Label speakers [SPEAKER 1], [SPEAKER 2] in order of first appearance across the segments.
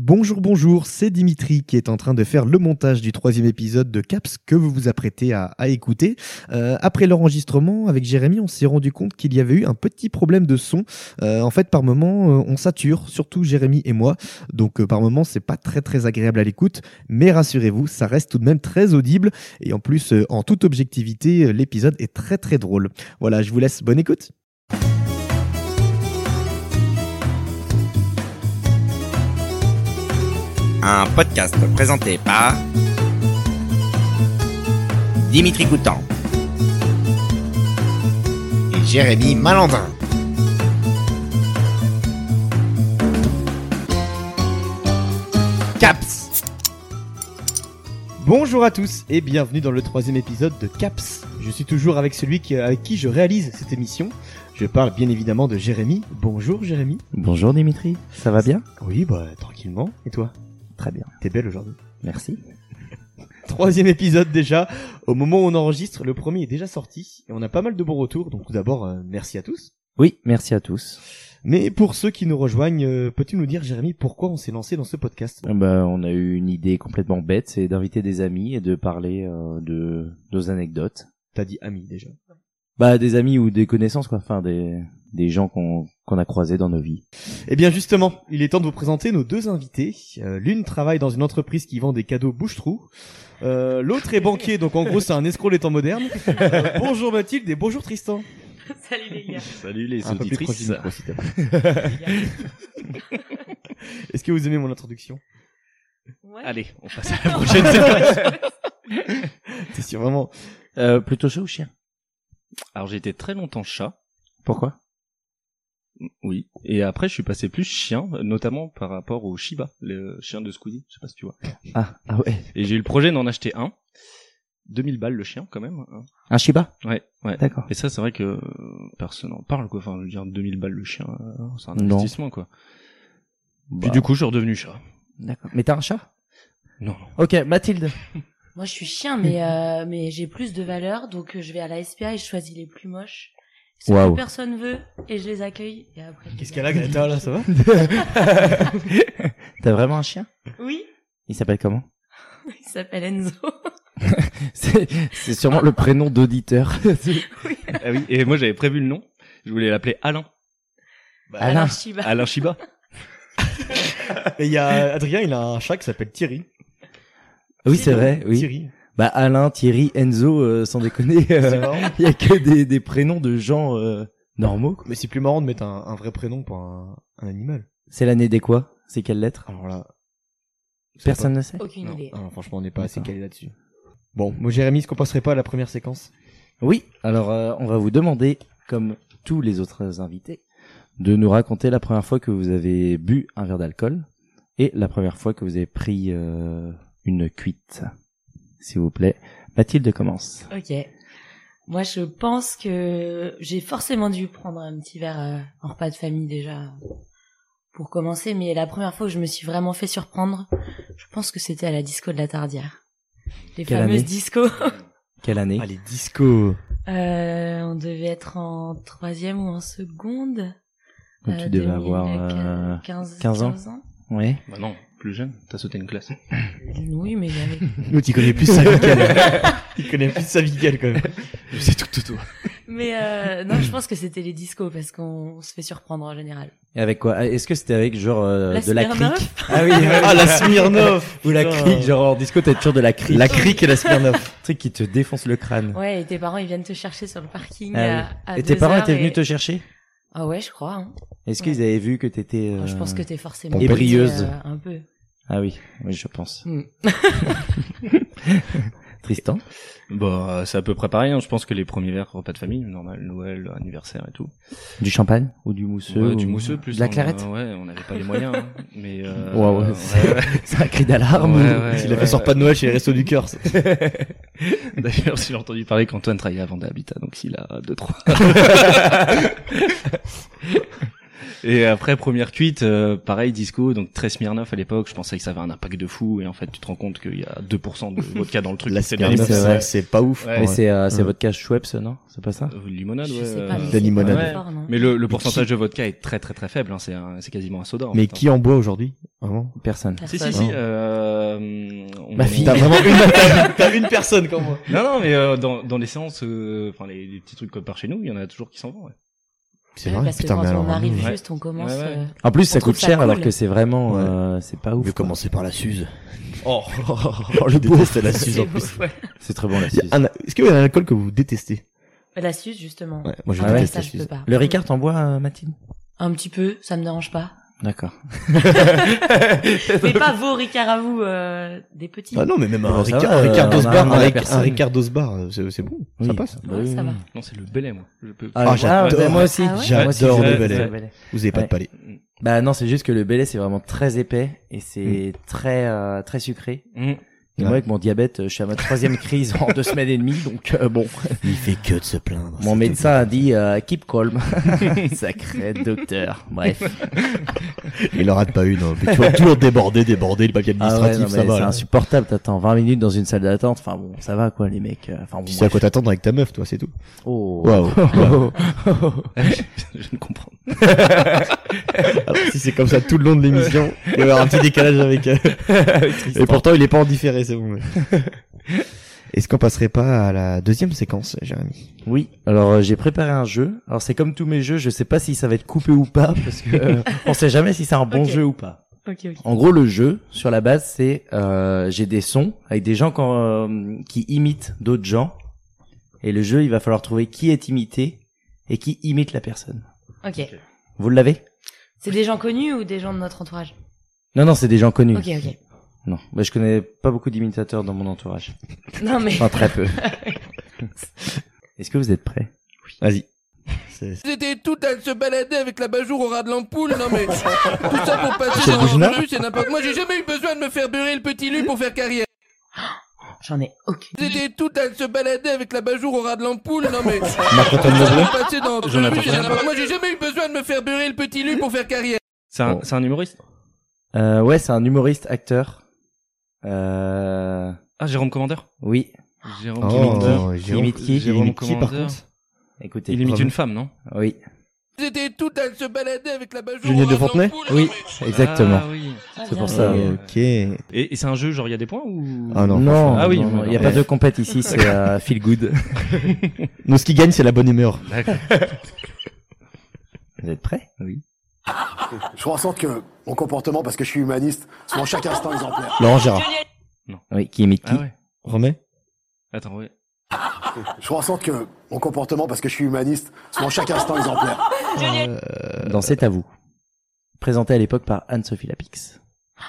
[SPEAKER 1] Bonjour, bonjour, c'est Dimitri qui est en train de faire le montage du troisième épisode de CAPS que vous vous apprêtez à, à écouter. Euh, après l'enregistrement avec Jérémy, on s'est rendu compte qu'il y avait eu un petit problème de son. Euh, en fait, par moment, euh, on sature, surtout Jérémy et moi. Donc, euh, par moment, c'est pas très très agréable à l'écoute. Mais rassurez-vous, ça reste tout de même très audible. Et en plus, euh, en toute objectivité, euh, l'épisode est très très drôle. Voilà, je vous laisse bonne écoute.
[SPEAKER 2] un podcast présenté par Dimitri Coutan et Jérémy Malandin. Caps
[SPEAKER 1] Bonjour à tous et bienvenue dans le troisième épisode de CAPS. Je suis toujours avec celui qui- avec qui je réalise cette émission. Je parle bien évidemment de Jérémy. Bonjour Jérémy.
[SPEAKER 3] Bonjour Dimitri, ça va bien
[SPEAKER 1] Oui, bah tranquillement. Et toi
[SPEAKER 3] Très bien,
[SPEAKER 1] T'es belle aujourd'hui.
[SPEAKER 3] merci.
[SPEAKER 1] Troisième épisode déjà. Au moment où on enregistre, le premier est déjà sorti et on a pas mal de bons retours. Donc tout d'abord, euh, merci à tous.
[SPEAKER 3] Oui, merci à tous.
[SPEAKER 1] Mais pour ceux qui nous rejoignent, euh, peux-tu nous dire, Jérémy, pourquoi on s'est lancé dans ce podcast
[SPEAKER 3] Ah bah, on a eu une idée complètement bête, c'est d'inviter des amis et de parler euh, de nos anecdotes.
[SPEAKER 1] T'as dit ami déjà.
[SPEAKER 3] Bah des amis ou des connaissances quoi, enfin des, des gens qu'on qu'on a croisés dans nos vies.
[SPEAKER 1] Eh bien justement, il est temps de vous présenter nos deux invités. Euh, L'une travaille dans une entreprise qui vend des cadeaux bouche-trou. Euh, L'autre est banquier, donc en gros c'est un escroc des temps modernes. Euh, bonjour Mathilde et bonjour Tristan.
[SPEAKER 4] Salut les gars.
[SPEAKER 5] Salut les
[SPEAKER 1] Un peu plus proche du micro,
[SPEAKER 5] auditrices.
[SPEAKER 1] s'il te plaît. Est-ce que vous aimez mon introduction
[SPEAKER 4] Ouais.
[SPEAKER 5] Allez, on passe à la prochaine séquence.
[SPEAKER 1] C'est sûr, vraiment.
[SPEAKER 3] Euh, plutôt chat ou chien
[SPEAKER 5] Alors j'ai été très longtemps chat,
[SPEAKER 3] Pourquoi
[SPEAKER 5] oui, et après je suis passé plus chien, notamment par rapport au Shiba, le chien de Squeezie, je sais pas si tu vois.
[SPEAKER 3] Ah, ah ouais,
[SPEAKER 5] Et j'ai eu le projet d'en acheter un, 2000 balles le chien quand même. hein.
[SPEAKER 3] un Shiba
[SPEAKER 5] Ouais, ouais.
[SPEAKER 3] D'accord.
[SPEAKER 5] Et ça c'est vrai que euh, personne n'en parle quoi, enfin je veux dire 2000 balles le chien, euh, c'est un
[SPEAKER 3] Non.
[SPEAKER 5] investissement quoi.
[SPEAKER 3] Bah,
[SPEAKER 5] Puis du coup je suis redevenu chat.
[SPEAKER 3] D'accord. Mais t'as un chat
[SPEAKER 5] Non,
[SPEAKER 3] Ok, Mathilde.
[SPEAKER 4] Moi, je suis chien, mais euh, mais j'ai plus de valeur, donc euh, je vais à la SPA et je choisis les plus moches. Ceux
[SPEAKER 3] Waouh.
[SPEAKER 4] que personne veut et je les accueille. Et après. je les
[SPEAKER 1] Qu'est-ce qu'elle a Greta là, ça va
[SPEAKER 3] T'as vraiment un chien
[SPEAKER 4] Oui,
[SPEAKER 3] Il s'appelle comment
[SPEAKER 4] il s'appelle Enzo.
[SPEAKER 3] C'est c'est sûrement le prénom d'auditeur.
[SPEAKER 1] Bah,
[SPEAKER 5] Ah oui, et moi j'avais prévu le nom, je voulais l'appeler Alain,
[SPEAKER 1] Bah,
[SPEAKER 3] Alain.
[SPEAKER 4] Shiba.
[SPEAKER 5] Alain Shiba.
[SPEAKER 1] Et il y a Adrien, il a un chat qui s'appelle Thierry.
[SPEAKER 3] Ah Oui, c'est vrai, oui.
[SPEAKER 1] Thierry.
[SPEAKER 3] Bah Alain, Thierry, Enzo, euh, sans déconner,
[SPEAKER 1] C'est
[SPEAKER 3] euh,
[SPEAKER 1] marrant.
[SPEAKER 3] il y a que des, des prénoms de gens euh, normaux. quoi.
[SPEAKER 1] Mais c'est plus marrant de mettre un, un vrai prénom pour un, un animal.
[SPEAKER 3] C'est l'année des quoi C'est quelle lettre
[SPEAKER 1] Alors là. c'est
[SPEAKER 3] Personne ne sait.
[SPEAKER 4] Aucune
[SPEAKER 1] pas-
[SPEAKER 4] idée.
[SPEAKER 1] Non, non, Ah, franchement, on n'est pas assez
[SPEAKER 3] D'accord.
[SPEAKER 1] calé là-dessus. Bon, moi, Jérémy, est-ce qu'on passerait pas à la première séquence
[SPEAKER 3] Oui, alors euh, on va vous demander, comme tous les autres invités, de nous raconter la première fois que vous avez bu un verre d'alcool et la première fois que vous avez pris euh, une cuite. S'il vous plaît, Mathilde commence.
[SPEAKER 4] Ok. Moi, je pense que j'ai forcément dû prendre un petit verre euh, en repas de famille déjà pour commencer, mais la première fois que je me suis vraiment fait surprendre, je pense que c'était à la disco de la Tardière. Les
[SPEAKER 3] Quelle
[SPEAKER 4] fameuses
[SPEAKER 3] année
[SPEAKER 4] discos.
[SPEAKER 3] Quelle année
[SPEAKER 1] Allez, disco
[SPEAKER 4] Euh, on devait être en troisième ou en seconde.
[SPEAKER 3] Donc
[SPEAKER 4] Euh,
[SPEAKER 3] tu devais
[SPEAKER 4] 2000,
[SPEAKER 3] avoir...
[SPEAKER 4] euh,
[SPEAKER 3] Euh...
[SPEAKER 4] 15,
[SPEAKER 3] 15 ans. Ouais.
[SPEAKER 5] Bah non, plus jeune, t'as sauté une classe.
[SPEAKER 4] Oui, mais j'avais...
[SPEAKER 1] Nous, tu connais plus sa vie qu'elle. Il connaît plus sa vie qu'elle, quand même.
[SPEAKER 5] C'est tout, tout, tout.
[SPEAKER 4] mais euh, non, je pense que c'était les discos parce qu'on se fait surprendre en général.
[SPEAKER 3] Et avec quoi Ah, Est-ce que c'était avec genre euh, de la
[SPEAKER 4] Smirnoff,
[SPEAKER 3] crique Ah oui,
[SPEAKER 1] ah, la Smirnoff
[SPEAKER 3] Ou la
[SPEAKER 1] Putain.
[SPEAKER 3] crique, genre en disco t'as toujours de la crique.
[SPEAKER 1] La crique et la Smirnoff.
[SPEAKER 3] truc qui te défonce le crâne.
[SPEAKER 4] Ouais, et tes parents, ils viennent te chercher sur le parking
[SPEAKER 3] Ah
[SPEAKER 4] à, à
[SPEAKER 3] et tes
[SPEAKER 4] deux
[SPEAKER 3] parents
[SPEAKER 4] heures
[SPEAKER 3] étaient venus
[SPEAKER 4] et-
[SPEAKER 3] te chercher
[SPEAKER 4] Ah ouais, je crois. hein.
[SPEAKER 3] Est-ce
[SPEAKER 4] Ouais. Oh,
[SPEAKER 3] qu'ils avaient vu que t'étais euh...
[SPEAKER 4] Je pense que t'es forcément...
[SPEAKER 3] Et brilleuse.
[SPEAKER 4] euh, un peu.
[SPEAKER 3] Ah oui, oui je pense.
[SPEAKER 4] Hmm.
[SPEAKER 3] Tristan
[SPEAKER 5] Bah, c'est à peu près pareil. hein. Je pense que les premiers verres, repas de famille, normal, Noël, anniversaire et tout.
[SPEAKER 3] Du champagne ou du mousseux
[SPEAKER 5] Ouais, du
[SPEAKER 3] ou-
[SPEAKER 5] mousseux plus.
[SPEAKER 3] De la
[SPEAKER 5] on-
[SPEAKER 1] euh,
[SPEAKER 3] clarette
[SPEAKER 5] Ouais, on n'avait pas les moyens. hein. Mais. Euh,
[SPEAKER 3] Ouais, ouais. C'est un cri d'alarme.
[SPEAKER 5] Ouais, ouais.
[SPEAKER 1] Il a fait sort pas de Noël chez les Restos du Cœur. ça.
[SPEAKER 5] D'ailleurs, j'ai entendu parler qu'Antoine travaillait à Vanda Habitat, donc s'il a deux trois. Et après première cuite, euh, pareil disco, donc très Smirnoff à l'époque, je pensais que ça avait un impact de fou, et en fait tu te rends compte qu'il y a 2% de vodka dans le truc.
[SPEAKER 1] La
[SPEAKER 5] C'est de
[SPEAKER 1] Smirnoff,
[SPEAKER 3] c'est
[SPEAKER 5] limonade.
[SPEAKER 3] vrai.
[SPEAKER 1] c'est c'est pas ouf.
[SPEAKER 5] Ouais,
[SPEAKER 3] Mais
[SPEAKER 1] en vrai.
[SPEAKER 3] c'est euh, c'est
[SPEAKER 1] Ouais.
[SPEAKER 3] votre cache Schweppes, non C'est pas ça
[SPEAKER 5] Euh, Limonade,
[SPEAKER 4] Je
[SPEAKER 5] ouais,
[SPEAKER 4] sais
[SPEAKER 5] euh,
[SPEAKER 4] pas. mais
[SPEAKER 1] de
[SPEAKER 4] c'est
[SPEAKER 1] limonade.
[SPEAKER 4] pas
[SPEAKER 5] Ouais.
[SPEAKER 4] fort, non
[SPEAKER 5] Mais le, le pourcentage de vodka est très très très faible, hein, c'est un- c'est quasiment un soda. en
[SPEAKER 1] Mais
[SPEAKER 5] fait,
[SPEAKER 1] qui en boit aujourd'hui Vraiment
[SPEAKER 3] Personne.
[SPEAKER 5] hein. Si
[SPEAKER 4] Personne.
[SPEAKER 5] si si. euh, on-
[SPEAKER 3] Ah. Ma fille.
[SPEAKER 1] T'as vraiment une, t'as- t'as une personne comme moi.
[SPEAKER 5] Non non, mais euh, dans, dans les séances, euh, enfin les, les petits trucs comme par chez nous, il y en a toujours qui s'en vont. ouais.
[SPEAKER 1] C'est
[SPEAKER 4] Ouais,
[SPEAKER 1] vrai,
[SPEAKER 4] parce que
[SPEAKER 1] putain,
[SPEAKER 4] quand
[SPEAKER 1] mais
[SPEAKER 4] on
[SPEAKER 1] alors,
[SPEAKER 4] arrive
[SPEAKER 1] ouais.
[SPEAKER 4] juste, on commence.
[SPEAKER 5] Ouais, ouais.
[SPEAKER 4] euh,
[SPEAKER 3] En plus,
[SPEAKER 4] On
[SPEAKER 3] ça
[SPEAKER 4] trouve
[SPEAKER 3] coûte
[SPEAKER 4] ça
[SPEAKER 3] cher alors
[SPEAKER 4] cool.
[SPEAKER 3] que c'est vraiment,
[SPEAKER 1] Ouais.
[SPEAKER 3] euh, c'est pas
[SPEAKER 1] On
[SPEAKER 3] ouf.
[SPEAKER 1] veut
[SPEAKER 3] quoi.
[SPEAKER 1] commencer par la Suze.
[SPEAKER 5] Oh.
[SPEAKER 1] Oh, je déteste la Suze en
[SPEAKER 4] c'est
[SPEAKER 1] plus.
[SPEAKER 4] ouf, ouais.
[SPEAKER 3] C'est très bon la
[SPEAKER 1] Il y
[SPEAKER 3] Suze.
[SPEAKER 1] a un- Est-ce qu'il y a un alcool que vous détestez
[SPEAKER 4] La Suze, justement.
[SPEAKER 1] ouais, Moi, je
[SPEAKER 3] Ah ouais,
[SPEAKER 1] déteste
[SPEAKER 4] ça,
[SPEAKER 1] la
[SPEAKER 4] je peux
[SPEAKER 1] Suze.
[SPEAKER 4] pas.
[SPEAKER 3] Le Ricard en bois, euh, Mathilde
[SPEAKER 4] Un petit peu, ça me dérange pas.
[SPEAKER 3] D'accord.
[SPEAKER 4] Mais pas vos Ricard à vous, euh, des petits.
[SPEAKER 1] Ah non, mais même un
[SPEAKER 3] Bon, ça
[SPEAKER 1] Ricard-
[SPEAKER 3] va,
[SPEAKER 1] un Ricardo's
[SPEAKER 3] on a-
[SPEAKER 1] Bar,
[SPEAKER 3] on a
[SPEAKER 1] un
[SPEAKER 3] la
[SPEAKER 1] Ric- un
[SPEAKER 3] personne.
[SPEAKER 1] Ricardo's Bar, euh, c'est c'est bon, ça
[SPEAKER 3] Oui.
[SPEAKER 1] passe.
[SPEAKER 3] Bah
[SPEAKER 4] Ouais,
[SPEAKER 3] oui,
[SPEAKER 4] ça
[SPEAKER 3] oui.
[SPEAKER 4] va.
[SPEAKER 5] Non, c'est le Belay moi. Je peux.
[SPEAKER 1] Ah,
[SPEAKER 3] Ah,
[SPEAKER 1] j'adore.
[SPEAKER 3] bah, moi aussi.
[SPEAKER 4] Ah ouais
[SPEAKER 3] Moi aussi,
[SPEAKER 1] J'adore
[SPEAKER 3] c'est
[SPEAKER 1] le
[SPEAKER 3] le
[SPEAKER 1] Belay.
[SPEAKER 3] Belay.
[SPEAKER 1] Vous avez pas de
[SPEAKER 3] Ouais.
[SPEAKER 1] palais.
[SPEAKER 3] Bah non, c'est juste que le Belay c'est vraiment très épais et c'est très euh, très sucré.
[SPEAKER 5] Mm.
[SPEAKER 3] Et
[SPEAKER 1] Mm. Ouais.
[SPEAKER 3] moi avec mon diabète, euh, je suis à ma troisième crise en deux semaines et demie, donc euh, bon.
[SPEAKER 1] Il fait que de se plaindre.
[SPEAKER 3] Mon médecin a dit euh, keep calm. Sacré docteur. Bref.
[SPEAKER 1] Il en rate pas une. hein. Mais tu vois, toujours débordé, débordé, le papier
[SPEAKER 3] Ah ouais,
[SPEAKER 1] administratif,
[SPEAKER 3] non, mais
[SPEAKER 1] ça
[SPEAKER 3] c'est
[SPEAKER 1] va. là.
[SPEAKER 3] insupportable. T'attends 20 minutes dans une salle d'attente. Enfin bon, ça va quoi, les mecs. euh, Enfin bon.
[SPEAKER 1] Tu sais à
[SPEAKER 3] bref.
[SPEAKER 1] quoi t'attendre avec ta meuf, toi, c'est tout.
[SPEAKER 3] Oh.
[SPEAKER 1] Waouh.
[SPEAKER 5] Je ne comprends.
[SPEAKER 1] Alors, si c'est comme ça tout le long de l'émission, il va y avoir un petit décalage avec. euh, Et pourtant, il est pas en différé, c'est bon. ouais. Est-ce qu'on passerait pas à la deuxième séquence, Jérémy
[SPEAKER 3] Oui. Alors euh, j'ai préparé un jeu. Alors c'est comme tous mes jeux, je sais pas si ça va être coupé ou pas parce que euh, on sait jamais si c'est un bon
[SPEAKER 4] Ok.
[SPEAKER 3] jeu ou pas.
[SPEAKER 4] Ok, ok.
[SPEAKER 3] En gros, le jeu, sur la base, c'est euh, j'ai des sons avec des gens quand, euh, qui imitent d'autres gens. Et le jeu, il va falloir trouver qui est imité et qui imite la personne.
[SPEAKER 4] Ok.
[SPEAKER 3] Vous l'avez
[SPEAKER 4] C'est des gens connus ou des gens de notre entourage
[SPEAKER 3] Non, non, c'est des gens connus.
[SPEAKER 4] Ok, ok.
[SPEAKER 3] Non, bah, je connais pas beaucoup d'imitateurs dans mon entourage.
[SPEAKER 4] Non, mais.
[SPEAKER 3] Enfin, très peu. Est-ce que vous êtes prêts
[SPEAKER 1] Vas-y. C'est-
[SPEAKER 6] C'était tout à se balader avec la bajour au ras de l'ampoule, non mais... tout ça pour passer
[SPEAKER 1] Michel
[SPEAKER 6] dans une
[SPEAKER 1] Bougenat
[SPEAKER 6] rue, c'est n'importe quoi. Moi, j'ai jamais eu besoin de me faire beurrer le petit lu pour faire carrière.
[SPEAKER 4] J'en ai aucune.
[SPEAKER 6] C'était tout à se balader avec la bajour au ras de l'ampoule, non mais... tout
[SPEAKER 1] Marc-Antoine
[SPEAKER 6] ça
[SPEAKER 1] Leblanc
[SPEAKER 6] pour passer dans une
[SPEAKER 5] Jonathan
[SPEAKER 6] rue, c'est
[SPEAKER 5] Cohen.
[SPEAKER 6] n'importe Moi, j'ai jamais eu besoin de me faire beurrer le petit lu pour faire carrière.
[SPEAKER 5] C'est un,
[SPEAKER 3] Bon.
[SPEAKER 5] c'est un humoriste.
[SPEAKER 3] euh, Ouais, c'est un humoriste, acteur. Euh...
[SPEAKER 5] Ah, Jérôme Commandeur.
[SPEAKER 3] Oui,
[SPEAKER 5] Jérôme Commandeur.
[SPEAKER 1] Oh,
[SPEAKER 3] Qui imite qui
[SPEAKER 5] Jérôme
[SPEAKER 1] Il imite qui, par
[SPEAKER 5] Commandeur.
[SPEAKER 1] contre
[SPEAKER 3] écoutez.
[SPEAKER 5] Il imite
[SPEAKER 1] Pardon.
[SPEAKER 5] une femme, non
[SPEAKER 3] Oui,
[SPEAKER 6] C'était tout à se balader avec la bajour
[SPEAKER 1] Julien
[SPEAKER 6] au ras
[SPEAKER 1] de Fontenay
[SPEAKER 6] l'ampoule, non,
[SPEAKER 3] oui,
[SPEAKER 6] mais-
[SPEAKER 3] exactement.
[SPEAKER 5] Ah, oui.
[SPEAKER 4] Ah,
[SPEAKER 3] c'est
[SPEAKER 4] bien
[SPEAKER 3] pour ça,
[SPEAKER 4] joué.
[SPEAKER 3] euh,
[SPEAKER 1] Ok. Ah
[SPEAKER 5] Et, et c'est un jeu, genre il y a des points ou
[SPEAKER 1] non.
[SPEAKER 3] non,
[SPEAKER 5] Ah oui,
[SPEAKER 3] non, non, il n'y a
[SPEAKER 5] mais-
[SPEAKER 3] pas de compète ici, c'est euh, feel good.
[SPEAKER 1] Nous, ce qui gagne, c'est la bonne humeur.
[SPEAKER 5] D'accord.
[SPEAKER 3] Vous êtes prêts Oui.
[SPEAKER 7] Je fais en sorte que mon comportement, parce que je suis humaniste, soit en chaque instant exemplaire.
[SPEAKER 1] Laurent Gérard.
[SPEAKER 4] Juliette,
[SPEAKER 3] Oui, qui imite qui
[SPEAKER 5] Ah ouais.
[SPEAKER 1] Romain
[SPEAKER 5] Attends, ouais.
[SPEAKER 7] Je fais en sorte que mon comportement, parce que je suis humaniste, soit en chaque instant exemplaire.
[SPEAKER 4] Juliette.
[SPEAKER 1] Euh,
[SPEAKER 4] Euh,
[SPEAKER 3] dans C'est à vous. Présenté à l'époque par Anne-Sophie Lapix.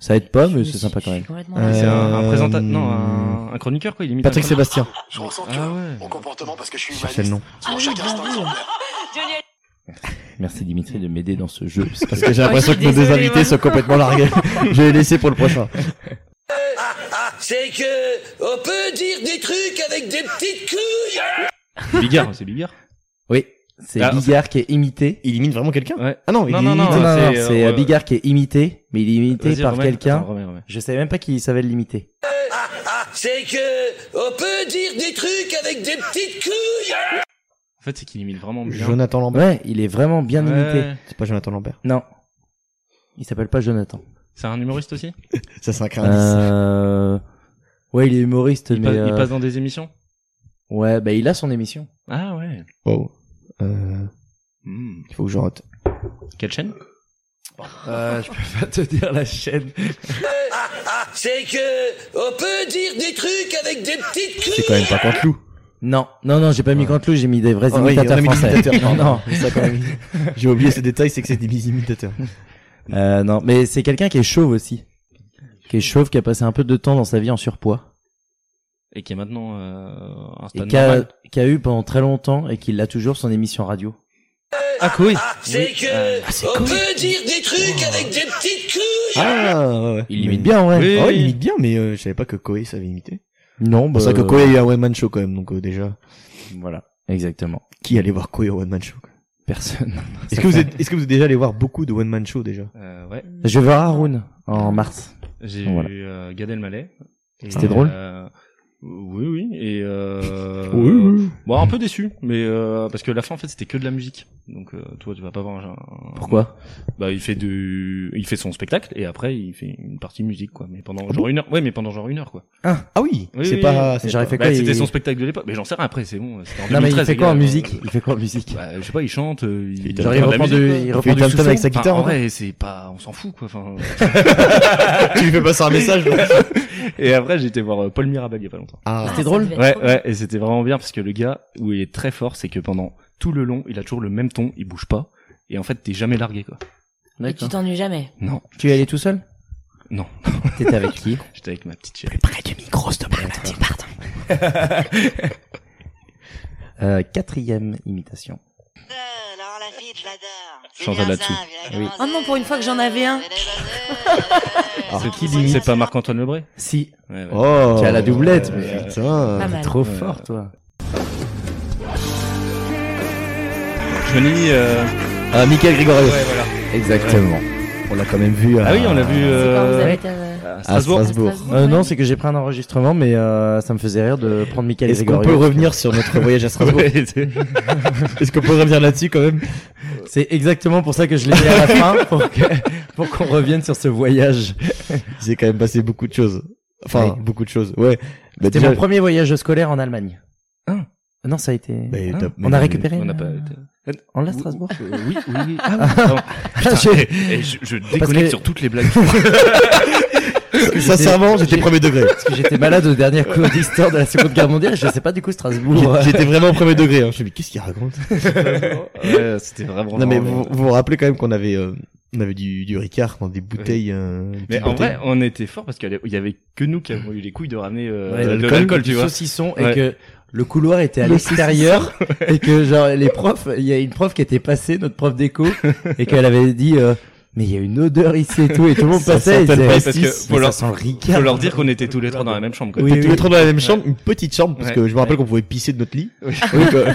[SPEAKER 3] Ça aide pas,
[SPEAKER 4] Je me
[SPEAKER 3] mais
[SPEAKER 4] suis-
[SPEAKER 3] c'est sympa quand
[SPEAKER 4] je
[SPEAKER 3] même.
[SPEAKER 4] suis complètement
[SPEAKER 1] Euh,
[SPEAKER 5] C'est un, un présentateur,
[SPEAKER 1] Euh,
[SPEAKER 5] non, un, un chroniqueur quoi. Il imite.
[SPEAKER 1] Patrick
[SPEAKER 5] un chroniqueur.
[SPEAKER 1] Sébastien.
[SPEAKER 7] Je fais en sorte
[SPEAKER 5] Ah
[SPEAKER 7] que
[SPEAKER 5] ouais.
[SPEAKER 7] mon comportement, parce que je suis
[SPEAKER 1] Cherchez
[SPEAKER 7] humaniste,
[SPEAKER 1] le nom.
[SPEAKER 7] soit
[SPEAKER 4] Ah
[SPEAKER 7] en
[SPEAKER 4] oui,
[SPEAKER 7] chaque
[SPEAKER 4] bien
[SPEAKER 7] instant
[SPEAKER 4] vu.
[SPEAKER 7] exemplaire.
[SPEAKER 4] Juliette.
[SPEAKER 3] Merci Dimitri de m'aider dans ce jeu. parce que-
[SPEAKER 1] Parce que j'ai l'impression
[SPEAKER 4] Ah, je
[SPEAKER 1] que
[SPEAKER 4] suis
[SPEAKER 1] nos deux
[SPEAKER 4] désolée,
[SPEAKER 1] invités
[SPEAKER 4] ouais.
[SPEAKER 1] sont complètement largués. je vais laisser pour le prochain.
[SPEAKER 8] Ah, c'est que on peut dire des trucs avec des petites couilles.
[SPEAKER 5] Bigard, c'est Bigard.
[SPEAKER 3] Oui, c'est
[SPEAKER 5] Ah,
[SPEAKER 3] Bigard qui est imité.
[SPEAKER 1] Il imite vraiment quelqu'un
[SPEAKER 5] Ouais.
[SPEAKER 1] Ah non, il
[SPEAKER 5] Non,
[SPEAKER 1] imite.
[SPEAKER 5] non, non,
[SPEAKER 3] Non, non, non,
[SPEAKER 5] c'est, euh,
[SPEAKER 3] c'est euh,
[SPEAKER 5] ouais.
[SPEAKER 3] Bigard qui est imité, mais il est imité
[SPEAKER 5] Vas-y,
[SPEAKER 3] par
[SPEAKER 5] Romain. Attends,
[SPEAKER 3] quelqu'un.
[SPEAKER 5] Romain, Romain.
[SPEAKER 3] Je savais même pas qui savait l'imiter.
[SPEAKER 8] Ah, C'est que on peut dire des trucs avec des petites couilles.
[SPEAKER 5] En fait, c'est qu'il imite vraiment bien.
[SPEAKER 1] Jonathan Lambert.
[SPEAKER 3] Ouais, il est vraiment bien
[SPEAKER 5] Ouais.
[SPEAKER 3] imité.
[SPEAKER 1] C'est pas Jonathan Lambert.
[SPEAKER 3] Non. Il s'appelle pas Jonathan.
[SPEAKER 5] C'est un humoriste aussi.
[SPEAKER 1] Ça, c'est un crâne.
[SPEAKER 3] Euh... Ouais, il est humoriste,
[SPEAKER 5] Ah, Il,
[SPEAKER 3] mais...
[SPEAKER 5] passe, il
[SPEAKER 3] euh,
[SPEAKER 5] passe dans des émissions.
[SPEAKER 3] Ouais, bah il a son émission.
[SPEAKER 5] Ah ouais.
[SPEAKER 1] Wow. Euh,
[SPEAKER 5] Hmm.
[SPEAKER 1] il faut que je rote.
[SPEAKER 5] Quelle chaîne Ah,
[SPEAKER 3] je peux pas te dire la chaîne.
[SPEAKER 8] C'est que on peut dire des trucs avec des petites couilles.
[SPEAKER 1] C'est quand même pas contre loup.
[SPEAKER 3] Non, non, non, j'ai pas mis
[SPEAKER 1] Ouais. Ah
[SPEAKER 3] Cantelou, j'ai mis des vrais imitateurs français. non,
[SPEAKER 1] ça quand même. J'ai oublié ce détail, c'est que c'est des imitateurs.
[SPEAKER 3] non. Euh, non, mais c'est quelqu'un qui est chauve aussi. Qui est chauve, qui a passé un peu de temps dans sa vie en surpoids.
[SPEAKER 5] et qui est maintenant euh, un
[SPEAKER 3] Et
[SPEAKER 5] stand
[SPEAKER 3] qui a,
[SPEAKER 5] normal.
[SPEAKER 3] qui a eu pendant très longtemps et qui l'a toujours son émission radio.
[SPEAKER 5] Ah oui.
[SPEAKER 8] C'est
[SPEAKER 5] Oui.
[SPEAKER 8] que on
[SPEAKER 1] cool.
[SPEAKER 8] peut dire des trucs avec des petites couilles.
[SPEAKER 1] Ah, ouais, ouais.
[SPEAKER 3] Il
[SPEAKER 1] Mais-
[SPEAKER 3] l'imite bien, ouais.
[SPEAKER 5] Oui.
[SPEAKER 1] Ah ouais, il imite bien, mais euh, je savais pas que Koei savait imiter.
[SPEAKER 3] Non,
[SPEAKER 1] C'est pour
[SPEAKER 3] bah,
[SPEAKER 1] ça que Koei a eu un one-man show quand même, donc euh, déjà,
[SPEAKER 3] Voilà, exactement.
[SPEAKER 1] qui allait voir Koei au one-man show quoi
[SPEAKER 3] Personne.
[SPEAKER 1] Est-ce que, vous êtes, est-ce que vous êtes déjà allé voir beaucoup de One Man Show déjà
[SPEAKER 5] Euh, ouais,
[SPEAKER 3] Je vais voir Haroun en mars.
[SPEAKER 5] j'ai
[SPEAKER 3] Voilà.
[SPEAKER 5] eu euh, Gad Elmaleh. Et,
[SPEAKER 3] C'était drôle
[SPEAKER 5] euh, Oui, oui. Et euh,
[SPEAKER 1] Oui.
[SPEAKER 5] bon, un peu déçu, mais euh, parce que la fin en fait c'était que de la musique. Donc euh, toi, tu vas pas voir. un- un-
[SPEAKER 3] Pourquoi
[SPEAKER 5] Bah, il fait du, il fait son spectacle et après il fait une partie musique quoi. Mais pendant
[SPEAKER 3] Ah
[SPEAKER 5] genre une heure. Ouais, mais pendant genre une heure quoi.
[SPEAKER 1] Ah, ah oui,
[SPEAKER 5] Oui,
[SPEAKER 1] C'est
[SPEAKER 5] oui,
[SPEAKER 1] pas. c'est
[SPEAKER 3] J'aurais
[SPEAKER 1] pas-
[SPEAKER 3] fait
[SPEAKER 5] Bah,
[SPEAKER 3] quoi
[SPEAKER 5] c'était
[SPEAKER 3] il-
[SPEAKER 5] son spectacle de l'époque. Mais j'en sais rien après, c'est bon. c'était en
[SPEAKER 3] Non mais il
[SPEAKER 5] 2013,
[SPEAKER 3] fait
[SPEAKER 5] les
[SPEAKER 3] quoi en
[SPEAKER 5] gars.
[SPEAKER 3] musique Il fait quoi en musique
[SPEAKER 5] Bah, je sais pas, il chante. euh, il,
[SPEAKER 3] Genre, il
[SPEAKER 5] prend de la
[SPEAKER 3] reprend
[SPEAKER 5] musique.
[SPEAKER 3] du, il
[SPEAKER 1] Il fait
[SPEAKER 3] reprend
[SPEAKER 1] du
[SPEAKER 3] du
[SPEAKER 1] tam-tam
[SPEAKER 3] sous-son
[SPEAKER 1] avec sa
[SPEAKER 5] Enfin,
[SPEAKER 1] guitare. hein.
[SPEAKER 5] en
[SPEAKER 1] non
[SPEAKER 5] vrai, c'est pas, on s'en fout quoi. Enfin,
[SPEAKER 1] tu lui fais passer un message. non
[SPEAKER 5] et après, j'étais voir euh, Paul Mirabel il y a pas longtemps.
[SPEAKER 1] Ah.
[SPEAKER 4] ça
[SPEAKER 3] drôle
[SPEAKER 4] devait être
[SPEAKER 5] Ouais,
[SPEAKER 4] trop
[SPEAKER 5] ouais, et c'était vraiment bien parce que le gars, où il est très fort, c'est que pendant tout le long, il a toujours le même ton, il bouge pas, et en fait, t'es jamais largué, quoi.
[SPEAKER 4] bien. Et tu t'ennuies jamais.
[SPEAKER 5] Non,
[SPEAKER 3] Tu es allé tout seul
[SPEAKER 5] Non.
[SPEAKER 3] T'étais avec qui
[SPEAKER 5] j'étais avec ma petite chérie.
[SPEAKER 3] Près du micro, s'il te plaît. Pardon. euh, quatrième imitation.
[SPEAKER 9] Alors la fille, je l'adore. C'est
[SPEAKER 5] Chantal
[SPEAKER 9] bien
[SPEAKER 5] là-dessus.
[SPEAKER 9] ça, puis la
[SPEAKER 3] Oui.
[SPEAKER 9] grande
[SPEAKER 4] Oh non, pour une fois que j'en avais
[SPEAKER 3] Euh,
[SPEAKER 4] un.
[SPEAKER 9] Elle est blasée.
[SPEAKER 5] C'est
[SPEAKER 9] Sans
[SPEAKER 5] qui
[SPEAKER 9] moi,
[SPEAKER 5] l'imite C'est
[SPEAKER 9] ça
[SPEAKER 5] pas
[SPEAKER 9] sera
[SPEAKER 5] Marc-Antoine Lebré
[SPEAKER 3] Si.
[SPEAKER 5] ouais, ouais.
[SPEAKER 1] Oh.
[SPEAKER 3] Tu as la doublette,
[SPEAKER 1] euh,
[SPEAKER 3] mais-
[SPEAKER 1] Putain.
[SPEAKER 4] Pas mal.
[SPEAKER 3] Trop
[SPEAKER 5] Ouais.
[SPEAKER 3] fort, toi.
[SPEAKER 5] Johnny, euh,
[SPEAKER 1] Ah, Michael Grégorio.
[SPEAKER 5] ouais, voilà.
[SPEAKER 1] Exactement. On l'a quand même vu.
[SPEAKER 5] Ah
[SPEAKER 1] à-
[SPEAKER 5] oui, on l'a vu.
[SPEAKER 4] C'est quand vous
[SPEAKER 5] Euh...
[SPEAKER 4] habitez à-
[SPEAKER 5] à
[SPEAKER 1] À
[SPEAKER 5] Strasbourg.
[SPEAKER 1] Strasbourg.
[SPEAKER 4] à Strasbourg,
[SPEAKER 3] Euh,
[SPEAKER 4] ouais.
[SPEAKER 3] non, c'est que j'ai pris un enregistrement, mais euh, ça me faisait rire de prendre Michael
[SPEAKER 1] Est-ce qu'on
[SPEAKER 3] Gregorio.
[SPEAKER 1] peut revenir sur notre voyage à Strasbourg
[SPEAKER 5] Ouais, c'est-
[SPEAKER 1] Est-ce qu'on peut revenir là-dessus quand même
[SPEAKER 3] C'est exactement pour ça que je l'ai mis à la fin, pour que- pour qu'on revienne sur ce voyage.
[SPEAKER 1] Il s'est quand même passé beaucoup de choses. Enfin,
[SPEAKER 3] Oui.
[SPEAKER 1] beaucoup de choses. Ouais. Bah,
[SPEAKER 3] C'était
[SPEAKER 1] déjà-
[SPEAKER 3] mon premier voyage scolaire en Allemagne.
[SPEAKER 5] Hein
[SPEAKER 3] Ah. non, ça a été...
[SPEAKER 1] Mais
[SPEAKER 3] Hein
[SPEAKER 1] t'as-
[SPEAKER 3] on
[SPEAKER 1] mais-
[SPEAKER 3] a récupéré Ah.
[SPEAKER 5] On n'a
[SPEAKER 3] le-
[SPEAKER 5] pas été.
[SPEAKER 3] On l'a, Strasbourg
[SPEAKER 5] Euh, Oui, oui, oui. Ah, oui. Pardon.
[SPEAKER 3] Ah,
[SPEAKER 5] Putain,
[SPEAKER 3] j'ai-
[SPEAKER 5] et- et je, je déconnecte
[SPEAKER 3] que-
[SPEAKER 5] sur toutes les blagues.
[SPEAKER 1] Sincèrement, j'étais premier degré.
[SPEAKER 3] Parce que j'étais malade au dernier cours d'histoire de la Seconde Guerre mondiale, je sais pas du coup Strasbourg. euh,
[SPEAKER 1] J'étais vraiment premier degré. Hein. Je me suis dit, qu'est-ce qu'il raconte
[SPEAKER 5] Ouais, c'était vraiment.
[SPEAKER 1] Non mais
[SPEAKER 5] vraiment-
[SPEAKER 1] vous, vous vous rappelez quand même qu'on avait euh, on avait du, du Ricard dans des bouteilles. euh,
[SPEAKER 5] Mais
[SPEAKER 1] petites
[SPEAKER 5] en
[SPEAKER 1] bouteilles.
[SPEAKER 5] vrai, on était fort parce qu'il y avait que nous qui avons eu les couilles de ramener euh,
[SPEAKER 3] Ouais,
[SPEAKER 5] de l'alcool, tu
[SPEAKER 3] du
[SPEAKER 5] vois.
[SPEAKER 3] saucisson
[SPEAKER 5] Ouais.
[SPEAKER 3] et que le couloir était à l'extérieur et que genre les profs, il y a une prof qui était passée, notre prof d'éco, et qu'elle avait dit euh, mais il y a une odeur ici et tout et tout le monde
[SPEAKER 1] Ça
[SPEAKER 3] passait. Et
[SPEAKER 1] sentait le
[SPEAKER 3] disait,
[SPEAKER 5] pastis.
[SPEAKER 3] Mais
[SPEAKER 5] Faut
[SPEAKER 3] ça
[SPEAKER 5] leur-
[SPEAKER 3] sent le Ricard.
[SPEAKER 5] Faut leur dire qu'on était tous les trois dans la même chambre. Quoi.
[SPEAKER 1] On
[SPEAKER 3] Oui,
[SPEAKER 1] était tous
[SPEAKER 3] oui.
[SPEAKER 1] les trois dans la même chambre, une petite chambre parce
[SPEAKER 5] Ouais.
[SPEAKER 1] que je me rappelle qu'on pouvait pisser de notre lit. Donc, euh,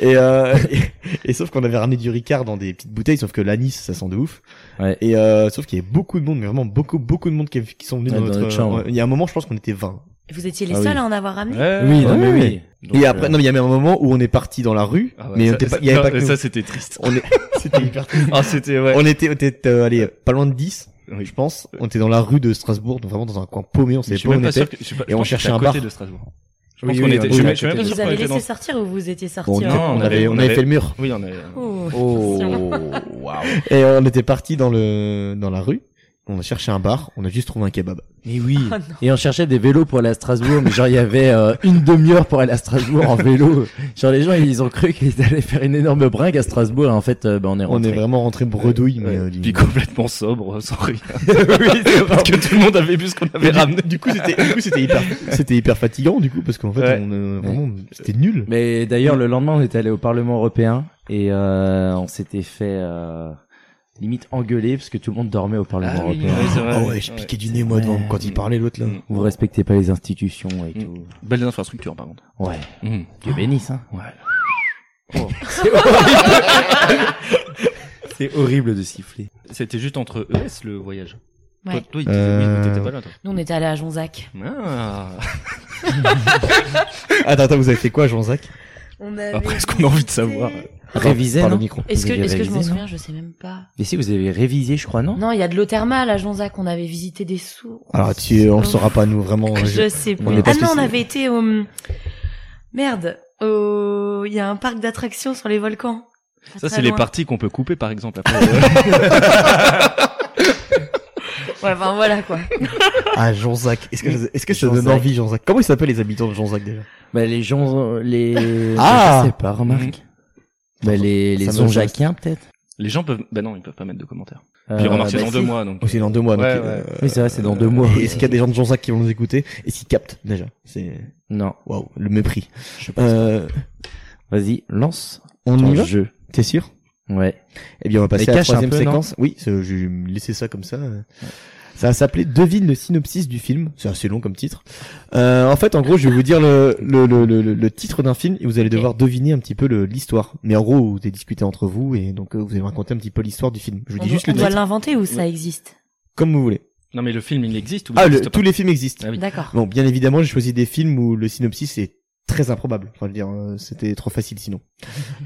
[SPEAKER 1] et, euh, et, et sauf qu'on avait ramené du Ricard dans des petites bouteilles, sauf que l'anis ça sent de ouf.
[SPEAKER 3] Ouais.
[SPEAKER 1] Et euh, sauf qu'il y avait beaucoup de monde, mais vraiment beaucoup beaucoup de monde qui, qui sont venus
[SPEAKER 3] Ouais,
[SPEAKER 1] dans,
[SPEAKER 3] dans
[SPEAKER 1] notre,
[SPEAKER 3] notre chambre.
[SPEAKER 1] ouais, Il y a un moment, je pense qu'on était 20.
[SPEAKER 4] Vous étiez les
[SPEAKER 1] Ah oui.
[SPEAKER 4] seuls à en avoir ramené.
[SPEAKER 5] Ouais.
[SPEAKER 3] Oui, non, mais
[SPEAKER 1] Ouais.
[SPEAKER 3] oui.
[SPEAKER 1] et
[SPEAKER 5] euh,
[SPEAKER 1] après, non, mais il y avait un moment où on est parti dans la rue,
[SPEAKER 5] Ah ouais,
[SPEAKER 1] mais on
[SPEAKER 5] ça-
[SPEAKER 1] était pas,
[SPEAKER 5] ça-
[SPEAKER 1] il y avait
[SPEAKER 5] non,
[SPEAKER 1] pas que
[SPEAKER 5] mais
[SPEAKER 1] nous.
[SPEAKER 5] ça c'était triste.
[SPEAKER 1] On est- c'était hyper triste.
[SPEAKER 5] Ah c'était ouais.
[SPEAKER 1] On était, on était, euh, allez, pas loin de 10,
[SPEAKER 5] Oui.
[SPEAKER 1] je pense. On était dans la rue de Strasbourg, donc vraiment dans un coin paumé, on
[SPEAKER 5] Mais Je
[SPEAKER 1] savait pas
[SPEAKER 5] suis
[SPEAKER 1] où
[SPEAKER 5] même
[SPEAKER 1] on
[SPEAKER 5] pas
[SPEAKER 1] était.
[SPEAKER 5] sûr que- je sais pas-
[SPEAKER 1] et
[SPEAKER 5] je
[SPEAKER 1] on
[SPEAKER 5] pense que
[SPEAKER 1] cherchait
[SPEAKER 5] c'était à
[SPEAKER 1] un
[SPEAKER 5] côté
[SPEAKER 1] bar.
[SPEAKER 5] de Strasbourg. Je
[SPEAKER 1] Oui,
[SPEAKER 5] pense qu'on
[SPEAKER 1] oui,
[SPEAKER 5] était.
[SPEAKER 1] on
[SPEAKER 5] je suis
[SPEAKER 1] était
[SPEAKER 5] même-
[SPEAKER 1] à
[SPEAKER 5] je suis même
[SPEAKER 1] côté
[SPEAKER 5] pas
[SPEAKER 1] de-
[SPEAKER 5] sûr
[SPEAKER 4] Vous
[SPEAKER 5] qu'on
[SPEAKER 4] avez
[SPEAKER 5] était dans.
[SPEAKER 4] laissé sortir ou vous étiez sorti
[SPEAKER 1] On, était-
[SPEAKER 5] Non,
[SPEAKER 1] on avait, on avait fait le mur.
[SPEAKER 5] Oui on est.
[SPEAKER 1] Oh, Et on était parti dans le, dans la rue. On a cherché un bar, on a juste trouvé un kebab.
[SPEAKER 3] Et oui.
[SPEAKER 4] Oh non.
[SPEAKER 3] et on cherchait des vélos pour aller à Strasbourg, mais genre il y avait euh, une demi-heure pour aller à Strasbourg en vélo. Genre les gens ils ont cru qu'ils allaient faire une énorme bringue à Strasbourg et en fait euh, bah, on est
[SPEAKER 1] On
[SPEAKER 3] rentré.
[SPEAKER 1] est vraiment rentré bredouille, mais euh, du-
[SPEAKER 5] Puis complètement sobre, euh, sans rien.
[SPEAKER 3] oui, c'est vrai.
[SPEAKER 5] Parce que tout le monde avait bu ce qu'on avait
[SPEAKER 1] Mais
[SPEAKER 5] ramené.
[SPEAKER 1] du, du coup, c'était, du coup, c'était hyper, c'était hyper fatigant, du coup, parce qu'en fait,
[SPEAKER 5] Ouais.
[SPEAKER 1] on, euh, vraiment, c'était nul.
[SPEAKER 3] Mais d'ailleurs, le lendemain, on était allé au Parlement européen et euh, on s'était fait euh, limite engueuler parce que tout le monde dormait au Parlement européen.
[SPEAKER 1] Ah ouais, je piquais du nez, moi, devant, quand il parlait, l'autre, là.
[SPEAKER 5] Mm.
[SPEAKER 3] Vous respectez pas les institutions et
[SPEAKER 5] Mm.
[SPEAKER 3] tout.
[SPEAKER 5] Belles infrastructures par contre.
[SPEAKER 3] Ouais.
[SPEAKER 5] Mm.
[SPEAKER 3] Dieu bénisse, hein.
[SPEAKER 5] Ouais.
[SPEAKER 3] C'est horrible. C'est horrible de siffler.
[SPEAKER 5] C'était juste entre ES le voyage.
[SPEAKER 4] Ouais.
[SPEAKER 5] Toi, toi, il disait oui, mais t'étais pas là toi.
[SPEAKER 4] Nous on était allés à Jonzac.
[SPEAKER 5] Ah.
[SPEAKER 1] Attends, attends, vous avez fait quoi, Jean-Zac?
[SPEAKER 4] On
[SPEAKER 3] Ah,
[SPEAKER 4] avait
[SPEAKER 5] Après ce qu'on a envie de savoir.
[SPEAKER 3] Révisé,
[SPEAKER 1] Par le
[SPEAKER 3] non
[SPEAKER 1] micro.
[SPEAKER 4] Est-ce que
[SPEAKER 3] Vous avez
[SPEAKER 4] est-ce que je m'en
[SPEAKER 3] révisé, non
[SPEAKER 4] souviens Je sais même pas.
[SPEAKER 3] Mais si, vous avez révisé, je crois, non
[SPEAKER 4] Non, il y a de l'eau thermale à Jonzac. On avait visité des sous.
[SPEAKER 1] Alors, tu, on
[SPEAKER 4] Oh.
[SPEAKER 1] le saura pas, nous, vraiment.
[SPEAKER 4] Je sais
[SPEAKER 1] on est
[SPEAKER 4] plus. Ah
[SPEAKER 1] parce que
[SPEAKER 4] non, on
[SPEAKER 1] c'est-
[SPEAKER 4] avait été au merde. Au il y a un parc d'attractions sur les volcans. Pas
[SPEAKER 5] Ça
[SPEAKER 4] très
[SPEAKER 5] c'est les
[SPEAKER 4] loin.
[SPEAKER 5] parties qu'on peut couper par exemple après. euh,
[SPEAKER 4] Ouais, enfin voilà quoi.
[SPEAKER 1] Ah, Jean-Zac. Est-ce que, est-ce que ça donne
[SPEAKER 3] Jean-Zac.
[SPEAKER 1] envie, Jean-Zac? Comment ils s'appellent les habitants de Jean-Zac, déjà?
[SPEAKER 3] Bah, les gens, euh, les...
[SPEAKER 1] Ah
[SPEAKER 3] Je sais pas, remarque. Bah, les, les
[SPEAKER 1] Ça me-
[SPEAKER 3] Zonjaquiens, peut-être.
[SPEAKER 5] Les gens peuvent. Bah non, ils peuvent pas mettre de commentaires.
[SPEAKER 3] Euh,
[SPEAKER 5] Puis remarque, c'est
[SPEAKER 3] bah,
[SPEAKER 5] dans
[SPEAKER 3] si.
[SPEAKER 5] deux mois donc.
[SPEAKER 1] Oh, c'est dans deux mois,
[SPEAKER 5] Ouais,
[SPEAKER 1] donc,
[SPEAKER 5] ouais.
[SPEAKER 1] euh,
[SPEAKER 3] Oui, c'est vrai, c'est dans deux mois.
[SPEAKER 1] Et est-ce qu'il y a des gens de Jean-Zac qui vont nous écouter? Et s'ils captent, déjà? C'est,
[SPEAKER 3] Non.
[SPEAKER 1] waouh, le mépris.
[SPEAKER 3] Je pense.
[SPEAKER 1] Euh,
[SPEAKER 3] Vas-y, lance
[SPEAKER 1] on
[SPEAKER 3] ton
[SPEAKER 1] y va?
[SPEAKER 3] jeu.
[SPEAKER 1] T'es sûr?
[SPEAKER 3] Ouais.
[SPEAKER 1] Eh bien, on va passer à
[SPEAKER 3] Mais
[SPEAKER 1] la
[SPEAKER 3] cache un
[SPEAKER 1] troisième
[SPEAKER 3] peu, non
[SPEAKER 1] séquence. Oui, c'est- je vais me laisser ça comme ça. Ça s'appelait Devine le synopsis du film. C'est assez long comme titre. Euh, en fait, en gros, je vais vous dire le, le, le, le, le titre d'un film et vous allez devoir deviner un petit peu le- l'histoire. Mais en gros, vous avez discuté entre vous et donc euh, vous allez me raconter un petit peu l'histoire du film. Je vous
[SPEAKER 4] On,
[SPEAKER 1] dis juste
[SPEAKER 4] on
[SPEAKER 1] le
[SPEAKER 4] doit
[SPEAKER 1] titre,
[SPEAKER 4] l'inventer ou ça existe
[SPEAKER 1] comme vous voulez.
[SPEAKER 5] Non, mais le film, il existe ou il
[SPEAKER 1] Ah, le-
[SPEAKER 5] existe pas
[SPEAKER 1] tous les films existent.
[SPEAKER 5] Ah oui.
[SPEAKER 4] D'accord.
[SPEAKER 1] Bon, bien évidemment, j'ai choisi des films où le synopsis est très improbable. Enfin, je veux dire, euh, c'était trop facile sinon.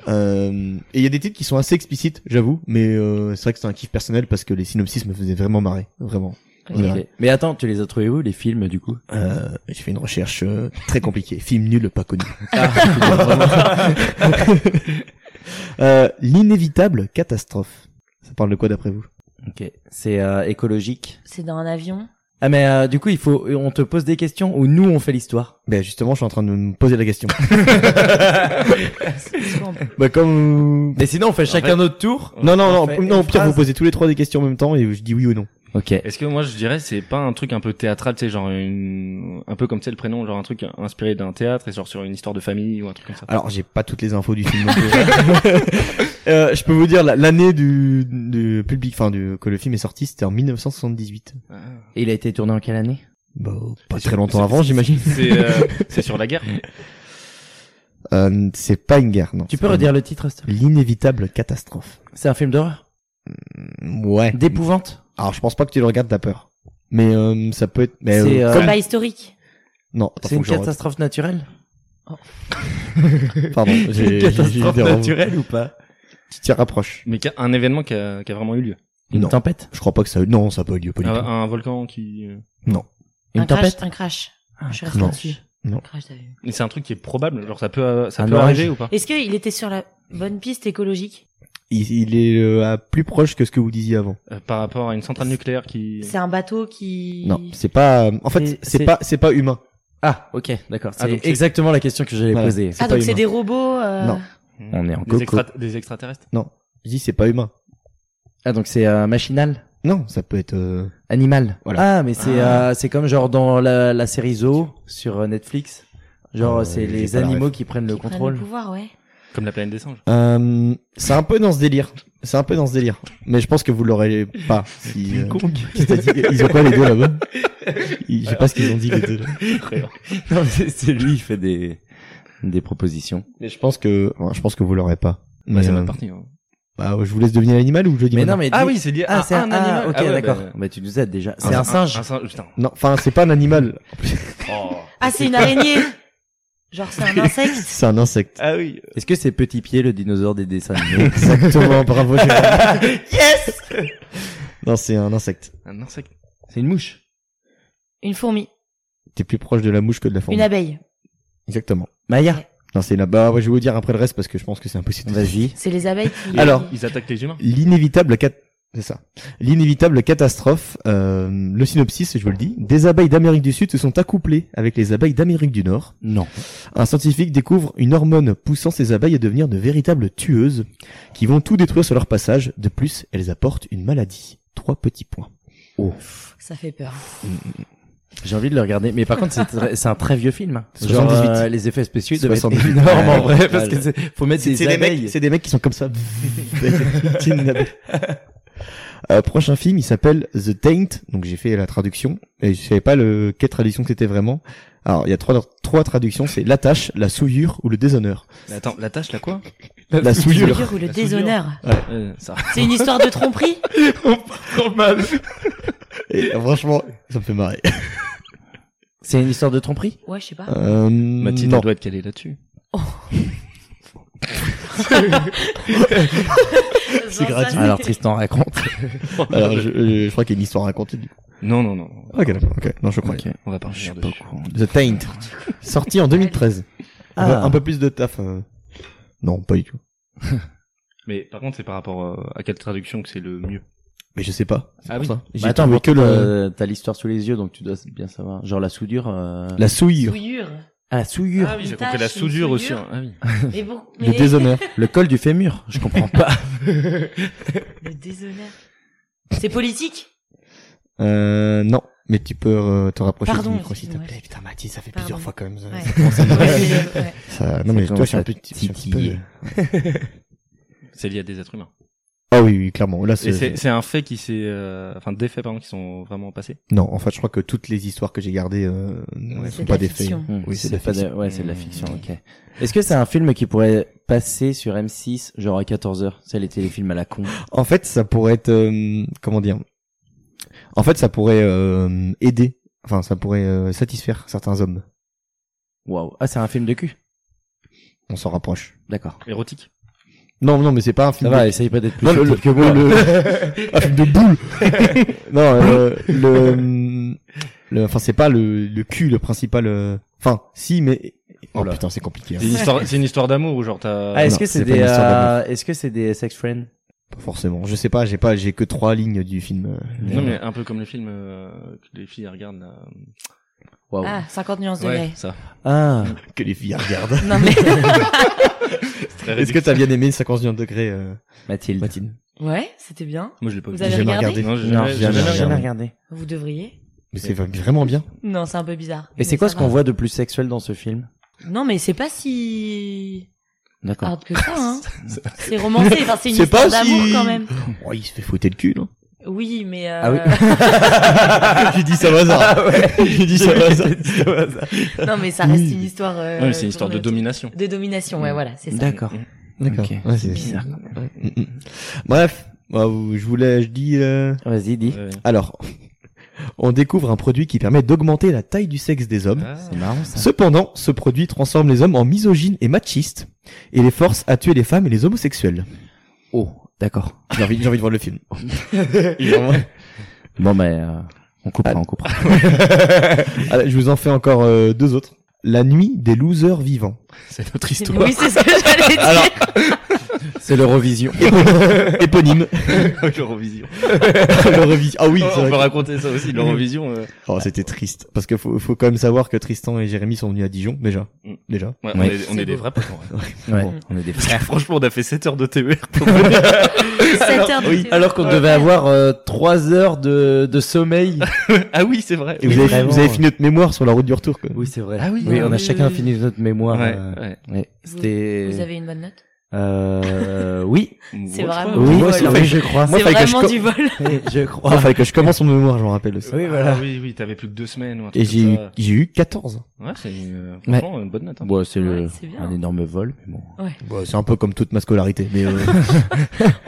[SPEAKER 1] Euh, et il y a des titres qui sont assez explicites, j'avoue, mais euh, c'est vrai que c'est un kiff personnel parce que les synopsis me faisaient vraiment marrer, vraiment.
[SPEAKER 4] Ok.
[SPEAKER 1] Voilà.
[SPEAKER 3] Ok. Mais attends, tu les as trouvés où les films du coup
[SPEAKER 1] Euh, j'ai fait une recherche euh, très compliquée. Film nul, pas connu.
[SPEAKER 3] Ah,
[SPEAKER 1] Euh, L'inévitable catastrophe. Ça parle de quoi d'après vous
[SPEAKER 3] Ok. C'est euh, écologique.
[SPEAKER 4] C'est dans un avion.
[SPEAKER 3] Ah mais euh, du coup il faut, on te pose des questions ou nous on fait l'histoire.
[SPEAKER 1] Ben justement, je suis en train de me poser la question.
[SPEAKER 4] C'est soit on-
[SPEAKER 1] bah comme...
[SPEAKER 3] Mais sinon on fait chacun notre tour.
[SPEAKER 1] Non, non,
[SPEAKER 3] On
[SPEAKER 1] non,
[SPEAKER 3] fait
[SPEAKER 1] non,
[SPEAKER 3] une
[SPEAKER 1] pire,
[SPEAKER 3] phrase.
[SPEAKER 1] vous posez tous les trois des questions en même temps et je dis oui ou non.
[SPEAKER 3] Ok.
[SPEAKER 5] Est-ce que moi je dirais c'est pas un truc un peu théâtral, tu sais genre une... un peu comme tu sais le prénom, genre un truc inspiré d'un théâtre et genre sur une histoire de famille ou un truc comme ça.
[SPEAKER 1] Alors, j'ai pas toutes les infos du film. non plus. Euh, je peux vous dire, la- l'année du, du public, enfin, du, que le film est sorti, c'était en 1978.
[SPEAKER 5] Ah.
[SPEAKER 3] Et il a été tourné en quelle année
[SPEAKER 1] Bah, pas
[SPEAKER 5] C'est
[SPEAKER 1] très
[SPEAKER 5] sur-
[SPEAKER 1] longtemps
[SPEAKER 5] c'est-
[SPEAKER 1] avant,
[SPEAKER 5] c'est-
[SPEAKER 1] j'imagine.
[SPEAKER 5] C'est euh, c'est sur la guerre.
[SPEAKER 1] Euh, c'est pas une guerre, non.
[SPEAKER 3] Tu
[SPEAKER 1] C'est pas
[SPEAKER 3] peux
[SPEAKER 1] une-
[SPEAKER 3] redire le titre s'il te plaît
[SPEAKER 1] L'inévitable catastrophe.
[SPEAKER 3] C'est un film d'horreur
[SPEAKER 1] Ouais.
[SPEAKER 3] D'épouvante
[SPEAKER 1] Alors, je pense pas que tu le regardes, t'as peur. Mais euh, ça peut être. Mais,
[SPEAKER 3] C'est,
[SPEAKER 1] euh,
[SPEAKER 3] euh,
[SPEAKER 1] comme-
[SPEAKER 4] C'est pas historique.
[SPEAKER 1] Non, attends,
[SPEAKER 3] C'est
[SPEAKER 1] faut
[SPEAKER 3] une
[SPEAKER 1] que je re-
[SPEAKER 3] catastrophe naturelle
[SPEAKER 1] Pardon, j'ai- j'ai- j'ai des remarques.
[SPEAKER 3] ou pas
[SPEAKER 1] Tu t'y rapproches.
[SPEAKER 5] Mais qui a- un événement qui a, qui a vraiment eu lieu.
[SPEAKER 3] Une
[SPEAKER 1] Non.
[SPEAKER 3] tempête
[SPEAKER 1] Je crois pas que ça. Non, ça a pas eu lieu, pas du
[SPEAKER 3] Ah
[SPEAKER 5] Un,
[SPEAKER 1] tout.
[SPEAKER 5] un volcan qui. euh,
[SPEAKER 3] Une
[SPEAKER 4] un
[SPEAKER 3] tempête
[SPEAKER 4] crash. Un crash. Je reste
[SPEAKER 1] crash.
[SPEAKER 4] dessus.
[SPEAKER 1] Ah, Non.
[SPEAKER 4] Un crash d'avion.
[SPEAKER 5] Mais c'est un truc qui est probable. Genre ça peut euh, ça
[SPEAKER 3] Un
[SPEAKER 5] peut
[SPEAKER 3] orage.
[SPEAKER 5] arriver ou pas
[SPEAKER 4] Est-ce qu'il était sur la bonne piste écologique
[SPEAKER 1] Il, il est euh, à plus proche que ce que vous disiez avant.
[SPEAKER 5] Euh, Par rapport à une centrale nucléaire qui.
[SPEAKER 4] C'est un bateau qui.
[SPEAKER 1] Non, c'est pas. En fait,
[SPEAKER 3] C'est-
[SPEAKER 1] c'est
[SPEAKER 3] c'est-
[SPEAKER 1] pas, c'est pas humain.
[SPEAKER 3] Ah ok d'accord.
[SPEAKER 5] Ah, donc
[SPEAKER 3] C'est
[SPEAKER 5] c'est-
[SPEAKER 3] exactement la question que j'allais
[SPEAKER 1] Ouais.
[SPEAKER 3] poser.
[SPEAKER 1] C'est
[SPEAKER 4] Ah
[SPEAKER 1] pas
[SPEAKER 4] donc c'est
[SPEAKER 1] humain.
[SPEAKER 4] des robots. euh,
[SPEAKER 1] Non.
[SPEAKER 3] On est en
[SPEAKER 5] des,
[SPEAKER 3] coco.
[SPEAKER 5] extra- des extraterrestres.
[SPEAKER 1] Je dis c'est pas humain.
[SPEAKER 3] Ah donc c'est euh, machinal
[SPEAKER 1] Non, ça peut être. euh,
[SPEAKER 3] Animal
[SPEAKER 1] Voilà.
[SPEAKER 3] Ah mais c'est euh, c'est comme genre dans la, la série Zoo sur euh, Netflix. Genre
[SPEAKER 1] Euh,
[SPEAKER 3] c'est
[SPEAKER 1] j'ai
[SPEAKER 3] les
[SPEAKER 1] pas la
[SPEAKER 3] animaux qui prennent le
[SPEAKER 4] qui prennent
[SPEAKER 3] contrôle.
[SPEAKER 4] Le pouvoir, ouais.
[SPEAKER 5] Comme la planète des singes.
[SPEAKER 1] Euh, c'est un peu dans ce délire. C'est un peu dans ce délire. Mais je pense que vous l'aurez pas. Si, euh, c'est-à-dire, Ils ont quoi les deux là-bas Ils- Je sais pas ce qu'ils ont dit les deux.
[SPEAKER 3] Non, mais c'est lui il fait des des propositions.
[SPEAKER 1] Mais je pense que, ouais, je pense que vous l'aurez pas.
[SPEAKER 5] Bah, c'est
[SPEAKER 1] Mais,
[SPEAKER 5] ma
[SPEAKER 1] euh,
[SPEAKER 5] partie. hein.
[SPEAKER 1] bah, je vous laisse deviner l'animal ou je le dis
[SPEAKER 3] Mais non
[SPEAKER 1] maintenant
[SPEAKER 3] mais
[SPEAKER 5] Ah
[SPEAKER 3] dis-
[SPEAKER 5] oui, c'est lié
[SPEAKER 3] ah
[SPEAKER 5] à
[SPEAKER 3] c'est
[SPEAKER 5] un, animal.
[SPEAKER 3] ok
[SPEAKER 5] Ah ouais,
[SPEAKER 3] d'accord.
[SPEAKER 5] bah,
[SPEAKER 3] Bah tu nous aides déjà. C'est un, singe.
[SPEAKER 5] Un singe, putain. Oh.
[SPEAKER 1] Non, enfin, c'est pas un animal.
[SPEAKER 4] Ah c'est une araignée. Genre c'est un insecte.
[SPEAKER 1] C'est un insecte.
[SPEAKER 5] Ah oui.
[SPEAKER 3] Est-ce que c'est Petit Pied le dinosaure des dessins animés
[SPEAKER 1] Exactement, bravo. yes Non, c'est un insecte.
[SPEAKER 5] Un insecte.
[SPEAKER 3] C'est une mouche.
[SPEAKER 4] Une fourmi.
[SPEAKER 1] T'es plus proche de la mouche que de la fourmi.
[SPEAKER 4] Une abeille.
[SPEAKER 1] Exactement.
[SPEAKER 3] Maya,
[SPEAKER 1] Non, c'est là Bah, ouais, je vais vous dire après le reste parce que je pense que c'est impossible. de-
[SPEAKER 3] vas-y.
[SPEAKER 4] C'est les abeilles qui.
[SPEAKER 1] Alors,
[SPEAKER 5] Ils attaquent les humains.
[SPEAKER 1] L'inévitable cat... C'est ça. L'inévitable catastrophe, euh, le synopsis, je vous le dis, des abeilles d'Amérique du Sud se sont accouplées avec les abeilles d'Amérique du Nord.
[SPEAKER 3] Non.
[SPEAKER 1] Un scientifique découvre une hormone poussant ces abeilles à devenir de véritables tueuses qui vont tout détruire sur leur passage. De plus, elles apportent une maladie. Trois petits points.
[SPEAKER 4] Ça fait peur.
[SPEAKER 3] J'ai envie de le regarder, mais par contre, c'est très- c'est un très vieux film. hein. Genre,
[SPEAKER 1] 78.
[SPEAKER 3] euh, les effets spéciaux devaient être
[SPEAKER 1] 78.
[SPEAKER 3] énormes en
[SPEAKER 1] Ouais.
[SPEAKER 3] vrai, parce que c'est- faut mettre
[SPEAKER 1] C'est
[SPEAKER 3] des
[SPEAKER 1] des, mecs,
[SPEAKER 3] abeilles.
[SPEAKER 1] c'est des mecs qui sont comme ça. C'est une abeille. Euh, prochain film, il s'appelle The Taint. Donc j'ai fait la traduction et je savais pas le quelle traduction que c'était vraiment. Alors il y a trois trois traductions, c'est la tâche, la souillure ou le déshonneur.
[SPEAKER 5] Mais attends, la tâche, la quoi
[SPEAKER 1] La
[SPEAKER 4] Le
[SPEAKER 1] souillure.
[SPEAKER 4] dur ou le
[SPEAKER 5] La
[SPEAKER 4] déshonneur.
[SPEAKER 5] Euh, Ça.
[SPEAKER 4] C'est une histoire de tromperie.
[SPEAKER 1] Et, euh, franchement, ça me fait marrer.
[SPEAKER 3] C'est une histoire de tromperie
[SPEAKER 4] Ouais je sais pas.
[SPEAKER 1] Euh,
[SPEAKER 5] Mathilde
[SPEAKER 1] non.
[SPEAKER 5] elle doit être calée là-dessus.
[SPEAKER 4] C'est
[SPEAKER 1] gratuit.
[SPEAKER 3] Alors, Tristan raconte.
[SPEAKER 1] Alors je, euh, je crois qu'il y a une histoire à raconter. du coup.
[SPEAKER 5] Non, non, non.
[SPEAKER 1] Ok, d'accord. Ok, non, je crois.
[SPEAKER 5] On va pas
[SPEAKER 3] Je suis
[SPEAKER 5] revenir
[SPEAKER 3] pas au
[SPEAKER 5] dessus.
[SPEAKER 3] courant.
[SPEAKER 1] The Taint, sorti en 2013. Un peu-
[SPEAKER 3] Ah.
[SPEAKER 1] Un peu plus de taf. euh. Non, pas du tout.
[SPEAKER 5] Mais par contre, c'est par rapport euh, à quelle traduction que c'est le mieux.
[SPEAKER 1] Mais je sais pas. C'est
[SPEAKER 5] Ah
[SPEAKER 1] pour
[SPEAKER 5] oui.
[SPEAKER 1] ça. J'ai
[SPEAKER 3] Bah, attends,
[SPEAKER 1] trouvé
[SPEAKER 3] mais
[SPEAKER 1] que
[SPEAKER 3] que
[SPEAKER 1] le
[SPEAKER 3] t'as l'histoire sous les yeux, donc tu dois bien savoir. Genre, la soudure, euh...
[SPEAKER 1] la souillure,
[SPEAKER 4] Souillure.
[SPEAKER 3] Ah, la souillure.
[SPEAKER 5] Ah oui, j'ai
[SPEAKER 4] Une
[SPEAKER 5] compris
[SPEAKER 4] tâche,
[SPEAKER 5] la
[SPEAKER 4] une
[SPEAKER 5] soudure aussi.
[SPEAKER 4] soudure.
[SPEAKER 5] hein. Ah oui.
[SPEAKER 4] Mais bon. Mais...
[SPEAKER 1] le déshonneur.
[SPEAKER 3] Le col du fémur. Je comprends pas.
[SPEAKER 4] Le déshonneur. C'est politique.
[SPEAKER 1] Euh, non, mais tu peux euh, te rapprocher
[SPEAKER 4] Pardon,
[SPEAKER 1] du micro s'il te
[SPEAKER 4] excuse-moi.
[SPEAKER 1] plaît. Putain, Mathis, ça fait
[SPEAKER 4] Pardon.
[SPEAKER 1] plusieurs fois quand même. ça-
[SPEAKER 4] Ouais.
[SPEAKER 1] ça-
[SPEAKER 4] Ouais, ouais.
[SPEAKER 1] ça- Ah, Non mais
[SPEAKER 3] Ça
[SPEAKER 1] toi, je suis un
[SPEAKER 3] commence
[SPEAKER 1] peu, euh,
[SPEAKER 3] à
[SPEAKER 1] je suis un petit peu-
[SPEAKER 3] titiller.
[SPEAKER 5] C'est lié à des êtres humains.
[SPEAKER 1] Ah oui, oui, clairement. Là,
[SPEAKER 5] Et
[SPEAKER 1] c'est.
[SPEAKER 5] c'est c'est un fait qui s'est, euh, enfin des faits pardon qui sont vraiment passés.
[SPEAKER 1] Non, en fait, je crois que toutes les histoires que j'ai gardées euh, ne
[SPEAKER 4] C'est
[SPEAKER 1] sont
[SPEAKER 4] de
[SPEAKER 1] pas
[SPEAKER 4] la
[SPEAKER 1] des faits.
[SPEAKER 4] fiction.
[SPEAKER 3] Hmm,
[SPEAKER 1] Oui, c'est de la
[SPEAKER 3] pas de-
[SPEAKER 1] fiction. Mmh.
[SPEAKER 3] ouais, c'est de la fiction, ok. Est-ce que c'est un film qui pourrait passer sur M6, genre à 14h C'est les téléfilms à la con.
[SPEAKER 1] En fait, ça pourrait être euh, comment dire En fait, ça pourrait euh, aider. Enfin, ça pourrait euh, satisfaire certains hommes.
[SPEAKER 3] Waouh. Ah, c'est un film de cul
[SPEAKER 1] On s'en rapproche.
[SPEAKER 3] D'accord.
[SPEAKER 5] Érotique.
[SPEAKER 1] Non, non, mais c'est pas un
[SPEAKER 3] Ça
[SPEAKER 1] film.
[SPEAKER 3] va,
[SPEAKER 1] de...
[SPEAKER 3] essaye pas d'être plus
[SPEAKER 1] Non, le,
[SPEAKER 3] subtil que moi.
[SPEAKER 1] le- un film de boule. non, euh, le, le, enfin, c'est pas le, le cul le principal. euh, Enfin, si, mais oh
[SPEAKER 5] Oula.
[SPEAKER 1] putain, c'est compliqué. hein.
[SPEAKER 5] C'est une histoire, c'est une histoire d'amour ou genre t'as.
[SPEAKER 3] Ah, est-ce
[SPEAKER 1] non,
[SPEAKER 3] que c'est
[SPEAKER 1] c'est pas
[SPEAKER 3] des,
[SPEAKER 1] une histoire
[SPEAKER 3] euh, est-ce que c'est des sex friends
[SPEAKER 1] Pas forcément. Je sais pas. J'ai pas. J'ai que trois lignes du film. euh,
[SPEAKER 5] Non mais un peu comme le film euh, que les filles regardent. Là.
[SPEAKER 3] Waouh.
[SPEAKER 4] Ah, 50 nuances de
[SPEAKER 5] Ouais,
[SPEAKER 4] Grey.
[SPEAKER 5] ça.
[SPEAKER 3] Ah.
[SPEAKER 1] que les filles regardent.
[SPEAKER 4] Non mais
[SPEAKER 5] Très
[SPEAKER 1] Est-ce que t'as bien aimé 51 degrés, euh,
[SPEAKER 3] Mathilde.
[SPEAKER 1] Mathilde
[SPEAKER 4] ouais, c'était bien.
[SPEAKER 5] Moi je l'ai pas
[SPEAKER 4] Vous
[SPEAKER 5] vu.
[SPEAKER 4] avez
[SPEAKER 1] J'ai jamais
[SPEAKER 4] regardé
[SPEAKER 5] Non, j'ai
[SPEAKER 3] Non,
[SPEAKER 5] jamais, j'ai
[SPEAKER 3] jamais,
[SPEAKER 5] jamais
[SPEAKER 3] jamais
[SPEAKER 5] regardé.
[SPEAKER 3] regardé.
[SPEAKER 4] Vous devriez.
[SPEAKER 1] Mais c'est vraiment bien.
[SPEAKER 4] Non, c'est un peu bizarre.
[SPEAKER 3] Et c'est
[SPEAKER 4] Mais
[SPEAKER 3] quoi
[SPEAKER 4] ça
[SPEAKER 3] ce qu'on
[SPEAKER 4] va.
[SPEAKER 3] voit de plus sexuel dans ce film
[SPEAKER 4] Non, mais c'est pas si
[SPEAKER 3] D'accord.
[SPEAKER 4] hard que ça. Hein. c'est romancé. Enfin, c'est une
[SPEAKER 1] C'est pas
[SPEAKER 4] histoire d'amour
[SPEAKER 1] si-
[SPEAKER 4] quand même.
[SPEAKER 1] Oh, il se fait fouetter le cul, non
[SPEAKER 4] Oui, mais euh...
[SPEAKER 3] Ah oui.
[SPEAKER 1] J'ai
[SPEAKER 3] Ah,
[SPEAKER 1] dit ça au hasard. J'ai dit ça au hasard.
[SPEAKER 4] non, mais ça reste une histoire. euh,
[SPEAKER 5] Ouais, mais c'est une histoire de
[SPEAKER 4] tournée
[SPEAKER 5] domination.
[SPEAKER 4] autour- De domination, ouais, voilà, c'est ça.
[SPEAKER 3] D'accord.
[SPEAKER 1] D'accord.
[SPEAKER 3] Ok.
[SPEAKER 1] Ouais, c'est
[SPEAKER 3] Bizarre.
[SPEAKER 1] Ouais. Mm, mm. Bref, bah, vous- je voulais, je dis. euh,
[SPEAKER 3] Vas-y, dis.
[SPEAKER 5] Ouais.
[SPEAKER 1] Alors, on découvre un produit qui permet d'augmenter la taille du sexe des hommes.
[SPEAKER 5] Ah.
[SPEAKER 3] C'est marrant ça.
[SPEAKER 1] Cependant, ce produit transforme les hommes en misogynes et machistes et les force à tuer les femmes et les homosexuels.
[SPEAKER 3] Oh, d'accord.
[SPEAKER 1] J'ai envie, j'ai envie de voir le film. Il est vraiment-
[SPEAKER 3] Bon, mais euh, on coupera, on coupera.
[SPEAKER 1] Allez, Ah, je vous en fais encore euh, deux autres. La nuit des losers vivants.
[SPEAKER 5] C'est notre
[SPEAKER 4] C'est-
[SPEAKER 5] histoire.
[SPEAKER 4] Oui, c'est ce que j'allais dire.
[SPEAKER 3] C'est l'Eurovision.
[SPEAKER 1] Éponyme.
[SPEAKER 5] L'Eurovision.
[SPEAKER 1] L'Eurovision. Ah oui,
[SPEAKER 5] Oh,
[SPEAKER 1] c'est
[SPEAKER 5] on
[SPEAKER 1] vrai
[SPEAKER 5] peut
[SPEAKER 1] que-
[SPEAKER 5] raconter ça aussi. L'Eurovision. euh,
[SPEAKER 1] Oh, c'était triste. Parce que faut, faut quand même savoir que Tristan et Jérémy sont venus à Dijon, déjà.
[SPEAKER 5] Mm.
[SPEAKER 1] Déjà.
[SPEAKER 3] Ouais.
[SPEAKER 5] ouais, On est, on est des vrais potes. en vrai.
[SPEAKER 3] Ouais,
[SPEAKER 4] Bon.
[SPEAKER 3] on est des
[SPEAKER 5] Ah, Franchement, on a fait 7 heures de E TER.
[SPEAKER 4] 7 heures de
[SPEAKER 3] Oui,
[SPEAKER 4] télé.
[SPEAKER 3] alors qu'on devait avoir euh, trois heures de, de sommeil.
[SPEAKER 5] ah oui, c'est vrai.
[SPEAKER 1] Et vous,
[SPEAKER 3] Oui,
[SPEAKER 1] avez,
[SPEAKER 3] vraiment.
[SPEAKER 1] vous avez fini notre mémoire sur la route du retour, quoi.
[SPEAKER 3] Oui, c'est vrai.
[SPEAKER 5] Ah oui,
[SPEAKER 3] oui,
[SPEAKER 5] non,
[SPEAKER 3] on a
[SPEAKER 5] oui,
[SPEAKER 3] chacun
[SPEAKER 4] oui,
[SPEAKER 3] fini notre mémoire.
[SPEAKER 5] Ouais,
[SPEAKER 3] euh,
[SPEAKER 5] ouais.
[SPEAKER 3] ouais. C'était.
[SPEAKER 4] Vous avez une bonne note
[SPEAKER 3] Euh, oui.
[SPEAKER 4] C'est
[SPEAKER 5] Ouais, je
[SPEAKER 4] vraiment
[SPEAKER 5] crois.
[SPEAKER 4] du
[SPEAKER 3] Oui,
[SPEAKER 4] vol. hein.
[SPEAKER 1] c'est
[SPEAKER 3] oui,
[SPEAKER 1] vrai.
[SPEAKER 3] je crois.
[SPEAKER 1] Moi,
[SPEAKER 4] C'est
[SPEAKER 1] fallait que je
[SPEAKER 4] vraiment
[SPEAKER 1] co-
[SPEAKER 4] du vol.
[SPEAKER 3] je
[SPEAKER 1] Ah,
[SPEAKER 3] crois.
[SPEAKER 1] fallait que je commence mon mémoire, je me rappelle aussi.
[SPEAKER 3] Oui,
[SPEAKER 5] Ah
[SPEAKER 3] voilà.
[SPEAKER 5] oui, oui, t'avais plus que deux semaines ou un truc
[SPEAKER 1] Et j'ai eu,
[SPEAKER 5] comme ça.
[SPEAKER 1] j'ai eu 14.
[SPEAKER 5] Ouais, c'est une,
[SPEAKER 3] Ouais.
[SPEAKER 5] franchement une bonne note. hein.
[SPEAKER 3] Bon, c'est le-
[SPEAKER 4] Ouais, c'est bien.
[SPEAKER 3] un énorme vol, mais bon.
[SPEAKER 1] Bah, c'est un peu comme toute ma scolarité, mais euh,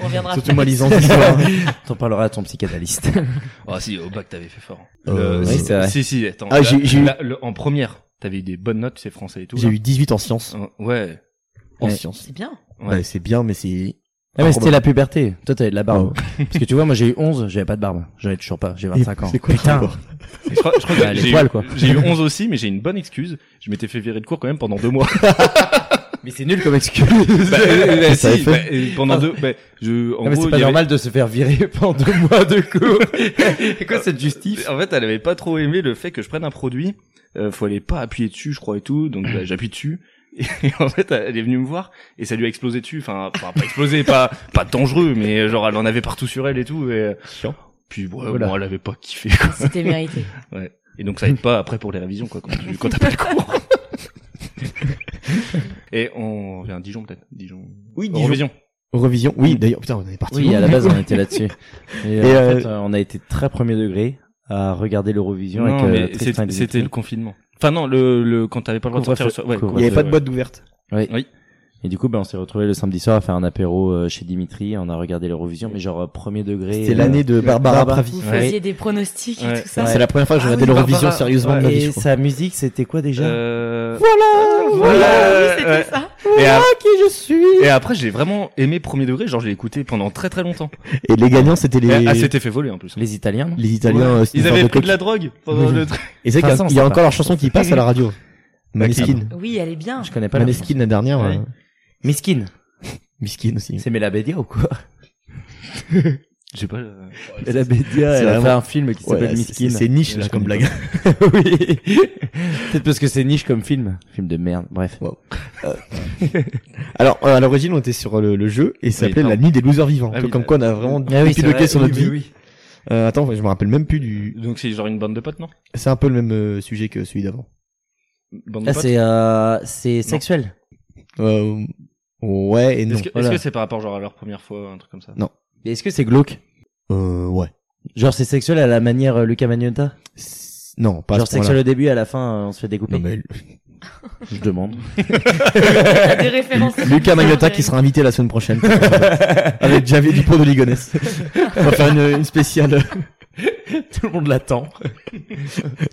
[SPEAKER 4] On reviendra
[SPEAKER 1] surtout ma
[SPEAKER 4] après.
[SPEAKER 1] licence d'histoire.
[SPEAKER 3] T'en parleras à ton psychanalyste.
[SPEAKER 5] Ah si, au bac, t'avais fait fort. hein.
[SPEAKER 1] Euh,
[SPEAKER 5] Le-
[SPEAKER 1] oui,
[SPEAKER 5] si-
[SPEAKER 3] c'est vrai.
[SPEAKER 5] Si, si, attends.
[SPEAKER 1] Ah,
[SPEAKER 5] là-
[SPEAKER 1] j'ai- j'ai eu-
[SPEAKER 5] là, le- En première, t'avais eu des bonnes notes, c'est français et tout.
[SPEAKER 1] J'ai
[SPEAKER 5] là.
[SPEAKER 1] eu 18 en sciences.
[SPEAKER 5] Euh, Ouais.
[SPEAKER 1] En
[SPEAKER 3] Ouais.
[SPEAKER 1] sciences.
[SPEAKER 4] C'est bien.
[SPEAKER 5] Ouais.
[SPEAKER 1] Bah, c'est bien, mais c'est...
[SPEAKER 3] Ah, mais c'était
[SPEAKER 1] Improbable.
[SPEAKER 3] la puberté. Toi, t'avais de la barbe. Parce que tu vois, moi, j'ai eu 11, j'avais pas de barbe. J'en ai toujours pas. J'ai 25 ans.
[SPEAKER 1] C'est quoi le
[SPEAKER 3] Putain.
[SPEAKER 1] rapport
[SPEAKER 5] Je crois, je crois que
[SPEAKER 3] Bah, les
[SPEAKER 5] j'ai eu-
[SPEAKER 3] poils, quoi.
[SPEAKER 5] J'ai eu 11 aussi, mais j'ai une bonne excuse. Je m'étais fait virer de cours quand même pendant deux mois.
[SPEAKER 3] Mais c'est nul comme excuse.
[SPEAKER 5] Bah, euh, bah,
[SPEAKER 1] Ça
[SPEAKER 5] si,
[SPEAKER 1] fait-
[SPEAKER 5] bah, euh, pendant deux, bah, je, en
[SPEAKER 3] Ah, mais c'est
[SPEAKER 5] gros,
[SPEAKER 3] pas
[SPEAKER 5] il y avait-
[SPEAKER 3] normal de se faire virer pendant deux mois de cours. C'est quoi cette justice
[SPEAKER 5] En fait, elle avait pas trop aimé le fait que je prenne un produit. Euh, faut aller pas appuyer dessus, je crois et tout. Donc bah, j'appuie dessus. Et en fait, elle est venue me voir et ça lui a explosé dessus. Enfin, enfin, pas explosé, pas pas dangereux, mais euh, genre elle en avait partout sur elle et tout. Et euh, puis ouais,
[SPEAKER 3] Voilà.
[SPEAKER 5] bon, elle avait pas kiffé. Quoi.
[SPEAKER 4] C'était mérité.
[SPEAKER 5] Et donc ça aide pas après pour les révisions quoi quand tu quand t'as pas le cours. et on revient à Dijon peut-être. Dijon.
[SPEAKER 1] Oui, Dijon.
[SPEAKER 5] Eurovision.
[SPEAKER 1] Revision. Oui, d'ailleurs, putain, on est parti.
[SPEAKER 3] Oui, à la base, on était là-dessus.
[SPEAKER 1] Et,
[SPEAKER 3] Et, euh, en
[SPEAKER 1] euh,
[SPEAKER 3] fait, euh, on a été très premier degré à regarder l'Eurovision avec
[SPEAKER 5] Non,
[SPEAKER 3] euh,
[SPEAKER 5] mais
[SPEAKER 3] Tristan et
[SPEAKER 5] c'est- c'était
[SPEAKER 3] Dimitri.
[SPEAKER 5] le confinement. Enfin non, le le quand t'avais pas le droit de sortir.
[SPEAKER 3] Couvre-feu.
[SPEAKER 5] le soir. Ouais,
[SPEAKER 3] Couvre-feu.
[SPEAKER 1] Il n'y avait pas de
[SPEAKER 5] ouais.
[SPEAKER 1] boîte ouverte.
[SPEAKER 3] Oui.
[SPEAKER 5] Oui.
[SPEAKER 3] Et du coup, ben, on s'est retrouvé le samedi soir à faire un apéro euh, chez Dimitri. On a regardé l'Eurovision, mais genre euh, premier degré.
[SPEAKER 1] C'était
[SPEAKER 3] euh,
[SPEAKER 1] l'année de Barbara
[SPEAKER 3] Barbara.
[SPEAKER 1] Pravi.
[SPEAKER 4] Vous
[SPEAKER 5] Ouais.
[SPEAKER 4] faisiez des pronostics et
[SPEAKER 5] Ouais.
[SPEAKER 4] tout ça.
[SPEAKER 1] C'est la première fois que j'ai
[SPEAKER 3] Ah
[SPEAKER 1] regardé
[SPEAKER 3] oui,
[SPEAKER 1] l'Eurovision
[SPEAKER 3] Barbara.
[SPEAKER 1] sérieusement de ma vie, je
[SPEAKER 3] Et
[SPEAKER 1] crois.
[SPEAKER 3] sa musique, c'était quoi déjà
[SPEAKER 5] Euh,
[SPEAKER 4] Voilà, oui, c'était
[SPEAKER 5] Ouais.
[SPEAKER 4] ça.
[SPEAKER 5] Et, a-
[SPEAKER 1] qui je suis
[SPEAKER 5] et après, j'ai vraiment aimé Premier Degré. Genre, j'ai écouté pendant très très longtemps.
[SPEAKER 1] Et les gagnants, c'était les...
[SPEAKER 5] Ah, c'était fait voler en plus.
[SPEAKER 3] Les Italiens. non
[SPEAKER 1] les Italiens. euh,
[SPEAKER 5] Ils
[SPEAKER 1] sniffeurs
[SPEAKER 5] avaient
[SPEAKER 1] de
[SPEAKER 5] pris de
[SPEAKER 1] coke.
[SPEAKER 5] la drogue pendant
[SPEAKER 1] Oui.
[SPEAKER 5] le truc.
[SPEAKER 1] Et c'est vrai qu'il y a-
[SPEAKER 3] Vincent,
[SPEAKER 1] il y a
[SPEAKER 3] sympa.
[SPEAKER 1] encore leur chanson qui passe à la radio. Maneskin.
[SPEAKER 4] Oui, elle est bien.
[SPEAKER 3] Je connais pas. leur-
[SPEAKER 1] Maneskin, la dernière.
[SPEAKER 3] Ouais.
[SPEAKER 1] euh,
[SPEAKER 3] Miskin.
[SPEAKER 1] Miskin aussi.
[SPEAKER 3] C'est Mélabédia ou quoi
[SPEAKER 5] J'ai pas. euh,
[SPEAKER 3] Mélabédia,
[SPEAKER 1] c'est
[SPEAKER 3] elle a fait
[SPEAKER 1] vraiment-
[SPEAKER 3] un film qui
[SPEAKER 1] Ouais,
[SPEAKER 3] s'appelle
[SPEAKER 1] c'est-
[SPEAKER 3] Miskin.
[SPEAKER 1] C'est niche là
[SPEAKER 5] Je
[SPEAKER 1] comme
[SPEAKER 5] connais
[SPEAKER 1] blague.
[SPEAKER 3] oui. Peut-être parce que c'est niche comme film. Film de merde. Bref.
[SPEAKER 1] Alors euh, à l'origine on était sur le, le jeu et ça
[SPEAKER 5] Oui,
[SPEAKER 1] s'appelait La
[SPEAKER 5] pardon.
[SPEAKER 1] Nuit des Losers Vivants.
[SPEAKER 5] Ah
[SPEAKER 1] Que-
[SPEAKER 5] oui,
[SPEAKER 1] comme
[SPEAKER 5] la-
[SPEAKER 1] quoi on a vraiment
[SPEAKER 3] Ah oui,
[SPEAKER 1] piloté
[SPEAKER 3] c'est
[SPEAKER 1] sur
[SPEAKER 3] vrai,
[SPEAKER 1] notre
[SPEAKER 3] oui,
[SPEAKER 1] vie.
[SPEAKER 3] oui, oui.
[SPEAKER 1] Euh, attends, je me rappelle même plus du.
[SPEAKER 5] Donc, c'est genre une bande de potes, non
[SPEAKER 1] C'est un peu le même euh, sujet que celui d'avant.
[SPEAKER 5] Bande de
[SPEAKER 3] Ah,
[SPEAKER 5] potes.
[SPEAKER 3] c'est euh, c'est sexuel.
[SPEAKER 1] Euh, ouais et non.
[SPEAKER 5] Est-ce que est-ce que c'est
[SPEAKER 1] Voilà.
[SPEAKER 5] par rapport genre à leur première fois, un truc comme ça
[SPEAKER 1] Non.
[SPEAKER 3] Mais est-ce que c'est glauque
[SPEAKER 1] Euh, ouais.
[SPEAKER 3] Genre c'est sexuel à la manière euh, Luca Magnotta
[SPEAKER 1] Non, pas Bah, à
[SPEAKER 3] Genre
[SPEAKER 1] ce point-là.
[SPEAKER 3] sexuel au début, à la fin, euh, on se fait découper
[SPEAKER 1] Non, mais
[SPEAKER 3] Je demande.
[SPEAKER 4] T'as des références.
[SPEAKER 1] Lucas Magnotta qui sera invité la semaine prochaine. avec Javier Dupont de Ligonnès. On va faire une, une spéciale.
[SPEAKER 3] Tout le monde l'attend.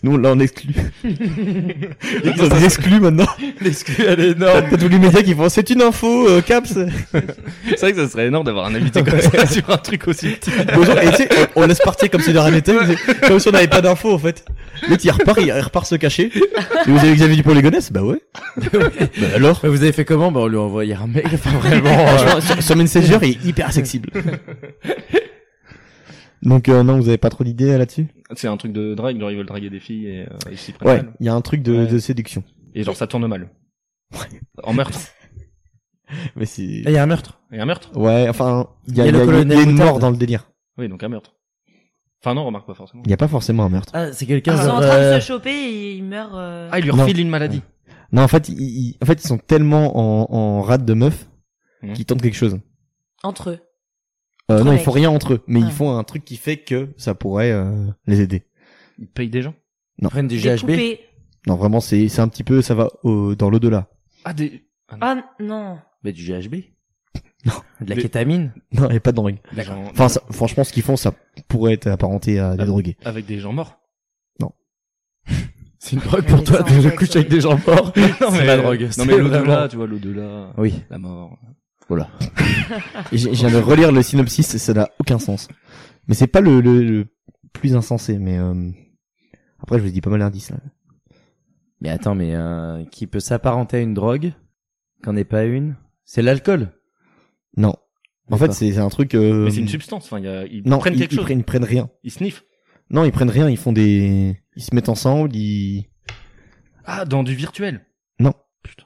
[SPEAKER 1] Nous, là, on exclut. on exclut maintenant.
[SPEAKER 5] L'excuse, elle est énorme.
[SPEAKER 1] T'as tous les médias qui font, c'est une info, euh, Caps.
[SPEAKER 5] C'est vrai que ça serait énorme d'avoir un invité comme ça sur un truc aussi petit.
[SPEAKER 1] Bonjour. Et tu sais, on on laisse partir comme si de rien n'était. Comme si on n'avait pas d'infos, en fait. L'autre, il repart, il repart se cacher. Et vous avez Xavier Dupont de Ligonnès? Bah ouais. bah alors?
[SPEAKER 3] Vous avez fait comment Bah on lui a envoyé un mail. Enfin vraiment.
[SPEAKER 1] Franchement, sur, sur Messenger, il est hyper accessible. Donc euh, non, vous avez pas trop d'idées euh, là-dessus
[SPEAKER 5] C'est un truc de drague, genre ils veulent draguer des filles et euh, ils s'y prennent
[SPEAKER 1] Ouais,
[SPEAKER 5] mal.
[SPEAKER 1] il y a un truc de,
[SPEAKER 5] Ouais.
[SPEAKER 1] de séduction.
[SPEAKER 5] Et genre ça tourne mal. En meurtre.
[SPEAKER 1] Mais c'est
[SPEAKER 3] Il y a un meurtre.
[SPEAKER 5] Et un meurtre
[SPEAKER 1] ouais, enfin, il y a,
[SPEAKER 3] Il y
[SPEAKER 1] il
[SPEAKER 3] a
[SPEAKER 1] y a-
[SPEAKER 3] le
[SPEAKER 1] il y a
[SPEAKER 3] colonel
[SPEAKER 1] une
[SPEAKER 3] Moutarde.
[SPEAKER 1] mort dans le délire.
[SPEAKER 5] Oui, donc un meurtre. Enfin non, remarque pas forcément.
[SPEAKER 1] Il y a pas forcément un meurtre.
[SPEAKER 3] Ah, c'est
[SPEAKER 4] Ils
[SPEAKER 3] quelqu'un.
[SPEAKER 4] sont en
[SPEAKER 3] genre,
[SPEAKER 4] train
[SPEAKER 3] euh,
[SPEAKER 4] de se choper et ils meurent. euh,
[SPEAKER 5] Ah, il lui
[SPEAKER 1] Non.
[SPEAKER 5] refile une maladie.
[SPEAKER 1] Non, en fait, ils, ils- en fait, ils sont tellement en, en rate de meufs
[SPEAKER 5] Mhm.
[SPEAKER 1] qu'ils tentent quelque chose.
[SPEAKER 4] Entre eux.
[SPEAKER 1] Euh,
[SPEAKER 4] Entre
[SPEAKER 1] non, ils
[SPEAKER 4] mecs.
[SPEAKER 1] font rien entre eux, mais
[SPEAKER 4] Ouais.
[SPEAKER 1] ils font un truc qui fait que ça pourrait euh, les aider.
[SPEAKER 5] Il paye des gens.
[SPEAKER 3] ils prennent du
[SPEAKER 4] Des
[SPEAKER 3] GHB.
[SPEAKER 4] poupées.
[SPEAKER 1] Non, vraiment, c'est c'est un petit peu, ça va au- dans l'au-delà.
[SPEAKER 5] Ah, des...
[SPEAKER 4] Ah non.
[SPEAKER 3] Mais du GHB.
[SPEAKER 1] Non.
[SPEAKER 3] De la
[SPEAKER 5] Des-
[SPEAKER 3] kétamine.
[SPEAKER 1] Non, il y a pas de drogue.
[SPEAKER 5] D'accord.
[SPEAKER 1] Enfin, ça- franchement, ce qu'ils font, ça pourrait être apparenté à des
[SPEAKER 5] Ah.
[SPEAKER 1] drogués.
[SPEAKER 5] Avec des gens morts.
[SPEAKER 3] C'est une drogue
[SPEAKER 4] pour toi,
[SPEAKER 3] tu
[SPEAKER 4] tu couches avec des
[SPEAKER 3] gens morts.
[SPEAKER 5] Non,
[SPEAKER 3] C'est la drogue.
[SPEAKER 5] Non,
[SPEAKER 3] C'est
[SPEAKER 5] mais euh, l'au-delà,
[SPEAKER 3] vraiment-
[SPEAKER 5] tu vois, l'au-delà.
[SPEAKER 3] Oui.
[SPEAKER 5] La mort.
[SPEAKER 3] Voilà.
[SPEAKER 1] Et J'ai j'ai viens de relire le synopsis, ça n'a aucun sens. Mais c'est pas le, le, le plus insensé, mais euh, après je vous dis pas mal d'indices là.
[SPEAKER 3] Mais attends, mais euh, qui peut s'apparenter à une drogue Qu'en est pas une C'est l'alcool.
[SPEAKER 1] Non. En fait,
[SPEAKER 3] D'accord.
[SPEAKER 1] c'est c'est un truc. euh,
[SPEAKER 5] Mais c'est une substance. Enfin, il y a... ils
[SPEAKER 1] Non,
[SPEAKER 5] prennent
[SPEAKER 1] ils,
[SPEAKER 5] quelque
[SPEAKER 1] ils
[SPEAKER 5] chose.
[SPEAKER 1] prennent, ils prennent rien.
[SPEAKER 5] Ils sniffent.
[SPEAKER 1] Non, ils prennent rien. Ils font des. Ils se mettent ensemble. Ils.
[SPEAKER 5] Ah, dans du virtuel.
[SPEAKER 1] Non.
[SPEAKER 5] Putain.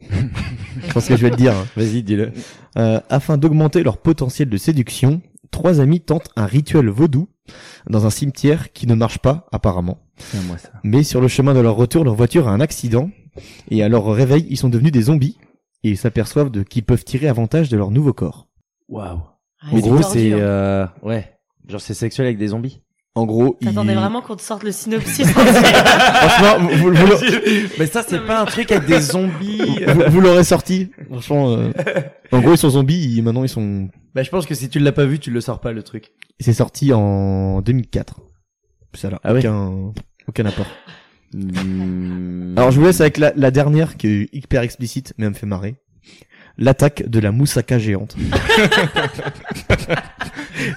[SPEAKER 1] Je pense que je vais le dire. hein.
[SPEAKER 3] Vas-y, dis-le.
[SPEAKER 1] Euh, afin d'augmenter leur potentiel de séduction, trois amis tentent un rituel vaudou dans un cimetière qui ne marche pas apparemment.
[SPEAKER 3] Tiens, moi ça.
[SPEAKER 1] Mais sur le chemin de leur retour, leur voiture a un accident. Et à leur réveil, ils sont devenus des zombies. Et ils s'aperçoivent de qu'ils peuvent tirer avantage de leur nouveau corps.
[SPEAKER 3] Waouh.
[SPEAKER 4] Ah,
[SPEAKER 3] En gros,
[SPEAKER 4] tordu,
[SPEAKER 3] c'est
[SPEAKER 4] hein.
[SPEAKER 3] euh, ouais, genre c'est sexuel avec des zombies.
[SPEAKER 1] En gros, ils...
[SPEAKER 4] T'attendais vraiment qu'on te sorte le synopsis
[SPEAKER 1] Franchement, vous, vous- vous l'aurez-
[SPEAKER 3] Mais ça, c'est pas un truc avec des zombies.
[SPEAKER 1] vous- vous l'aurez sorti. Franchement, euh, en gros, ils sont zombies. Et maintenant, ils sont.
[SPEAKER 3] bah, je pense que si tu l'as pas vu, tu le sors pas le truc.
[SPEAKER 1] C'est sorti en 2004. Ça là,
[SPEAKER 3] Ah oui.
[SPEAKER 1] aucun, aucun apport. Alors, je vous laisse avec la, la dernière qui est hyper explicite, mais elle me fait marrer. L'attaque de la moussaka géante.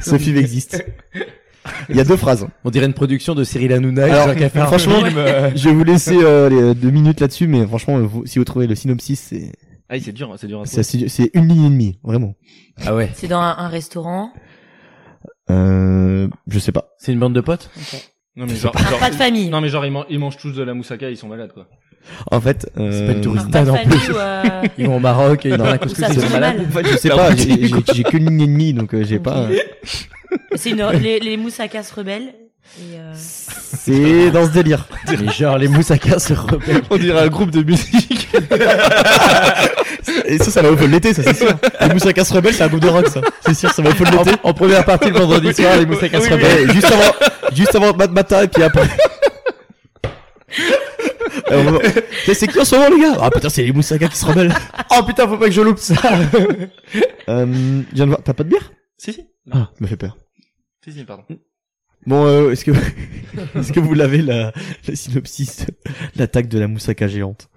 [SPEAKER 1] Ce film existe. Il y a deux phrases. hein.
[SPEAKER 3] on dirait une production de Cyril Hanouna.
[SPEAKER 1] Alors,
[SPEAKER 3] genre, qu'à faire un
[SPEAKER 1] franchement,
[SPEAKER 3] film, euh,
[SPEAKER 1] Je vais vous laisser euh, les deux minutes là-dessus, mais franchement, vous- si vous trouvez le synopsis, c'est
[SPEAKER 5] Ah, c'est
[SPEAKER 3] hein,
[SPEAKER 5] dur, c'est dur à
[SPEAKER 1] c'est assez- c'est une ligne et demie, vraiment.
[SPEAKER 3] ah ouais,
[SPEAKER 4] C'est dans un, un restaurant.
[SPEAKER 1] Euh, je sais pas.
[SPEAKER 3] c'est une bande de potes.
[SPEAKER 5] Non, mais genre.
[SPEAKER 4] Un
[SPEAKER 5] genre-
[SPEAKER 4] repas de famille.
[SPEAKER 5] Non, mais genre, ils, man- ils mangent tous de la moussaka, ils sont malades, quoi.
[SPEAKER 1] En fait, euh,
[SPEAKER 3] C'est pas une
[SPEAKER 4] un
[SPEAKER 3] touriste.
[SPEAKER 4] repas de
[SPEAKER 3] en
[SPEAKER 4] famille ou, euh,
[SPEAKER 3] Ils vont au Maroc et ils
[SPEAKER 1] Non.
[SPEAKER 3] dans la
[SPEAKER 4] Ça se
[SPEAKER 3] couscous.
[SPEAKER 4] fait mal.
[SPEAKER 1] En fait, je sais pas. J'ai j'ai- j'ai qu'une ligne et demie, donc euh, j'ai
[SPEAKER 4] Ok.
[SPEAKER 1] pas.
[SPEAKER 4] C'est une, les, les moussakas se rebellent. Et euh,
[SPEAKER 1] C'est dans ce délire.
[SPEAKER 3] Mais genre les moussakas se rebellent.
[SPEAKER 5] On dirait un groupe de musique.
[SPEAKER 1] Et ça, ça va au feu de l'été, ça c'est sûr. Les Moussakas se rebellent, c'est un groupe de rock, ça. C'est sûr, ça va au feu de l'été.
[SPEAKER 3] En, en première partie le vendredi soir, les moussakas se
[SPEAKER 1] Eh,
[SPEAKER 3] rebellent.
[SPEAKER 1] juste avant, juste avant Mad Mata et puis après. Euh, bon. C'est- c'est qui en ce moment, les gars Ah putain, c'est les Moussaka qui se rebellent.
[SPEAKER 3] Oh putain, faut pas que je loupe ça.
[SPEAKER 1] Euh, je viens de voir, t'as pas de bière
[SPEAKER 5] si, si. Mm.
[SPEAKER 1] Ah, ça me fait peur.
[SPEAKER 5] Si, si, pardon.
[SPEAKER 1] Bon, euh, est-ce que, est-ce que vous l'avez la, la synopsis de l'attaque de la Moussaka géante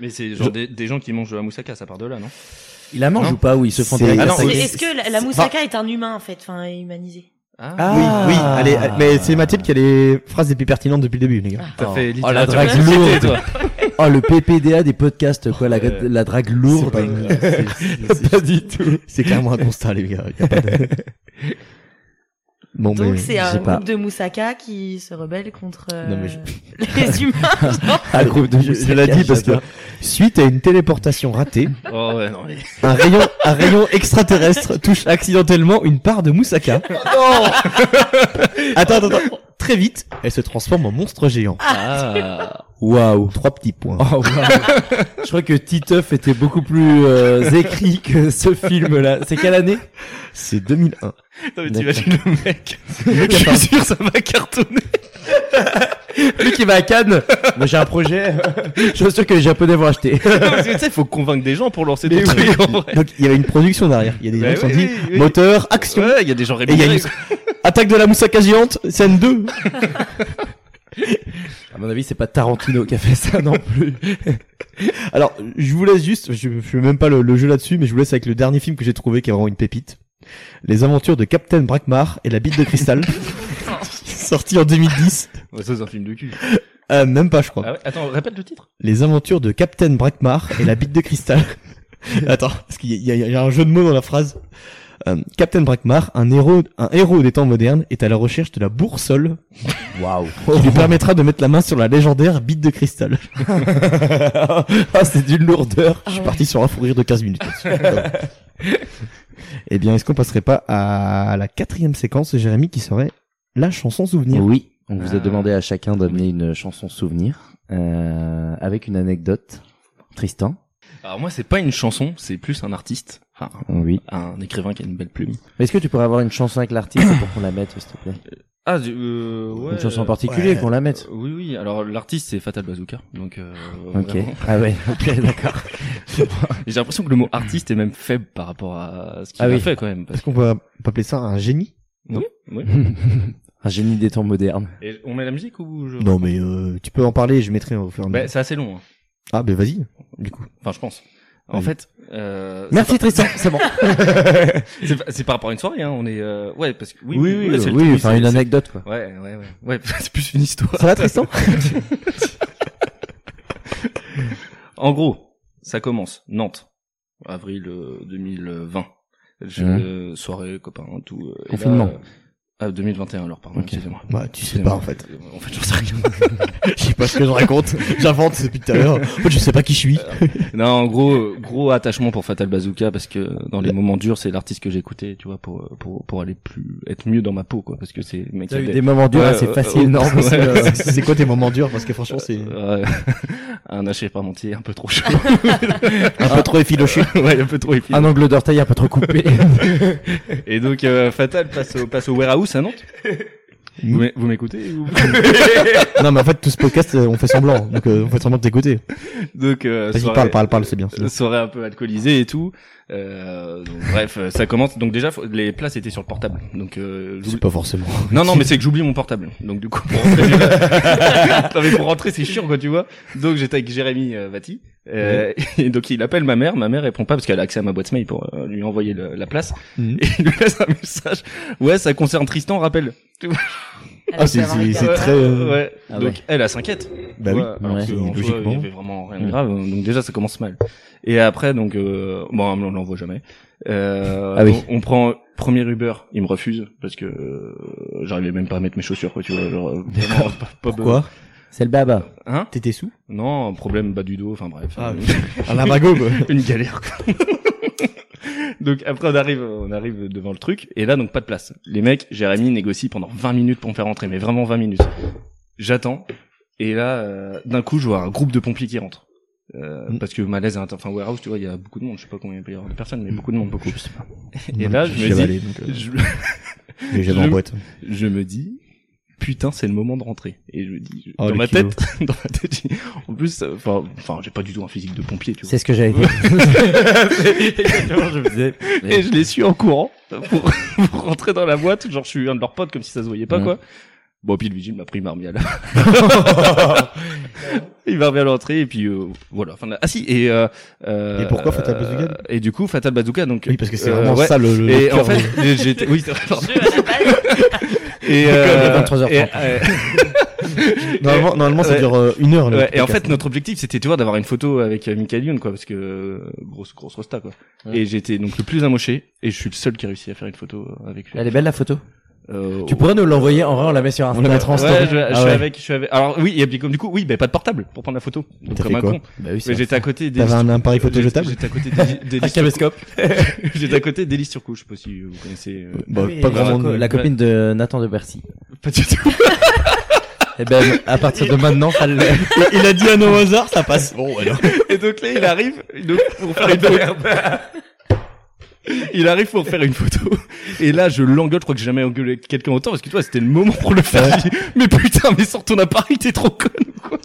[SPEAKER 5] Mais c'est genre
[SPEAKER 1] Je-
[SPEAKER 5] des, des gens qui mangent de la moussaka, ça part de là, non
[SPEAKER 3] Il la mange
[SPEAKER 5] Non.
[SPEAKER 3] ou pas ou ils se font
[SPEAKER 1] C'est-
[SPEAKER 3] des
[SPEAKER 1] Ah non,
[SPEAKER 4] c'est-
[SPEAKER 1] oui.
[SPEAKER 4] Est-ce que la, la
[SPEAKER 1] bah-
[SPEAKER 4] moussaka est un humain en fait, enfin est humanisé
[SPEAKER 5] Ah,
[SPEAKER 1] Oui, oui, allez, allez, mais c'est Mathilde qui a les phrases les plus pertinentes depuis le début, les gars.
[SPEAKER 5] t'as fait
[SPEAKER 3] Oh la
[SPEAKER 5] littérature.
[SPEAKER 3] drague lourde. Oh le PPDA des podcasts quoi, la,
[SPEAKER 5] Ouais.
[SPEAKER 3] la drague
[SPEAKER 1] C'est
[SPEAKER 3] lourde.
[SPEAKER 1] pas, une- c'est- c'est- c'est-
[SPEAKER 3] Pas du tout.
[SPEAKER 1] c'est clairement un constat, les gars. Y a pas de- Bon,
[SPEAKER 4] Donc
[SPEAKER 1] mais-
[SPEAKER 4] c'est un
[SPEAKER 3] sais pas.
[SPEAKER 4] groupe de moussaka qui se rebelle contre euh,
[SPEAKER 1] Non, mais je- Ah,
[SPEAKER 4] les humains. genre.
[SPEAKER 3] Un groupe de
[SPEAKER 1] je, je l'ai dit parce que suite à une téléportation ratée,
[SPEAKER 5] Oh ouais, non, mais...
[SPEAKER 1] un rayon, un rayon extraterrestre touche accidentellement une part de Moussaka. attends, attends, attends. Très vite, elle se transforme en monstre géant.
[SPEAKER 3] Ah. Waouh.
[SPEAKER 1] Trois petits points.
[SPEAKER 3] Oh, waouh. Je crois que Titeuf était beaucoup plus euh, écrit que ce film-là. C'est quelle année
[SPEAKER 1] C'est 2001.
[SPEAKER 5] Non, mais
[SPEAKER 3] D'accord.
[SPEAKER 5] t'imagines le mec.
[SPEAKER 3] Le
[SPEAKER 5] Je suis sûr, ça va cartonner.
[SPEAKER 3] Lui qui va à Cannes. Moi j'ai un projet. Je suis sûr que les Japonais vont acheter.
[SPEAKER 5] Parce que tu sais, faut convaincre des gens pour lancer des
[SPEAKER 1] Mais oui.
[SPEAKER 5] trucs en vrai.
[SPEAKER 1] Donc il y avait une production derrière. Il y a des gens
[SPEAKER 5] Bah
[SPEAKER 1] qui sont
[SPEAKER 5] oui,
[SPEAKER 1] dit
[SPEAKER 5] oui, oui.
[SPEAKER 1] moteur, action.
[SPEAKER 5] Ouais, il y a des gens
[SPEAKER 1] Et il y a
[SPEAKER 5] rémunérés.
[SPEAKER 1] une... Attaque de la moussaka géante, scène 2.
[SPEAKER 3] À mon avis, c'est pas Tarantino qui a fait ça non plus.
[SPEAKER 1] Alors, je vous laisse juste, je je fais même pas le, le jeu là-dessus, mais je vous laisse avec le dernier film que j'ai trouvé qui est vraiment une pépite. Les aventures de Captain Brackmar et la bite de cristal. sorti en 2010.
[SPEAKER 5] Ouais, ça, c'est un film de cul.
[SPEAKER 1] Euh, même pas, je crois.
[SPEAKER 5] Ah ouais, attends, répète le titre.
[SPEAKER 1] Les aventures de Captain Brackmar et la bite de cristal. Attends, parce qu'il y, a- il y a- il y a un jeu de mots dans la phrase. Euh, Captain Brackmar, un héros, un héros des temps modernes, est à la recherche de la boursole
[SPEAKER 3] Waouh.
[SPEAKER 1] qui lui permettra de mettre la main sur la légendaire bite de cristal. ah, c'est d'une lourdeur. Je suis
[SPEAKER 4] Ah ouais.
[SPEAKER 1] parti sur un fou rire de 15 minutes. eh bien, est-ce qu'on passerait pas à la quatrième séquence, Jérémy, qui serait la chanson souvenir
[SPEAKER 3] Oui, on vous a
[SPEAKER 5] Ah.
[SPEAKER 3] demandé à chacun d'amener une chanson souvenir euh, avec une anecdote. Tristan.
[SPEAKER 5] Alors moi, c'est pas une chanson, c'est plus un artiste. Enfin,
[SPEAKER 3] Oui.
[SPEAKER 5] un écrivain qui a une belle plume.
[SPEAKER 3] Est-ce que tu pourrais avoir une chanson avec l'artiste pour qu'on la mette, s'il te plaît
[SPEAKER 5] Ah, du- euh, ouais.
[SPEAKER 3] Une chanson en particulier
[SPEAKER 1] ouais.
[SPEAKER 3] qu'on la mette.
[SPEAKER 5] Euh, Oui, oui. Alors l'artiste, c'est Fatal Bazooka. Donc, euh,
[SPEAKER 3] Ok.
[SPEAKER 5] vraiment.
[SPEAKER 3] Ah ouais. Ok, d'accord.
[SPEAKER 5] J'ai l'impression que le mot artiste est même faible par rapport à ce qu'il
[SPEAKER 3] Ah
[SPEAKER 5] a
[SPEAKER 3] oui.
[SPEAKER 5] fait quand même. parce
[SPEAKER 1] Est-ce qu'on peut pas appeler ça un génie
[SPEAKER 5] que- Oui, oui.
[SPEAKER 3] Un génie des temps modernes.
[SPEAKER 5] Et on met la musique ou je...
[SPEAKER 1] Non, mais euh, tu peux en parler, je mettrai au fur et à
[SPEAKER 5] Bah,
[SPEAKER 1] mesure.
[SPEAKER 5] c'est assez long. hein.
[SPEAKER 1] Ah, ben vas-y.
[SPEAKER 5] Enfin, je pense. En
[SPEAKER 1] Oui.
[SPEAKER 5] fait, euh,
[SPEAKER 1] Merci Tristan, c'est bon.
[SPEAKER 5] c'est pas- c'est par rapport à une soirée. Hein. On est euh, ouais parce que oui,
[SPEAKER 3] oui,
[SPEAKER 5] ouais,
[SPEAKER 3] oui,
[SPEAKER 5] c'est le
[SPEAKER 3] oui,
[SPEAKER 5] truc,
[SPEAKER 3] enfin
[SPEAKER 5] c'est-
[SPEAKER 3] une anecdote quoi.
[SPEAKER 5] c'est- Ouais, ouais, ouais. Ouais, c'est plus une histoire.
[SPEAKER 1] Ça va Tristan
[SPEAKER 5] En gros, ça commence Nantes, avril euh, 2020. Je-
[SPEAKER 3] Hein.
[SPEAKER 5] euh, soirée copain tout. euh, et là,
[SPEAKER 3] Confinement.
[SPEAKER 5] euh, ah 2021 alors pardon.
[SPEAKER 3] Ok.
[SPEAKER 5] Excusez-moi.
[SPEAKER 1] Bah, tu sais
[SPEAKER 5] Excusez-moi.
[SPEAKER 1] pas en fait.
[SPEAKER 5] Euh, En fait, j'en sais rien.
[SPEAKER 1] Je sais pas ce que je raconte, j'invente depuis tout à l'heure. En fait, je sais pas qui je suis.
[SPEAKER 5] non, en gros, euh, gros attachement pour Fatal Bazooka parce que dans les moments durs, c'est l'artiste que j'écoutais, tu vois, pour euh, pour pour aller plus être mieux dans ma peau quoi, parce que c'est le mec. qui
[SPEAKER 3] T'as
[SPEAKER 5] a
[SPEAKER 3] eu
[SPEAKER 5] des-
[SPEAKER 3] des moments durs
[SPEAKER 5] Ouais,
[SPEAKER 3] assez
[SPEAKER 5] euh,
[SPEAKER 3] faciles,
[SPEAKER 5] euh,
[SPEAKER 3] non
[SPEAKER 5] ouais.
[SPEAKER 3] parce que, euh,
[SPEAKER 1] c'est quoi tes moments durs Parce que franchement, c'est
[SPEAKER 5] Euh, un haché parmentier un peu trop chaud.
[SPEAKER 1] un peu trop effiloché.
[SPEAKER 5] ouais, un peu trop épilé.
[SPEAKER 3] Un angle d'orteil un peu trop coupé.
[SPEAKER 5] Et donc euh, Fatal passe au, passe au warehouse à Nantes. Vous m'é- vous m'écoutez ou-
[SPEAKER 1] non, mais en fait, tout ce podcast, euh, on fait semblant. Donc, euh, on fait semblant de t'écouter.
[SPEAKER 5] Donc euh,
[SPEAKER 1] Vas-y,
[SPEAKER 5] soirée-
[SPEAKER 1] parle, parle, parle, c'est bien. c'est bien.
[SPEAKER 5] soirée un peu alcoolisée et tout. Euh, donc, bref, euh, ça commence. Donc déjà, faut- les places étaient sur le portable. Donc euh, j'oublie-
[SPEAKER 1] C'est pas forcément.
[SPEAKER 5] non, non, mais c'est que j'oublie mon portable. Donc du coup, pour rentrer, j'ai pas- Non, mais pour rentrer, c'est chiant quoi, tu vois. Donc j'étais avec Jérémy euh, Vati. Euh, et donc il appelle ma mère, ma mère répond pas parce qu'elle a accès à ma boîte mail pour euh, lui envoyer le- la place.
[SPEAKER 1] Mhm.
[SPEAKER 5] Et il lui laisse un message. Ouais, ça concerne Tristan, rappelle.
[SPEAKER 1] Ah, c'est- c'est- c'est très. euh,
[SPEAKER 5] Ouais.
[SPEAKER 3] Ah
[SPEAKER 5] donc
[SPEAKER 3] ouais.
[SPEAKER 5] elle a s'inquiète.
[SPEAKER 1] Bah oui.
[SPEAKER 5] Ouais, alors
[SPEAKER 3] Ouais.
[SPEAKER 5] que, en soi,
[SPEAKER 1] Logiquement.
[SPEAKER 5] il y avait vraiment rien de
[SPEAKER 3] Mm.
[SPEAKER 5] grave. Donc déjà, ça commence mal. Et après, donc, euh, bon, on l'envoie jamais. Euh,
[SPEAKER 3] Ah oui.
[SPEAKER 5] on, on prend premier Uber, il me refuse parce que euh, j'arrivais même pas à mettre mes chaussures, quoi, tu vois. Genre, euh, vraiment, pas, pas
[SPEAKER 1] Pourquoi
[SPEAKER 3] C'est le baba.
[SPEAKER 5] besoin. Hein
[SPEAKER 1] T'étais sous
[SPEAKER 5] Non, problème bas du dos. Enfin bref.
[SPEAKER 1] Ah,
[SPEAKER 5] Euh,
[SPEAKER 1] Un limbago, quoi.
[SPEAKER 5] une galère. quoi. donc après on arrive, on arrive devant le truc et là donc pas de place. Les mecs, Jérémy négocie pendant 20 minutes pour me faire rentrer, mais vraiment 20 minutes. J'attends et là euh, d'un coup je vois un groupe de pompiers qui rentre. Euh,
[SPEAKER 1] Mm.
[SPEAKER 5] Parce que malaise, inter- enfin warehouse, tu vois, il y a beaucoup de monde. Je sais pas combien il peut y avoir de personnes, mais beaucoup de monde, beaucoup. Et là, je me
[SPEAKER 1] J'y avais
[SPEAKER 5] dis-
[SPEAKER 1] allé, donc, euh,
[SPEAKER 5] Je,
[SPEAKER 1] j'y avais en
[SPEAKER 5] je-
[SPEAKER 1] boîte.
[SPEAKER 5] je me dis, putain, c'est le moment de rentrer. Et je me dis,
[SPEAKER 1] Oh,
[SPEAKER 5] dans
[SPEAKER 1] le
[SPEAKER 5] ma
[SPEAKER 1] culot.
[SPEAKER 5] tête, dans ma tête, j'ai- en plus, euh, enfin, enfin, j'ai pas du tout un physique de pompier, tu vois.
[SPEAKER 3] C'est ce que j'avais dit.
[SPEAKER 5] je Et je les suis en courant pour, pour rentrer dans la boîte. Genre, je suis un de leurs potes, comme si ça se voyait pas,
[SPEAKER 3] Mm.
[SPEAKER 5] quoi. Bon, puis le vigile m'a pris, il m'a remis à la... il m'a remis à l'entrée, et puis euh, voilà. Enfin, ah si, et... Euh, euh,
[SPEAKER 1] Et pourquoi Fatal
[SPEAKER 5] euh,
[SPEAKER 1] Bazooka
[SPEAKER 5] Et du coup, Fatal Bazooka, donc...
[SPEAKER 1] Oui, parce que c'est
[SPEAKER 5] euh,
[SPEAKER 1] vraiment
[SPEAKER 5] ouais.
[SPEAKER 1] ça le. le
[SPEAKER 5] Et
[SPEAKER 1] cœur
[SPEAKER 5] en fait,
[SPEAKER 1] de-
[SPEAKER 5] j'ai- j'étais... Oui, c'est vrai, pardon.
[SPEAKER 4] euh,
[SPEAKER 5] Et,
[SPEAKER 3] à
[SPEAKER 5] euh,
[SPEAKER 3] 23h30.
[SPEAKER 5] et, euh,
[SPEAKER 1] normalement, normalement, ça
[SPEAKER 5] ouais.
[SPEAKER 1] dure euh, une heure. le
[SPEAKER 5] Ouais, et en
[SPEAKER 1] podcast.
[SPEAKER 5] fait, notre objectif, c'était, tu vois, d'avoir une photo avec euh, Michael Youn, quoi, parce que euh, grosse, grosse rosta, quoi.
[SPEAKER 3] Ouais.
[SPEAKER 5] Et j'étais donc le plus amoché, et je suis le seul qui a réussi à faire une photo euh, avec lui.
[SPEAKER 3] Elle est belle la photo.
[SPEAKER 5] Euh,
[SPEAKER 3] Tu pourrais nous l'envoyer en vrai, on la met sur Insta.
[SPEAKER 1] On la mettra en
[SPEAKER 5] ouais,
[SPEAKER 1] story.
[SPEAKER 5] je, je
[SPEAKER 1] Ah
[SPEAKER 5] suis
[SPEAKER 1] ouais.
[SPEAKER 5] avec, je suis avec. Alors oui, et puis comme du coup, oui, ben pas de portable pour prendre la photo, donc
[SPEAKER 1] T'as
[SPEAKER 5] comme
[SPEAKER 1] fait
[SPEAKER 5] un
[SPEAKER 1] quoi
[SPEAKER 5] con.
[SPEAKER 3] Bah oui,
[SPEAKER 5] Mais
[SPEAKER 3] c'est
[SPEAKER 5] j'étais à côté des.
[SPEAKER 1] T'avais un appareil photo jetable
[SPEAKER 5] J'étais à côté
[SPEAKER 3] Ah,
[SPEAKER 5] des. des
[SPEAKER 3] caméscope.
[SPEAKER 5] J'étais à côté d'Élise Turcot, je sais pas si vous connaissez. euh,
[SPEAKER 1] Bah,
[SPEAKER 3] Oui,
[SPEAKER 1] pas
[SPEAKER 5] la
[SPEAKER 1] grand
[SPEAKER 5] co-
[SPEAKER 1] monde.
[SPEAKER 3] La copine de Nathan de Bercy.
[SPEAKER 5] Pas du tout.
[SPEAKER 3] Eh ben, à partir de maintenant, ça l'est.
[SPEAKER 1] Il a dit un nom au hasard, ça passe. Bon, alors.
[SPEAKER 5] Et donc là, il arrive donc, pour faire une photo. Il arrive pour faire une photo. Et là, je l'engueule. Je crois que j'ai jamais engueulé quelqu'un autant parce que toi, c'était le moment pour le faire. Je dis, mais putain, mais sors ton appareil, t'es trop con ou quoi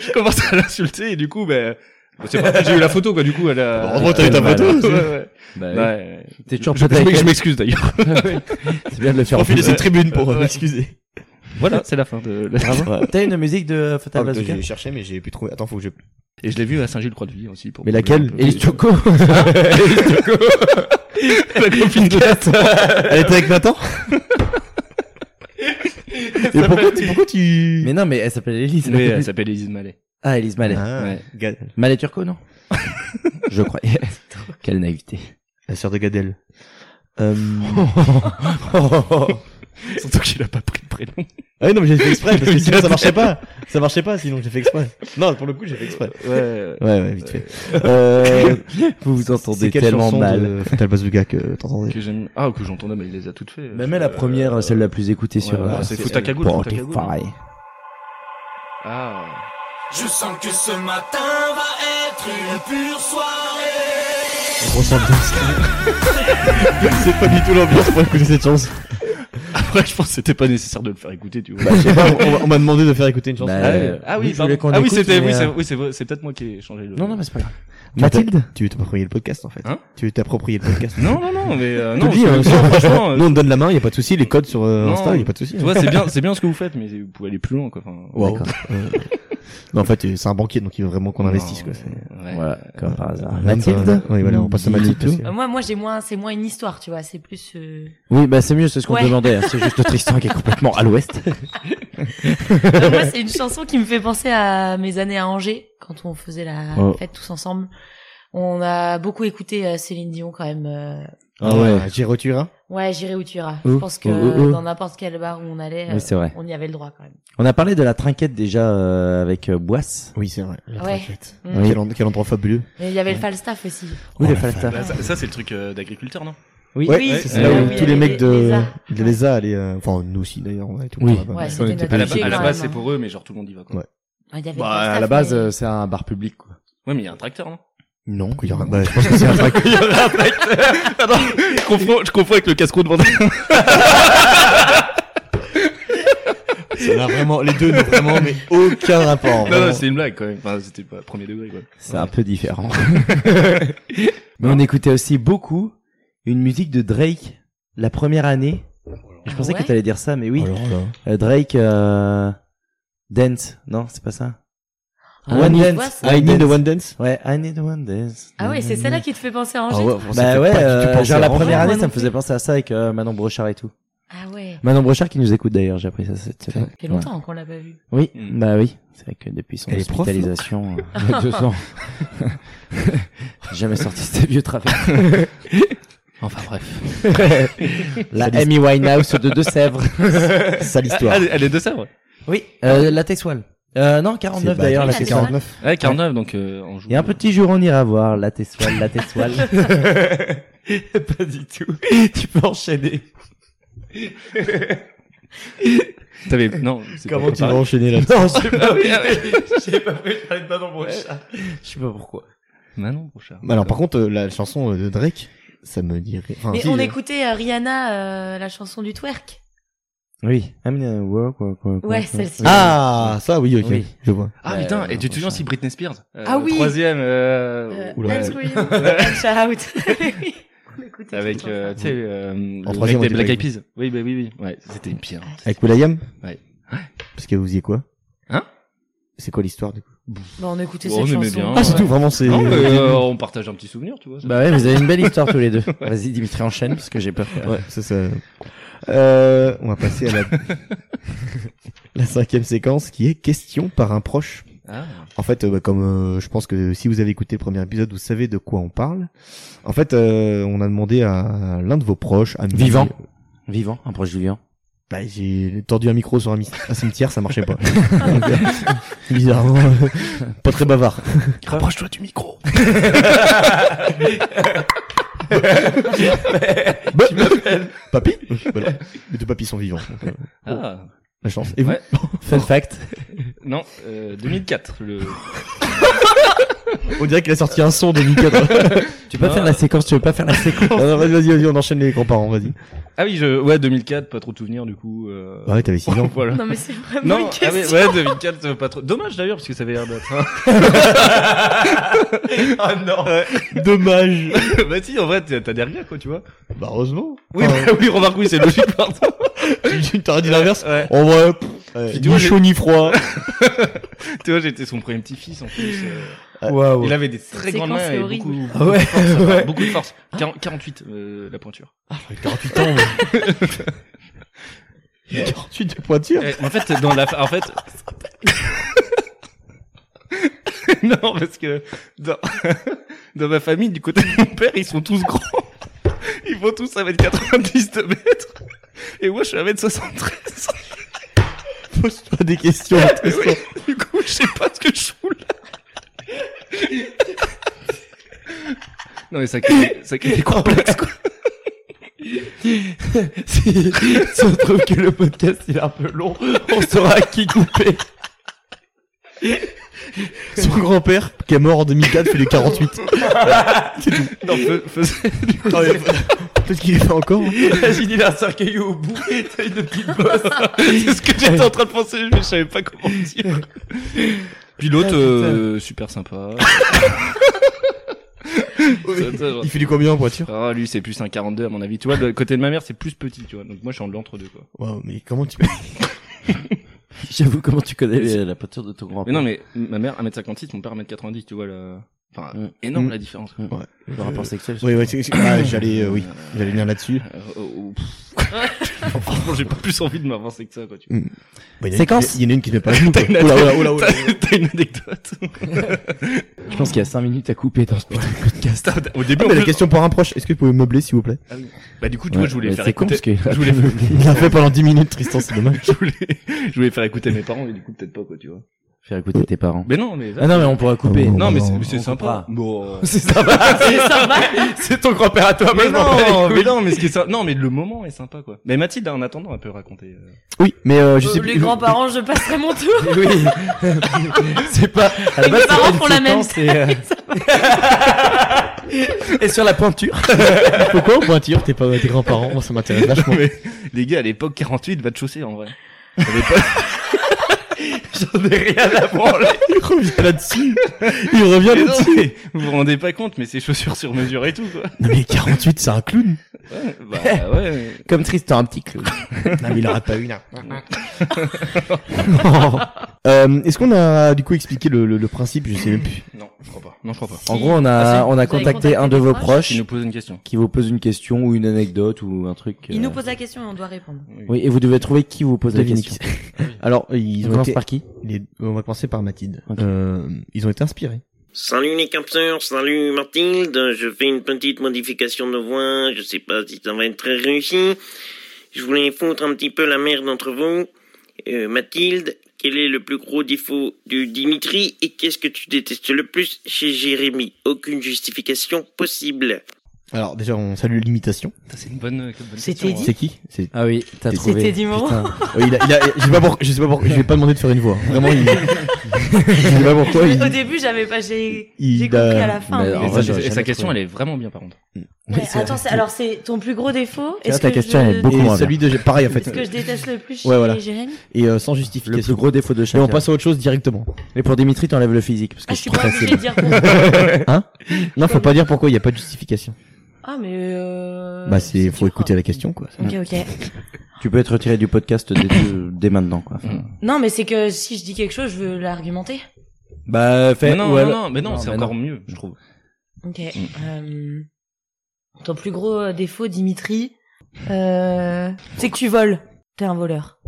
[SPEAKER 5] Je commence à l'insulter et du coup, ben. bah, c'est pas- j'ai eu la photo quoi du coup elle a
[SPEAKER 1] Heureusement, t'as eu ta
[SPEAKER 5] Ouais,
[SPEAKER 1] photo.
[SPEAKER 5] ouais, ouais.
[SPEAKER 3] Bah,
[SPEAKER 5] Ouais.
[SPEAKER 3] T'es toujours
[SPEAKER 5] Je,
[SPEAKER 3] pote avec
[SPEAKER 5] je
[SPEAKER 3] elle.
[SPEAKER 5] m'excuse d'ailleurs
[SPEAKER 3] C'est bien de le faire. en
[SPEAKER 1] Profilez
[SPEAKER 3] public.
[SPEAKER 1] cette tribune pour euh,
[SPEAKER 5] Ouais.
[SPEAKER 1] m'excuser.
[SPEAKER 5] voilà c'est la fin de la-
[SPEAKER 3] Bravo. T'as une musique de Fatal
[SPEAKER 1] Ah,
[SPEAKER 3] Bazooka
[SPEAKER 1] j'ai cherché, mais j'ai pu trouver. Attends, faut que je.
[SPEAKER 5] et je l'ai vu à Saint-Gilles-Croix-de-Vie aussi pour
[SPEAKER 3] Mais
[SPEAKER 5] vous
[SPEAKER 3] laquelle
[SPEAKER 5] donner un peu-
[SPEAKER 3] Elise Choco
[SPEAKER 5] la copine de
[SPEAKER 1] Elle était avec Nathan Et pourquoi tu. Pourquoi tu...
[SPEAKER 3] Mais non, mais elle s'appelle Elise.
[SPEAKER 5] mais elle s'appelle Elise Mallet
[SPEAKER 3] Ah, Elise Mallet.
[SPEAKER 1] Ah,
[SPEAKER 5] ouais.
[SPEAKER 1] Ga-
[SPEAKER 3] Mallet Turco, non Je croyais. Quelle naïveté.
[SPEAKER 1] La sœur de Gadel. Euh...
[SPEAKER 5] surtout qu'il a pas pris de prénom
[SPEAKER 1] ah oui, non, mais j'ai fait exprès, parce que sinon ça marchait pas. Ça marchait pas, sinon j'ai fait exprès. Non, pour le coup, j'ai fait exprès.
[SPEAKER 5] ouais
[SPEAKER 1] Ouais, ouais, vite fait. Euh...
[SPEAKER 3] Vous vous
[SPEAKER 1] C'est
[SPEAKER 3] entendez
[SPEAKER 1] quelle
[SPEAKER 3] tellement
[SPEAKER 1] chanson
[SPEAKER 3] mal.
[SPEAKER 1] de Fatal Bazooka que t'entendais
[SPEAKER 5] que j'aime ah que j'entendais mais il les a toutes faites hein, euh,
[SPEAKER 3] Même elle, Bah, la première, euh, celle la plus écoutée sur.
[SPEAKER 5] ouais,
[SPEAKER 3] euh,
[SPEAKER 5] c'est
[SPEAKER 3] sur-
[SPEAKER 5] Fouta Cagoule,
[SPEAKER 3] Bon,
[SPEAKER 5] Fouta
[SPEAKER 3] ok,
[SPEAKER 5] Cagoule.
[SPEAKER 3] pareil.
[SPEAKER 5] ah
[SPEAKER 2] Je sens que ce matin va être une pure soirée.
[SPEAKER 1] Grosse ambiance. C'est pas du tout l'ambiance pour écouter cette chanson.
[SPEAKER 5] après je pense que c'était pas nécessaire de le faire écouter tu vois
[SPEAKER 1] Bah, je sais pas, on, on m'a demandé de faire écouter une chanson.
[SPEAKER 3] Bah,
[SPEAKER 5] Ah,
[SPEAKER 3] euh,
[SPEAKER 5] ah oui,
[SPEAKER 3] je
[SPEAKER 5] pardon.
[SPEAKER 3] voulais qu'on
[SPEAKER 5] ah oui,
[SPEAKER 3] écoute,
[SPEAKER 5] c'était,
[SPEAKER 3] mais,
[SPEAKER 5] oui,
[SPEAKER 3] euh,
[SPEAKER 5] c'est, oui, c'est, vrai, c'est peut-être moi qui ai changé le.
[SPEAKER 3] Non, non, mais c'est pas grave.
[SPEAKER 1] Mathilde Tu veux t'approprier le podcast en fait.
[SPEAKER 5] Hein
[SPEAKER 1] tu veux t'approprier le podcast.
[SPEAKER 5] non, non, non, mais euh, non,
[SPEAKER 1] te dis,
[SPEAKER 5] je-
[SPEAKER 1] hein,
[SPEAKER 5] non,
[SPEAKER 1] ça-
[SPEAKER 5] franchement, euh,
[SPEAKER 1] Nous on te donne la main, y a pas de souci, les codes sur euh,
[SPEAKER 5] Non.
[SPEAKER 1] Insta, y a pas de souci.
[SPEAKER 5] tu vois, c'est bien, c'est bien ce que vous faites, mais vous pouvez aller plus loin, quoi. Enfin,
[SPEAKER 1] Wow. Euh, non, en fait, euh, c'est un banquier, donc il veut vraiment qu'on
[SPEAKER 5] non,
[SPEAKER 1] investisse, quoi. c'est-
[SPEAKER 5] ouais.
[SPEAKER 3] Voilà, comme par hasard.
[SPEAKER 1] Même pas-
[SPEAKER 3] Mathilde
[SPEAKER 1] Oui, voilà, on passe à
[SPEAKER 3] Dis
[SPEAKER 1] Mathilde.
[SPEAKER 3] tout.
[SPEAKER 1] parce que-
[SPEAKER 4] Euh, Moi, moi, j'ai moins, c'est moins une histoire, tu vois. C'est plus. euh,
[SPEAKER 3] Oui, bah c'est mieux, c'est ce qu'on
[SPEAKER 4] Ouais.
[SPEAKER 3] demandait. hein. C'est juste Tristan qui est complètement à l'ouest.
[SPEAKER 4] Euh, moi, c'est une chanson qui me fait penser à mes années à Angers, quand on faisait la
[SPEAKER 3] Oh.
[SPEAKER 4] fête tous ensemble. On a beaucoup écouté euh, Céline Dion quand même. euh,
[SPEAKER 3] Ah ouais.
[SPEAKER 1] J'ai retiré un.
[SPEAKER 4] Ouais, j'irai où tu iras.
[SPEAKER 3] Oh,
[SPEAKER 4] Je pense que
[SPEAKER 3] oh, oh, oh.
[SPEAKER 4] dans n'importe quel bar où on allait,
[SPEAKER 3] Oui,
[SPEAKER 4] euh,
[SPEAKER 3] c'est vrai.
[SPEAKER 4] on y avait le droit quand même.
[SPEAKER 3] On a parlé de la trinquette déjà euh, avec euh, Boisse.
[SPEAKER 1] Oui, c'est vrai. la
[SPEAKER 4] Ouais.
[SPEAKER 1] trinquette.
[SPEAKER 4] Mm.
[SPEAKER 1] Quel, en- quel endroit fabuleux.
[SPEAKER 4] Mais il y avait le Falstaff aussi.
[SPEAKER 3] Oui,
[SPEAKER 1] Oh,
[SPEAKER 3] le
[SPEAKER 1] la
[SPEAKER 3] Falstaff.
[SPEAKER 5] Bah, ça, ça, c'est le truc euh, d'agriculteur, non
[SPEAKER 3] Oui,
[SPEAKER 1] Ouais,
[SPEAKER 4] oui,
[SPEAKER 1] c'est là
[SPEAKER 5] euh,
[SPEAKER 1] où
[SPEAKER 5] oui,
[SPEAKER 1] tous les
[SPEAKER 4] les-
[SPEAKER 1] mecs
[SPEAKER 4] les
[SPEAKER 1] de,
[SPEAKER 4] arts.
[SPEAKER 1] de l'ESA allaient, euh, enfin, nous aussi d'ailleurs, on allait tout le
[SPEAKER 3] Oui.
[SPEAKER 1] temps là-bas.
[SPEAKER 4] Ouais, c'était notre
[SPEAKER 5] À la,
[SPEAKER 4] budget,
[SPEAKER 5] à la
[SPEAKER 4] quand
[SPEAKER 5] base,
[SPEAKER 4] même.
[SPEAKER 5] c'est pour eux, mais genre tout le monde y va, quoi.
[SPEAKER 1] Ouais.
[SPEAKER 4] Ouais, il y avait le
[SPEAKER 3] Bah,
[SPEAKER 4] Falstaff,
[SPEAKER 3] à la base,
[SPEAKER 4] mais-
[SPEAKER 3] euh, c'est un bar public. Quoi.
[SPEAKER 5] Ouais, mais il y a un tracteur, non
[SPEAKER 1] Non, il y aura, bah, je pense que c'est un truc.
[SPEAKER 5] Attends, je confonds, je confonds avec le casse-croûte vendeur.
[SPEAKER 1] Ça n'a vraiment, les deux n'ont vraiment, mais aucun rapport.
[SPEAKER 5] Non,
[SPEAKER 1] vraiment.
[SPEAKER 5] non, c'est une blague, quand même. Enfin, c'était pas premier degré, quoi.
[SPEAKER 3] C'est un peu différent. Mais on écoutait aussi beaucoup une musique de Drake la première année. Je pensais
[SPEAKER 4] ouais
[SPEAKER 3] que t'allais dire ça, mais oui.
[SPEAKER 1] Oh là là.
[SPEAKER 3] Euh, Drake, euh... Dance. Non, c'est pas ça.
[SPEAKER 4] Ah,
[SPEAKER 3] One
[SPEAKER 4] mais tu
[SPEAKER 3] Dance.
[SPEAKER 4] vois, c'est-
[SPEAKER 1] I need a one dance.
[SPEAKER 3] Ouais, I need one dance.
[SPEAKER 4] Ah ouais, c'est celle-là qui te fait penser à Angers.
[SPEAKER 10] Ah
[SPEAKER 1] ouais, on s'est
[SPEAKER 3] Bah
[SPEAKER 1] fait
[SPEAKER 3] ouais,
[SPEAKER 1] pas du tout
[SPEAKER 3] euh,
[SPEAKER 1] penser
[SPEAKER 3] genre la
[SPEAKER 1] avant.
[SPEAKER 3] première
[SPEAKER 4] Moi
[SPEAKER 3] année,
[SPEAKER 4] non
[SPEAKER 3] ça me faisait
[SPEAKER 4] plus.
[SPEAKER 3] penser à ça avec euh, Manon Brochard et tout.
[SPEAKER 4] Ah ouais.
[SPEAKER 3] Manon Brochard qui nous écoute d'ailleurs, j'ai appris ça cette semaine.
[SPEAKER 4] Ça fait longtemps qu'on l'a pas vu.
[SPEAKER 3] Oui,
[SPEAKER 5] Mm.
[SPEAKER 3] bah oui. C'est vrai que depuis son
[SPEAKER 1] Elle est prof,
[SPEAKER 3] hospitalisation, euh, il y a deux ans, jamais sorti de ce vieux travers.
[SPEAKER 5] Enfin, bref.
[SPEAKER 3] La Amy Winehouse de Deux-Sèvres.
[SPEAKER 1] Sale histoire.
[SPEAKER 5] Ah, elle est de ça, ouais.
[SPEAKER 3] Oui, euh, la Texwell. Euh, non, 49
[SPEAKER 1] C'est- bah,
[SPEAKER 3] d'ailleurs, la
[SPEAKER 4] la
[SPEAKER 3] Texwell.
[SPEAKER 1] 49.
[SPEAKER 5] Ouais, 49, donc, euh, on joue.
[SPEAKER 3] Il y a un petit jour, on ira voir la Texwell, la Texwell.
[SPEAKER 1] Pas du tout. tu peux enchaîner.
[SPEAKER 5] T'avais, euh, non, c'est pas
[SPEAKER 1] Comment tu vas
[SPEAKER 5] préparé.
[SPEAKER 1] enchaîner là
[SPEAKER 3] non, je sais pas,
[SPEAKER 5] Ah
[SPEAKER 1] J'ai pas voulu parler de Manon Brochard.
[SPEAKER 3] je sais pas pourquoi.
[SPEAKER 5] Bah non, mon cher.
[SPEAKER 1] Alors par contre, euh, la chanson euh, de Drake, ça me dirait. Enfin,
[SPEAKER 4] Mais
[SPEAKER 1] si,
[SPEAKER 4] on
[SPEAKER 1] euh,
[SPEAKER 4] écoutait euh, Rihanna, euh, la chanson du twerk.
[SPEAKER 3] Oui. I'm gonna work, work, work,
[SPEAKER 4] Ouais,
[SPEAKER 3] work, work.
[SPEAKER 4] celle-ci.
[SPEAKER 1] Ah, ça oui, ok,
[SPEAKER 3] Oui.
[SPEAKER 1] je vois.
[SPEAKER 5] Ah
[SPEAKER 3] Ouais,
[SPEAKER 5] putain,
[SPEAKER 3] ouais,
[SPEAKER 5] et tu te souviens
[SPEAKER 3] franchement.
[SPEAKER 5] si Britney Spears euh,
[SPEAKER 4] Ah oui.
[SPEAKER 5] Troisième, euh,
[SPEAKER 4] Euh,
[SPEAKER 5] oula,
[SPEAKER 4] and
[SPEAKER 5] euh,
[SPEAKER 4] scream, and shout. On l'écoutait
[SPEAKER 5] avec
[SPEAKER 4] tout le temps,
[SPEAKER 5] euh,
[SPEAKER 4] ça.
[SPEAKER 5] tu sais euh, le
[SPEAKER 1] troisième,
[SPEAKER 5] mec
[SPEAKER 1] on
[SPEAKER 5] des Black
[SPEAKER 1] était
[SPEAKER 5] Eyed Peas. Oui, bah oui, oui. Ouais, c'était bien.
[SPEAKER 1] Avec Will.i.am
[SPEAKER 5] Ouais.
[SPEAKER 1] Parce que vous y êtes quoi
[SPEAKER 5] Hein
[SPEAKER 1] C'est quoi l'histoire du coup
[SPEAKER 4] Bah, on écoutait
[SPEAKER 5] Bon,
[SPEAKER 4] cette
[SPEAKER 5] on aimait
[SPEAKER 4] chanson.
[SPEAKER 5] bien.
[SPEAKER 1] Ah, c'est
[SPEAKER 5] ouais.
[SPEAKER 1] tout, vraiment c'est.
[SPEAKER 5] Non, mais euh, on partage un petit souvenir, tu vois.
[SPEAKER 10] Oh.
[SPEAKER 5] ça.
[SPEAKER 3] Bah ouais, vous avez une belle histoire tous les deux. Vas-y, Dimitri, enchaîne, parce que j'ai peur.
[SPEAKER 1] Ouais, ça, ça. Euh, on va passer à la... la cinquième séquence qui est question par un proche.
[SPEAKER 5] Ah.
[SPEAKER 1] En fait, euh, bah, comme euh, je pense que si vous avez écouté le premier épisode, vous savez de quoi on parle. En fait, euh, on a demandé à l'un de vos proches, amis,
[SPEAKER 3] Vivant. Euh, Vivant, un proche du vivant.
[SPEAKER 1] Bah, j'ai tordu un micro sur un, mi- un cimetière, ça marchait pas. Donc, euh, Bizarrement, euh, pas très bavard.
[SPEAKER 5] Rapproche-toi du micro.
[SPEAKER 1] Papy Voilà. Les deux papys sont vivants.
[SPEAKER 5] Ah.
[SPEAKER 1] la chance. Et vous
[SPEAKER 5] Ouais.
[SPEAKER 1] Fun fact.
[SPEAKER 5] Non, euh, 2004. Le...
[SPEAKER 1] On dirait qu'il a sorti un son de Mika.
[SPEAKER 3] Tu peux
[SPEAKER 5] Non.
[SPEAKER 3] pas faire la séquence, tu veux pas faire la séquence.
[SPEAKER 1] non, non, vas-y, vas-y, vas-y, on enchaîne les grands-parents, vas-y.
[SPEAKER 5] Ah oui, je... ouais, 2004, pas trop de souvenirs du coup. euh,
[SPEAKER 1] Bah ouais, t'avais 6 ans.
[SPEAKER 5] voilà.
[SPEAKER 11] Non, mais c'est vraiment
[SPEAKER 5] Non,
[SPEAKER 11] une
[SPEAKER 5] ah oui,
[SPEAKER 11] question.
[SPEAKER 5] ouais, 2004, ça veut pas trop. Dommage d'ailleurs, parce que ça avait l'air d'être. ah non.
[SPEAKER 1] Dommage.
[SPEAKER 5] bah si, en vrai, t'as t'as des regrets, quoi, tu vois.
[SPEAKER 1] Bah, heureusement.
[SPEAKER 5] Oui,
[SPEAKER 1] Enfin,
[SPEAKER 5] bah oui, remarque, oui, c'est logique, pardon.
[SPEAKER 1] tu t'aurais dit l'inverse.
[SPEAKER 5] Ouais.
[SPEAKER 1] En vrai, pff, ouais,
[SPEAKER 5] Puis tu vois,
[SPEAKER 1] ni
[SPEAKER 5] j'ai-
[SPEAKER 1] chaud ni froid.
[SPEAKER 5] Tu vois, j'étais son premier petit-fils, en plus. euh,
[SPEAKER 1] Waouh.
[SPEAKER 5] Il avait des très
[SPEAKER 11] Cette
[SPEAKER 5] grandes
[SPEAKER 11] séquence
[SPEAKER 5] mains
[SPEAKER 11] est
[SPEAKER 5] et
[SPEAKER 11] horrible.
[SPEAKER 5] beaucoup, beaucoup,
[SPEAKER 1] Ah ouais,
[SPEAKER 5] de force, enfin,
[SPEAKER 1] ouais.
[SPEAKER 5] beaucoup de force. Quar- 48, euh, la pointure.
[SPEAKER 1] 48 ans. mais- 48 de pointure.
[SPEAKER 5] Eh, en fait, dans la, en fait. non, parce que dans, dans ma famille, du côté de mon père, ils sont tous grands. Ils font tous 1m90 de mètres. Et moi, je suis 1m73.
[SPEAKER 1] Pose-toi des questions.
[SPEAKER 5] Oui, du coup, je sais pas ce que je fous là. Non, mais ça crée, ça crée des complexes, quoi.
[SPEAKER 3] si, si on trouve que le podcast il est un peu long, on saura qui couper.
[SPEAKER 1] Son grand-père, qui est mort en 2004, fait les 48.
[SPEAKER 5] Non, fais- fais-
[SPEAKER 1] Ah ouais, Peut-être qu'il est fait encore. hein.
[SPEAKER 3] Imagine, il a un cercueil au bout, t'as une petite bosse.
[SPEAKER 5] c'est ce que j'étais en train de penser, mais je savais pas comment dire. Pilote, euh, super sympa. Ça, ça, genre-
[SPEAKER 1] Il fait du combien en voiture
[SPEAKER 5] Ah, lui, c'est plus un 42 à mon avis. Tu vois, le côté de ma mère, c'est plus petit, tu vois. Donc moi, je suis en l'entre-deux, quoi.
[SPEAKER 1] Waouh, mais comment tu
[SPEAKER 3] J'avoue, comment tu connais les- la peinture de ton grand-père
[SPEAKER 5] Mais non, mais ma mère, 1m56, mon père, 1m90, tu vois, le... Enfin,
[SPEAKER 3] Mm.
[SPEAKER 5] énorme
[SPEAKER 1] Mm.
[SPEAKER 5] la différence.
[SPEAKER 3] Mm. Le rapport sexuel.
[SPEAKER 1] Oui, ouais, c'est- c'est- ah, j'allais, euh, oui, j'allais venir là-dessus.
[SPEAKER 5] Euh, oh, oh, pff. Franchement, j'ai pas plus envie de m'avancer que ça, quoi, tu
[SPEAKER 1] Bah, il y en a une-
[SPEAKER 3] Séquence.
[SPEAKER 1] Il y en a une qui n'est pas à genoux, quoi.
[SPEAKER 5] vois.
[SPEAKER 1] Oh là, oh là, oh là, oh là.
[SPEAKER 5] T'as- T'as une anecdote
[SPEAKER 3] Je pense qu'il y a 5 minutes à couper dans ce putain de podcast.
[SPEAKER 5] Putain, Au
[SPEAKER 1] Ah,
[SPEAKER 5] début, on
[SPEAKER 1] mais la question pour un proche, est-ce que vous pouvez meubler s'il vous plaît
[SPEAKER 5] Bah du coup, tu vois, je voulais
[SPEAKER 3] Ouais,
[SPEAKER 5] faire
[SPEAKER 3] C'est con
[SPEAKER 5] écouter...
[SPEAKER 3] parce que
[SPEAKER 5] Je voulais faire-
[SPEAKER 1] Il l'a fait pendant 10 minutes, Tristan, c'est dommage.
[SPEAKER 5] je voulais, je voulais faire écouter mes parents, mais du coup, peut-être pas, quoi, tu vois.
[SPEAKER 3] faire écouter tes parents.
[SPEAKER 5] Mais non, mais.
[SPEAKER 3] Ah non, mais on pourra couper.
[SPEAKER 1] Ah bon,
[SPEAKER 5] non, mais
[SPEAKER 1] non,
[SPEAKER 5] c'est- c'est
[SPEAKER 3] on
[SPEAKER 5] sympa.
[SPEAKER 3] comprend.
[SPEAKER 5] Bon. euh,
[SPEAKER 3] C'est sympa, c'est sympa. C'est ton grand-père à toi,
[SPEAKER 5] Mais non, mais
[SPEAKER 3] mais
[SPEAKER 5] non, mais ce qui est sympa- non, mais le moment est sympa, quoi. Mais Mathilde, en attendant, elle peut raconter. euh.
[SPEAKER 1] Oui, mais euh, je sais
[SPEAKER 4] Euh,
[SPEAKER 1] plus.
[SPEAKER 4] les grands-parents, je passerai mon tour.
[SPEAKER 3] Oui. c'est pas. À la
[SPEAKER 4] Et
[SPEAKER 3] base,
[SPEAKER 4] mes
[SPEAKER 3] c'est pas
[SPEAKER 4] parents
[SPEAKER 3] une
[SPEAKER 4] font la même
[SPEAKER 3] séquence, c'est, euh, Et sur la pointure.
[SPEAKER 1] Pourquoi au pointure t'es pas tes grands-parents Moi, ça m'intéresse vachement.
[SPEAKER 5] Mais les gars, à l'époque, 48, va te chausser, en vrai. J'avais pas- J'en ai rien à branler.
[SPEAKER 1] Il revient là-dessus. Il revient
[SPEAKER 5] Mais non,
[SPEAKER 1] là-dessus.
[SPEAKER 5] mais vous vous rendez pas compte, mais c'est chaussures sur mesure et tout, quoi.
[SPEAKER 1] Non, mais 48, c'est un clown.
[SPEAKER 5] Ouais, bah ouais. mais-
[SPEAKER 3] Comme Tristan, un petit clou.
[SPEAKER 1] Non, mais il aura pas une. euh, Est-ce qu'on a du coup expliqué le, le, le principe Je sais même plus.
[SPEAKER 5] Non, je crois pas. Non, je crois pas.
[SPEAKER 3] En gros, on a,
[SPEAKER 5] Ah, si.
[SPEAKER 3] on a
[SPEAKER 11] Vous avez
[SPEAKER 3] contacté
[SPEAKER 11] contacté
[SPEAKER 3] un de
[SPEAKER 11] des
[SPEAKER 3] vos
[SPEAKER 11] proches
[SPEAKER 3] proches
[SPEAKER 5] Il nous pose une question.
[SPEAKER 3] qui vous pose une question ou une anecdote ou un truc.
[SPEAKER 4] Il
[SPEAKER 3] euh,
[SPEAKER 4] nous pose la question et on doit répondre.
[SPEAKER 3] Oui, et vous devez trouver qui vous pose la
[SPEAKER 1] Devinez
[SPEAKER 3] question.
[SPEAKER 1] Alors, ils
[SPEAKER 3] On
[SPEAKER 1] ont
[SPEAKER 3] commence
[SPEAKER 1] été.
[SPEAKER 3] par qui
[SPEAKER 1] les- On va commencer par Mathilde.
[SPEAKER 3] Ok.
[SPEAKER 1] Euh, ils ont été inspirés.
[SPEAKER 9] Salut les capteurs, salut Mathilde, je fais une petite modification de voix, je sais pas si ça va être très réussi. Je voulais foutre un petit peu la merde entre vous. Euh, Mathilde, quel est le plus gros défaut de Dimitri et qu'est-ce que tu détestes le plus chez Jérémy Aucune justification possible.
[SPEAKER 1] Alors déjà, on salue l'imitation.
[SPEAKER 5] Putain, C'est une bonne, euh, bonne
[SPEAKER 4] C'était
[SPEAKER 5] question.
[SPEAKER 4] dit.
[SPEAKER 1] C'est qui C'est.
[SPEAKER 3] Ah oui, t'as
[SPEAKER 1] C'était
[SPEAKER 3] trouvé.
[SPEAKER 4] dit mon.
[SPEAKER 3] Putain.
[SPEAKER 1] Oh, il a, il a, je sais pas pour, je sais pas pour, je vais pas demander de faire une voix. Vraiment, il, je sais pas pourquoi.
[SPEAKER 4] Mais
[SPEAKER 1] il-
[SPEAKER 4] au début, j'avais pas, j'ai,
[SPEAKER 1] Il
[SPEAKER 4] j'ai compris
[SPEAKER 1] a-
[SPEAKER 4] à la fin.
[SPEAKER 3] Mais
[SPEAKER 4] mais-
[SPEAKER 5] hein.
[SPEAKER 3] en
[SPEAKER 5] Et
[SPEAKER 3] vrai,
[SPEAKER 5] sa-
[SPEAKER 3] j'aurais
[SPEAKER 5] et sa
[SPEAKER 3] jamais
[SPEAKER 5] question,
[SPEAKER 3] trouvé.
[SPEAKER 5] elle est vraiment bien, par contre.
[SPEAKER 3] Oui,
[SPEAKER 4] Ouais,
[SPEAKER 3] c'est
[SPEAKER 4] attends,
[SPEAKER 3] vrai.
[SPEAKER 4] c'est, alors c'est ton plus gros défaut
[SPEAKER 3] C'est
[SPEAKER 4] Est-ce
[SPEAKER 3] vrai, ta
[SPEAKER 4] que
[SPEAKER 3] question,
[SPEAKER 4] je,
[SPEAKER 3] elle est beaucoup
[SPEAKER 1] Et
[SPEAKER 3] moins bien.
[SPEAKER 1] celui de, pareil en fait.
[SPEAKER 4] ce que je déteste le plus chez
[SPEAKER 1] Ouais, voilà.
[SPEAKER 4] Jérémy
[SPEAKER 1] Et euh, sans
[SPEAKER 3] Le
[SPEAKER 1] justification.
[SPEAKER 3] plus gros défaut de
[SPEAKER 1] Et on
[SPEAKER 3] chacun.
[SPEAKER 1] passe à autre chose directement.
[SPEAKER 3] Mais pour Dimitri, t'enlèves le physique parce que
[SPEAKER 4] Ah, je suis pas obligée de dire pourquoi.
[SPEAKER 1] Non, faut pas dire pourquoi il y a pas de justification.
[SPEAKER 4] Ah, mais euh...
[SPEAKER 1] bah c'est, faut
[SPEAKER 4] dur,
[SPEAKER 1] écouter
[SPEAKER 4] hein.
[SPEAKER 1] la question quoi.
[SPEAKER 4] Ok, ok.
[SPEAKER 3] Tu peux être retiré du podcast dès, dès maintenant, quoi.
[SPEAKER 5] Mm.
[SPEAKER 3] Enfin,
[SPEAKER 4] Non, mais c'est que si je dis quelque chose, je veux l'argumenter.
[SPEAKER 3] Bah,
[SPEAKER 5] Mais
[SPEAKER 3] fais.
[SPEAKER 5] non,
[SPEAKER 3] ou
[SPEAKER 5] non,
[SPEAKER 3] alors-
[SPEAKER 5] non, mais non, c'est
[SPEAKER 3] mais
[SPEAKER 5] encore mieux, je trouve.
[SPEAKER 4] Ok. Euh... Ton plus gros euh, défaut, Dimitri, euh... c'est que tu voles. T'es un voleur.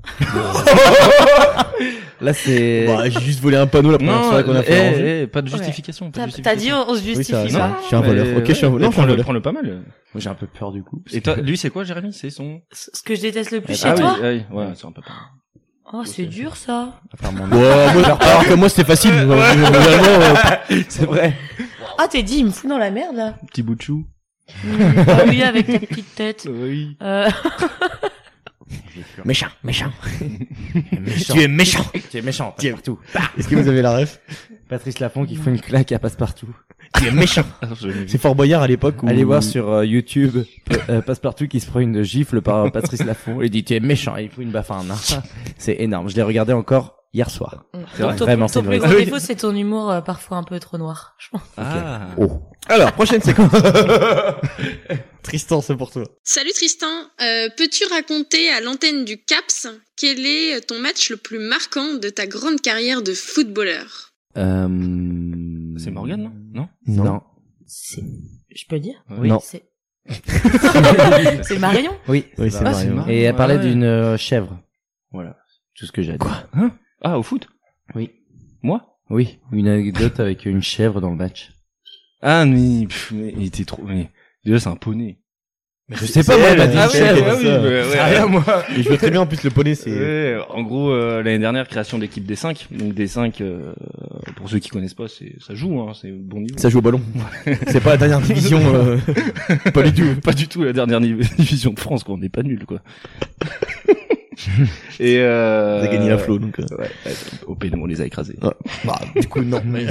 [SPEAKER 3] Là, c'est.
[SPEAKER 1] Bah j'ai juste volé un panneau la première
[SPEAKER 5] Non,
[SPEAKER 1] soirée qu'on a
[SPEAKER 5] eh,
[SPEAKER 1] fait. à Angers.
[SPEAKER 5] eh, pas de
[SPEAKER 4] Ouais.
[SPEAKER 5] justification. pas de
[SPEAKER 4] T'as, t'as dit, oh. on, on
[SPEAKER 5] justification.
[SPEAKER 4] se justifie
[SPEAKER 1] ça,
[SPEAKER 4] pas.
[SPEAKER 1] non. Je suis un voleur.
[SPEAKER 5] Mais,
[SPEAKER 1] Ok, je suis un
[SPEAKER 10] eh,
[SPEAKER 5] ouais,
[SPEAKER 1] voleur, je suis un
[SPEAKER 5] Prends-le,
[SPEAKER 1] voleur.
[SPEAKER 5] prends-le pas mal.
[SPEAKER 3] Moi, j'ai un peu peur du coup. parce
[SPEAKER 5] Et
[SPEAKER 3] que-
[SPEAKER 5] toi, lui, c'est quoi, Jérémy C'est son.
[SPEAKER 4] Ce que je déteste le plus chez
[SPEAKER 5] ah
[SPEAKER 4] toi.
[SPEAKER 5] oui, ah oui, ouais, c'est un peu pareil.
[SPEAKER 4] Oh, c'est dur, ça.
[SPEAKER 3] Enfin, mon-
[SPEAKER 1] Ouais, moi, alors que moi c'était facile. mais vraiment, euh,
[SPEAKER 3] c'est vrai.
[SPEAKER 4] Ah, t'es dit, il me fout dans la merde, là.
[SPEAKER 5] Petit bout de chou.
[SPEAKER 4] Mmh. Ah oui, avec ta petite tête.
[SPEAKER 5] Oui.
[SPEAKER 4] Euh...
[SPEAKER 2] Méchant, méchant.
[SPEAKER 3] Méchant.
[SPEAKER 2] Tu es méchant.
[SPEAKER 3] Tu es Mm. méchant,
[SPEAKER 2] Tu es-
[SPEAKER 3] partout.
[SPEAKER 1] Est-ce que vous avez la ref
[SPEAKER 3] Patrice Lafont qui fout une claque à passe-partout.
[SPEAKER 2] Tu es méchant.
[SPEAKER 1] Ah,
[SPEAKER 2] C'est Fort Boyard à l'époque où.
[SPEAKER 3] Allez voir sur euh, YouTube euh, Passepartout qui se prend une gifle par euh, Patrice Lafont et dit tu es méchant et il fout une baffe à un nain. C'est énorme. Je l'ai regardé encore hier soir.
[SPEAKER 5] C'est
[SPEAKER 4] Donc,
[SPEAKER 5] vrai.
[SPEAKER 4] ton,
[SPEAKER 3] Vraiment,
[SPEAKER 4] ton
[SPEAKER 3] c'est
[SPEAKER 4] plus
[SPEAKER 3] vrai.
[SPEAKER 4] gros
[SPEAKER 5] Ah oui.
[SPEAKER 4] défaut, c'est ton humour euh, parfois un peu trop noir. Je pense.
[SPEAKER 5] Ah.
[SPEAKER 3] Oh.
[SPEAKER 2] Alors, prochaine séquence. Tristan, c'est pour toi.
[SPEAKER 6] Salut Tristan, Euh, peux-tu raconter à l'antenne du CAPS quel est ton match le plus marquant de ta grande carrière de footballeur
[SPEAKER 3] Euh...
[SPEAKER 5] C'est Morgan, non Non
[SPEAKER 3] Non.
[SPEAKER 4] C'est, je peux dire?
[SPEAKER 3] Oui. Non.
[SPEAKER 4] C'est, c'est Marion?
[SPEAKER 3] Oui.
[SPEAKER 1] Oui, c'est
[SPEAKER 5] Ah,
[SPEAKER 1] Mario.
[SPEAKER 5] c'est marrant.
[SPEAKER 3] Et elle
[SPEAKER 5] Ah,
[SPEAKER 3] parlait
[SPEAKER 5] ouais.
[SPEAKER 3] d'une euh, chèvre. Voilà. Tout ce que j'ai. à dire.
[SPEAKER 5] Hein Ah, au foot
[SPEAKER 3] Oui.
[SPEAKER 5] Moi
[SPEAKER 3] Oui. Une anecdote avec une chèvre dans le match.
[SPEAKER 5] Ah, mais, pff, mais il était trop... Mais, déjà, c'est un poney.
[SPEAKER 3] Je sais pas, moi, elle a dit
[SPEAKER 5] ah
[SPEAKER 3] une
[SPEAKER 5] ouais,
[SPEAKER 3] chèvre.
[SPEAKER 5] ouais, oui,
[SPEAKER 1] ça.
[SPEAKER 5] ouais, ouais.
[SPEAKER 1] moi. Et je vois très bien en plus le poney, c'est.
[SPEAKER 5] Ouais, en gros, euh, l'année dernière, création de l'équipe des 5. Donc des 5, euh, pour ceux qui connaissent pas, c'est ça joue, hein, c'est bon niveau.
[SPEAKER 1] Ça joue au ballon. c'est pas la dernière division. euh,
[SPEAKER 5] pas du tout, pas du tout la dernière nive- division de France, quoi. On n'est pas nul, quoi. Et euh,
[SPEAKER 1] Vous avez gagné la flow, donc. euh,
[SPEAKER 5] Ouais, ouais, OP, nous, on les a écrasés.
[SPEAKER 1] Bah, du coup, non, mais.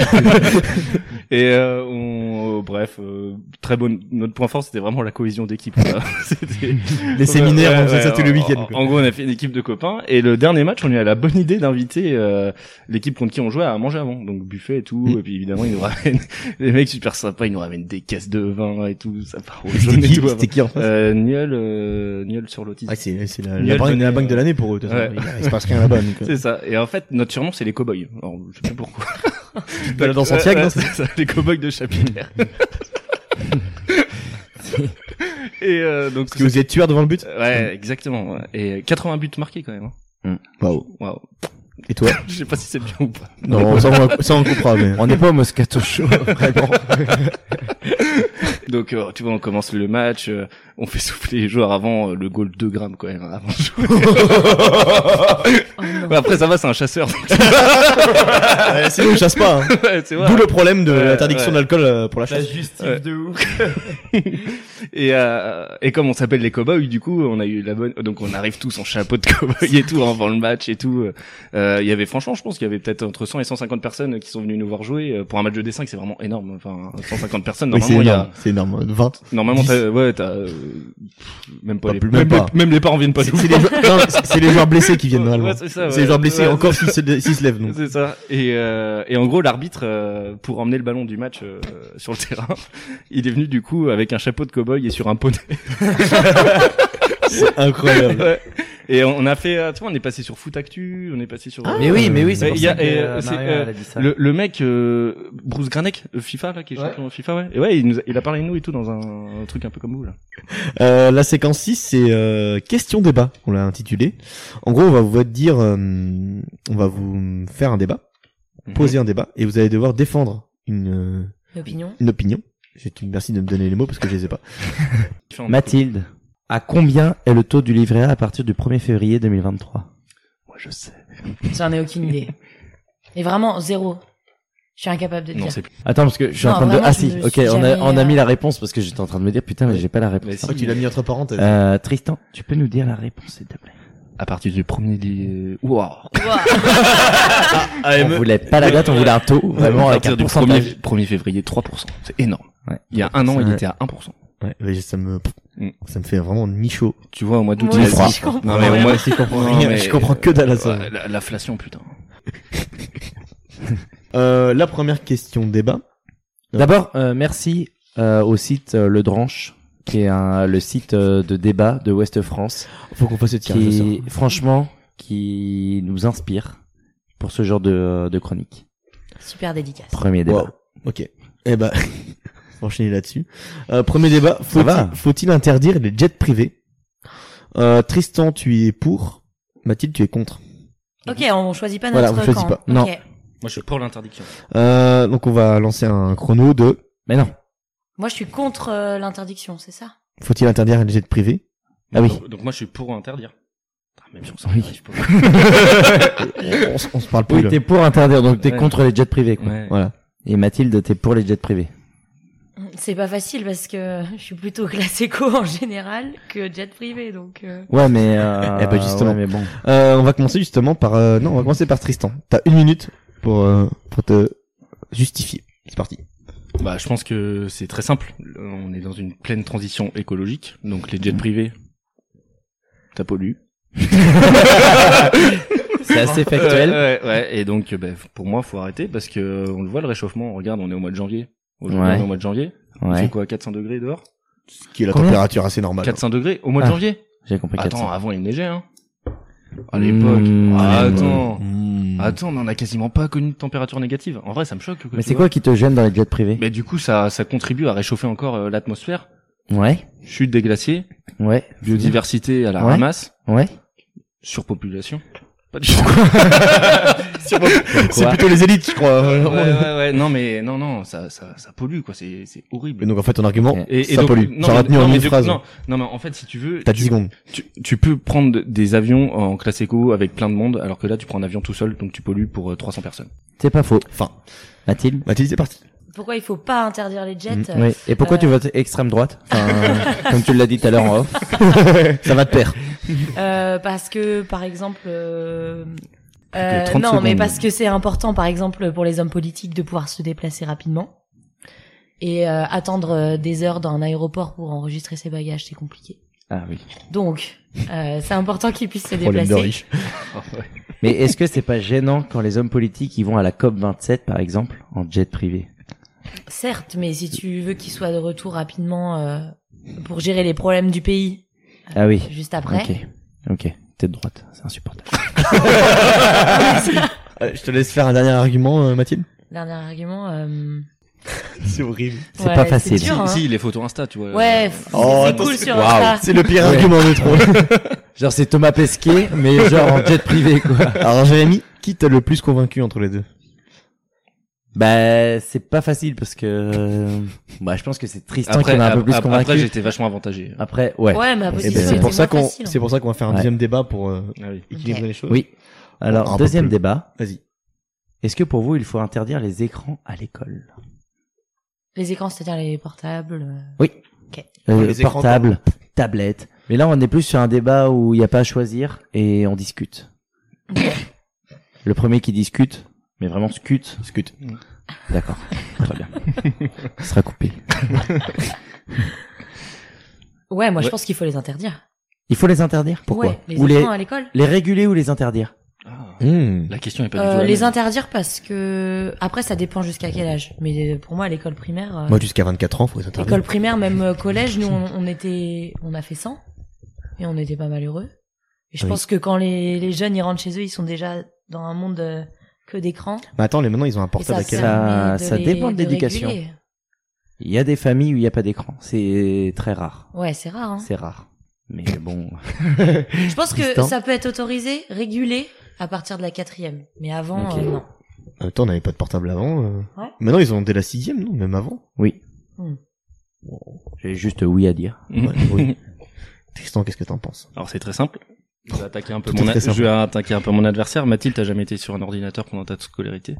[SPEAKER 5] Et euh, on, euh, bref, euh, très bonne. Notre point fort, c'était vraiment la cohésion d'équipe. quoi. C'était-
[SPEAKER 1] Les séminaires, on faisait ça tous les
[SPEAKER 5] en-
[SPEAKER 1] week-ends,
[SPEAKER 5] En,
[SPEAKER 1] quoi.
[SPEAKER 5] en gros, on a fait une équipe de copains. Et le dernier match, on lui a la bonne idée d'inviter euh, l'équipe contre qui on jouait à manger avant. Donc buffet et tout.
[SPEAKER 1] Mm.
[SPEAKER 5] Et puis évidemment, ils nous ramènent les mecs super sympas. Ils nous ramènent des caisses de vin et tout. Ça part au jaune
[SPEAKER 1] C'était
[SPEAKER 5] et
[SPEAKER 1] qui,
[SPEAKER 5] tout.
[SPEAKER 1] c'était qui en face
[SPEAKER 5] Euh, Niel, euh, Niel sur l'autisme.
[SPEAKER 1] Ah, c'est, c'est la,
[SPEAKER 5] Niel
[SPEAKER 1] la, banque-
[SPEAKER 5] venait-
[SPEAKER 1] la banque de l'année pour eux, de toute façon.
[SPEAKER 5] Ouais.
[SPEAKER 1] Il, il se passe rien là-bas, donc. euh,
[SPEAKER 5] C'est ça. Et en fait, notre surnom, c'est les cowboys. Alors, je sais plus pourquoi. Tu
[SPEAKER 1] te balades en Santiago, non,
[SPEAKER 5] c'est ça, les cowboys de Chapinaire. Et euh, donc,
[SPEAKER 1] Parce que vous êtes tueur devant le but
[SPEAKER 5] ouais, exactement. ouais. Et 80 buts marqués quand même. hein.
[SPEAKER 1] Hmm. Waouh.
[SPEAKER 5] Waouh.
[SPEAKER 1] Et toi
[SPEAKER 5] Je sais pas si c'est bien ou pas.
[SPEAKER 1] Non, ça on, ça on comprend, mais.
[SPEAKER 3] On n'est pas au Moscato Show, vraiment.
[SPEAKER 5] Donc, euh, tu vois, on commence le match, euh, on fait souffler les joueurs avant euh, le goal 2 grammes quand même, hein, avant de jouer.
[SPEAKER 4] Oh non.
[SPEAKER 5] Ouais, après, ça va, c'est un chasseur.
[SPEAKER 1] Euh, sinon, on chasse pas. hein.
[SPEAKER 5] Ouais, tu vois.
[SPEAKER 1] D'où le problème de
[SPEAKER 5] Ouais,
[SPEAKER 1] l'interdiction
[SPEAKER 5] ouais.
[SPEAKER 1] de l'alcool euh, pour la chasse.
[SPEAKER 5] justice de ouf. et, euh, et comme on s'appelle les cowboys, du coup, on a eu la bonne. Donc on arrive tous en chapeau de cowboy et tout avant le match et tout. Euh, Il y avait franchement, je pense qu'il y avait peut-être entre 100 et 150 personnes qui sont venues nous voir jouer Euh, pour un match de dessin. C'est vraiment énorme. Enfin, 150 personnes
[SPEAKER 1] Oui, c'est
[SPEAKER 5] normalement. il y a-
[SPEAKER 1] énorme. C'est énorme. 20.
[SPEAKER 5] Normalement,
[SPEAKER 1] Dix.
[SPEAKER 5] t'as, ouais, t'as euh, pff, même pas,
[SPEAKER 1] Pas
[SPEAKER 5] les,
[SPEAKER 1] plus,
[SPEAKER 5] même,
[SPEAKER 1] même pas.
[SPEAKER 5] Les, même les parents viennent pas
[SPEAKER 1] C'est
[SPEAKER 5] nous
[SPEAKER 1] c'est les, joueurs- non, c'est- c'est les joueurs blessés qui viennent
[SPEAKER 5] Ouais,
[SPEAKER 1] normalement.
[SPEAKER 5] ouais, c'est ça, ouais.
[SPEAKER 1] les joueurs blessés
[SPEAKER 5] Ouais,
[SPEAKER 1] encore s'ils se, s'ils se lèvent. Donc.
[SPEAKER 5] C'est ça. Et, euh, et en gros, l'arbitre, euh, pour emmener le ballon du match euh, sur le terrain, il est venu du coup avec un chapeau de cow-boy et sur un poney.
[SPEAKER 1] C'est incroyable.
[SPEAKER 5] Ouais. Et on on a fait, euh, tu vois, on est passé sur Foot Actu, on est passé sur.
[SPEAKER 3] mais oui, mais oui,
[SPEAKER 5] Mais
[SPEAKER 3] Ah. c'est pour
[SPEAKER 5] il y
[SPEAKER 3] ça
[SPEAKER 5] a-
[SPEAKER 3] que
[SPEAKER 5] et,
[SPEAKER 3] euh,
[SPEAKER 5] c'est,
[SPEAKER 3] Maria,
[SPEAKER 5] euh,
[SPEAKER 3] elle a dit ça.
[SPEAKER 5] Le, le mec euh, Bruce Granek, euh, FIFA là, qui est champion FIFA, ouais. Et ouais, il, nous a, il a parlé de nous et tout dans un, un truc un peu comme vous là.
[SPEAKER 1] Euh, la séquence 6, c'est euh, question débat. On l'a intitulé. En gros, on va vous dire, euh, on va vous faire un débat, poser un débat, et vous allez devoir défendre une,
[SPEAKER 4] Une opinion?
[SPEAKER 1] euh, une opinion. Je te merci de me donner les mots parce que je les ai pas.
[SPEAKER 5] Différents-
[SPEAKER 3] Mathilde, à combien est le taux du livret A à partir du 1er février 2023
[SPEAKER 5] Moi, je sais.
[SPEAKER 4] J'en ai aucune idée. Et vraiment, zéro. Je suis incapable de
[SPEAKER 5] Non,
[SPEAKER 4] dire.
[SPEAKER 5] c'est plus.
[SPEAKER 3] Attends, parce que je suis
[SPEAKER 4] Non,
[SPEAKER 3] en train de...
[SPEAKER 4] vraiment,
[SPEAKER 3] Ah
[SPEAKER 4] je
[SPEAKER 3] si,
[SPEAKER 4] me
[SPEAKER 3] ok,
[SPEAKER 4] suis
[SPEAKER 3] on a,
[SPEAKER 4] jamais,
[SPEAKER 3] on a
[SPEAKER 4] euh,
[SPEAKER 3] mis la réponse parce que j'étais en train de me dire, putain, mais j'ai pas la
[SPEAKER 5] Mais
[SPEAKER 3] réponse.
[SPEAKER 5] si,
[SPEAKER 1] tu l'as mis entre parenthèses.
[SPEAKER 3] Euh, Tristan, tu peux nous dire la réponse, s'il te plaît
[SPEAKER 5] à partir du premier lit. Wow.
[SPEAKER 4] Ouah.
[SPEAKER 5] Ah,
[SPEAKER 3] On voulait pas la date, on voulait un taux, vraiment,
[SPEAKER 5] à
[SPEAKER 3] avec un
[SPEAKER 5] E. partir du 1er,
[SPEAKER 3] pourcentage.
[SPEAKER 5] 1er février, 3%. C'est énorme.
[SPEAKER 3] Ouais.
[SPEAKER 5] Il y a un an, il
[SPEAKER 3] Ouais.
[SPEAKER 5] était à 1%.
[SPEAKER 1] Euh, Ouais, mais ça me,
[SPEAKER 5] Mm.
[SPEAKER 1] ça me fait vraiment ni chaud.
[SPEAKER 5] Tu vois, au mois d'août,
[SPEAKER 4] Moi
[SPEAKER 5] il y a
[SPEAKER 4] aussi,
[SPEAKER 5] froid.
[SPEAKER 4] je comprends
[SPEAKER 5] Non, mais au
[SPEAKER 4] rien.
[SPEAKER 5] mois
[SPEAKER 1] je comprends
[SPEAKER 5] Non,
[SPEAKER 1] rien,
[SPEAKER 5] mais-
[SPEAKER 1] je comprends que dalle à ça.
[SPEAKER 5] Ouais, la- L'inflation, putain.
[SPEAKER 1] Euh, la première question débat.
[SPEAKER 3] D'abord, euh, merci euh, au site euh, Le Dranche, qui est un, le site euh, de débat de Ouest France,
[SPEAKER 1] Faut qu'on fasse ce tirage au sort.
[SPEAKER 3] qui, franchement, qui nous inspire pour ce genre de, de chronique.
[SPEAKER 4] Super dédicace.
[SPEAKER 3] Premier débat.
[SPEAKER 1] Wow. Ok. Eh ben, on va enchaîner là-dessus. Euh, premier débat.
[SPEAKER 3] va.
[SPEAKER 1] Faut-il faut-il interdire les jets privés euh, Tristan, tu es pour. Mathilde, tu es contre.
[SPEAKER 4] Ok, on choisit pas
[SPEAKER 1] Voilà,
[SPEAKER 4] notre
[SPEAKER 1] on choisit
[SPEAKER 4] camp.
[SPEAKER 1] pas. Non.
[SPEAKER 4] Ok.
[SPEAKER 5] Moi, je suis pour l'interdiction.
[SPEAKER 1] Euh, donc on va lancer un chrono de.
[SPEAKER 3] Mais non.
[SPEAKER 4] Moi, je suis contre euh, l'interdiction, c'est ça
[SPEAKER 1] Faut-il interdire les jets privés Ah oui.
[SPEAKER 5] Donc, donc moi, je suis pour interdire. Ah, Même si on s'en
[SPEAKER 3] Oui.
[SPEAKER 5] arrive pas.
[SPEAKER 1] on, on s- on se parle plus.
[SPEAKER 3] Oui,
[SPEAKER 1] là.
[SPEAKER 3] t'es pour interdire, donc t'es
[SPEAKER 5] Ouais.
[SPEAKER 3] contre les jets privés, quoi.
[SPEAKER 5] Ouais.
[SPEAKER 3] Voilà. Et Mathilde, t'es pour les jets privés.
[SPEAKER 4] c'est pas facile parce que je suis plutôt classico en général que jet privé, donc. euh,
[SPEAKER 3] Ouais, mais. euh,
[SPEAKER 10] Eh ben, justement.
[SPEAKER 3] ouais, mais bon.
[SPEAKER 10] Euh, on va commencer justement par. euh, non, on va commencer par Tristan. T'as une minute pour euh, pour te justifier. C'est parti.
[SPEAKER 5] Bah, je pense que c'est très simple. Le- On est dans une pleine transition écologique, donc les jets
[SPEAKER 3] Mhm.
[SPEAKER 5] privés, ça pollue.
[SPEAKER 3] C'est assez factuel.
[SPEAKER 5] Ouais, ouais, ouais. Et donc, euh, bah, pour moi, faut arrêter parce que euh, on le voit le réchauffement. On regarde, on est au mois de janvier. Aujourd'hui,
[SPEAKER 3] Ouais.
[SPEAKER 5] on est au mois de janvier.
[SPEAKER 3] Ouais.
[SPEAKER 5] Il fait quoi, 400 degrés dehors
[SPEAKER 10] Qui est la
[SPEAKER 3] Combien
[SPEAKER 10] température assez normale.
[SPEAKER 5] 400 degrés au mois de
[SPEAKER 3] Ah,
[SPEAKER 5] janvier.
[SPEAKER 3] J'ai compris
[SPEAKER 5] Attends,
[SPEAKER 3] 400.
[SPEAKER 5] avant il neigeait, hein. À l'époque.
[SPEAKER 3] Mmh.
[SPEAKER 5] Ah, attends.
[SPEAKER 3] Hmm.
[SPEAKER 10] Mmh.
[SPEAKER 5] Attends, mais on a quasiment pas connu de température négative. En vrai, ça me choque. que
[SPEAKER 3] Mais
[SPEAKER 5] tu
[SPEAKER 3] c'est
[SPEAKER 5] vois.
[SPEAKER 3] quoi qui te gêne dans les jets privés
[SPEAKER 5] Mais du coup, ça, ça contribue à réchauffer encore euh, l'atmosphère.
[SPEAKER 3] Ouais,
[SPEAKER 5] Chute des glaciers,
[SPEAKER 3] ouais.
[SPEAKER 5] biodiversité à la
[SPEAKER 3] Ouais.
[SPEAKER 5] ramasse,
[SPEAKER 3] Ouais.
[SPEAKER 5] surpopulation. Pas du tout.
[SPEAKER 10] C'est plutôt les élites, je crois. euh,
[SPEAKER 5] Ouais, ouais, ouais. Non, mais non, non, ça, ça, ça pollue, quoi. C'est, c'est horrible.
[SPEAKER 10] Et donc en fait ton argument,
[SPEAKER 3] Ok.
[SPEAKER 5] Et, et
[SPEAKER 10] ça
[SPEAKER 5] donc,
[SPEAKER 10] pollue.
[SPEAKER 5] non,
[SPEAKER 10] Ça
[SPEAKER 5] mais-
[SPEAKER 10] retenu
[SPEAKER 5] non,
[SPEAKER 10] en
[SPEAKER 5] mais
[SPEAKER 10] une
[SPEAKER 5] du-
[SPEAKER 10] phrase.
[SPEAKER 5] Non, non, mais en fait, si tu veux,
[SPEAKER 10] T'as
[SPEAKER 5] tu,
[SPEAKER 10] 10 secondes.
[SPEAKER 5] tu, tu peux prendre des avions en classe éco avec plein de monde, alors que là, tu prends un avion tout seul, donc tu pollues pour euh, 300 personnes.
[SPEAKER 3] C'est pas faux.
[SPEAKER 10] Enfin,
[SPEAKER 3] Mathilde
[SPEAKER 10] Mathilde, c'est parti.
[SPEAKER 4] Pourquoi il faut pas interdire les jets euh,
[SPEAKER 3] Oui. Et pourquoi
[SPEAKER 4] euh,
[SPEAKER 3] tu votes extrême droite Enfin, euh, Comme tu l'as dit tout à l'heure en off. ça va de pair.
[SPEAKER 4] Euh, parce que par exemple euh, euh,
[SPEAKER 3] 30
[SPEAKER 4] non mais
[SPEAKER 3] secondes.
[SPEAKER 4] parce que c'est important par exemple pour les hommes politiques de pouvoir se déplacer rapidement et euh, attendre euh, des heures dans un aéroport pour enregistrer ses bagages c'est compliqué
[SPEAKER 3] Ah oui.
[SPEAKER 4] donc euh, c'est important qu'ils puissent se
[SPEAKER 10] Problème de
[SPEAKER 4] déplacer
[SPEAKER 10] riche.
[SPEAKER 5] Ah,
[SPEAKER 3] Mais est-ce que c'est pas gênant quand les hommes politiques ils vont à la COP 27 par exemple en jet privé
[SPEAKER 4] certes mais si tu veux qu'ils soient de retour rapidement euh, pour gérer les problèmes du pays euh,
[SPEAKER 3] Ah oui.
[SPEAKER 4] juste après
[SPEAKER 3] Ok. Ok. T'es de droite, c'est insupportable.
[SPEAKER 10] Euh, je te laisse faire un dernier argument, euh, Mathilde.
[SPEAKER 4] dernier argument euh,
[SPEAKER 10] C'est horrible.
[SPEAKER 3] C'est pas facile.
[SPEAKER 4] dur, hein.
[SPEAKER 5] Si, les photos Insta, tu vois.
[SPEAKER 4] ouais
[SPEAKER 5] euh,
[SPEAKER 4] c'est
[SPEAKER 10] Oh,
[SPEAKER 4] c'est
[SPEAKER 10] attention.
[SPEAKER 4] cool sur
[SPEAKER 10] Waouh.
[SPEAKER 4] Insta.
[SPEAKER 10] C'est le pire
[SPEAKER 3] Ouais.
[SPEAKER 10] argument de trop.
[SPEAKER 3] Genre c'est Thomas Pesquet mais genre en jet privé quoi.
[SPEAKER 10] Alors Jérémy, qui t'a le plus convaincu entre les deux
[SPEAKER 3] Bah c'est pas facile parce que bah je pense que c'est Tristan
[SPEAKER 5] Après,
[SPEAKER 3] qui m'a un peu plus
[SPEAKER 5] ap-
[SPEAKER 3] convaincu.
[SPEAKER 5] après, j'étais vachement avantagé.
[SPEAKER 10] Ah.
[SPEAKER 3] Après, ouais.
[SPEAKER 4] ouais ma
[SPEAKER 10] Eh
[SPEAKER 4] position
[SPEAKER 10] ben, C'est
[SPEAKER 4] était
[SPEAKER 10] pour ça
[SPEAKER 4] moins
[SPEAKER 10] qu'on,
[SPEAKER 4] facile. hein.
[SPEAKER 10] c'est pour ça qu'on va faire un
[SPEAKER 3] Ouais.
[SPEAKER 10] deuxième débat pour euh,
[SPEAKER 5] Ah oui.
[SPEAKER 10] équilibrer
[SPEAKER 4] Ok.
[SPEAKER 10] les choses.
[SPEAKER 3] Oui.
[SPEAKER 10] Un
[SPEAKER 3] Alors
[SPEAKER 10] peu
[SPEAKER 3] deuxième
[SPEAKER 10] plus.
[SPEAKER 3] débat.
[SPEAKER 10] Vas-y.
[SPEAKER 3] Est-ce que pour vous il faut interdire les écrans à l'école
[SPEAKER 4] Les écrans, c'est-à-dire les portables. euh,
[SPEAKER 3] euh,
[SPEAKER 10] les écrans,
[SPEAKER 3] Portable, tablette. Mais là on est plus sur un débat où il n'y a pas à choisir et on discute. Le premier qui discute, mais vraiment scute. Scute. D'accord. Très bien. Ce sera coupé.
[SPEAKER 4] Ouais, moi je
[SPEAKER 5] Ouais.
[SPEAKER 4] pense qu'il faut les interdire.
[SPEAKER 3] Il faut les interdire. Pourquoi
[SPEAKER 4] ouais, les
[SPEAKER 3] Ou les
[SPEAKER 4] écrans euh. à l'école.
[SPEAKER 3] les réguler ou les interdire
[SPEAKER 5] Ah,
[SPEAKER 10] Mmh.
[SPEAKER 5] la question est pas du tout.
[SPEAKER 4] Euh,
[SPEAKER 5] la
[SPEAKER 4] les
[SPEAKER 5] même.
[SPEAKER 4] interdire parce que après ça dépend jusqu'à quel âge. Mais euh, pour moi, à l'école primaire, euh,
[SPEAKER 10] Moi jusqu'à 24 ans, faut les interdire.
[SPEAKER 4] école primaire, même euh, collège, nous on, on était, on a fait 100 et on était pas malheureux. Et je
[SPEAKER 10] Oui.
[SPEAKER 4] pense que quand les, les jeunes ils rentrent chez eux, ils sont déjà dans un monde euh, que d'écran.
[SPEAKER 10] Mais attends, les maintenant ils ont un portable à
[SPEAKER 4] et
[SPEAKER 10] quel
[SPEAKER 3] sert.
[SPEAKER 10] âge
[SPEAKER 4] permet
[SPEAKER 3] Ça- ça
[SPEAKER 4] les-
[SPEAKER 3] dépend de l'éducation.
[SPEAKER 4] réguler.
[SPEAKER 3] Il y a des familles où il n'y a pas d'écran. C'est très rare.
[SPEAKER 4] Ouais, c'est rare. Hein.
[SPEAKER 3] C'est rare. Mais bon.
[SPEAKER 4] Je pense que
[SPEAKER 3] Tristan.
[SPEAKER 4] ça peut être autorisé, régulé à partir de la quatrième. Mais avant,
[SPEAKER 3] Ok.
[SPEAKER 4] euh, non.
[SPEAKER 10] En même temps, on n'avait pas de portable avant. euh.
[SPEAKER 4] Ouais.
[SPEAKER 10] Maintenant, ils ont dès la sixième, non Même avant.
[SPEAKER 3] Oui.
[SPEAKER 4] Hmm.
[SPEAKER 3] J'ai juste oui à dire.
[SPEAKER 5] Mmh.
[SPEAKER 10] Ouais, oui. Tristan, qu'est-ce que t'en penses
[SPEAKER 5] Alors, c'est très simple. Je vais attaquer un peu
[SPEAKER 10] Tout est
[SPEAKER 5] mon, a-
[SPEAKER 10] très simple.
[SPEAKER 5] je vais attaquer un peu mon adversaire. Mathilde, t'as jamais été sur un ordinateur pendant ta scolarité?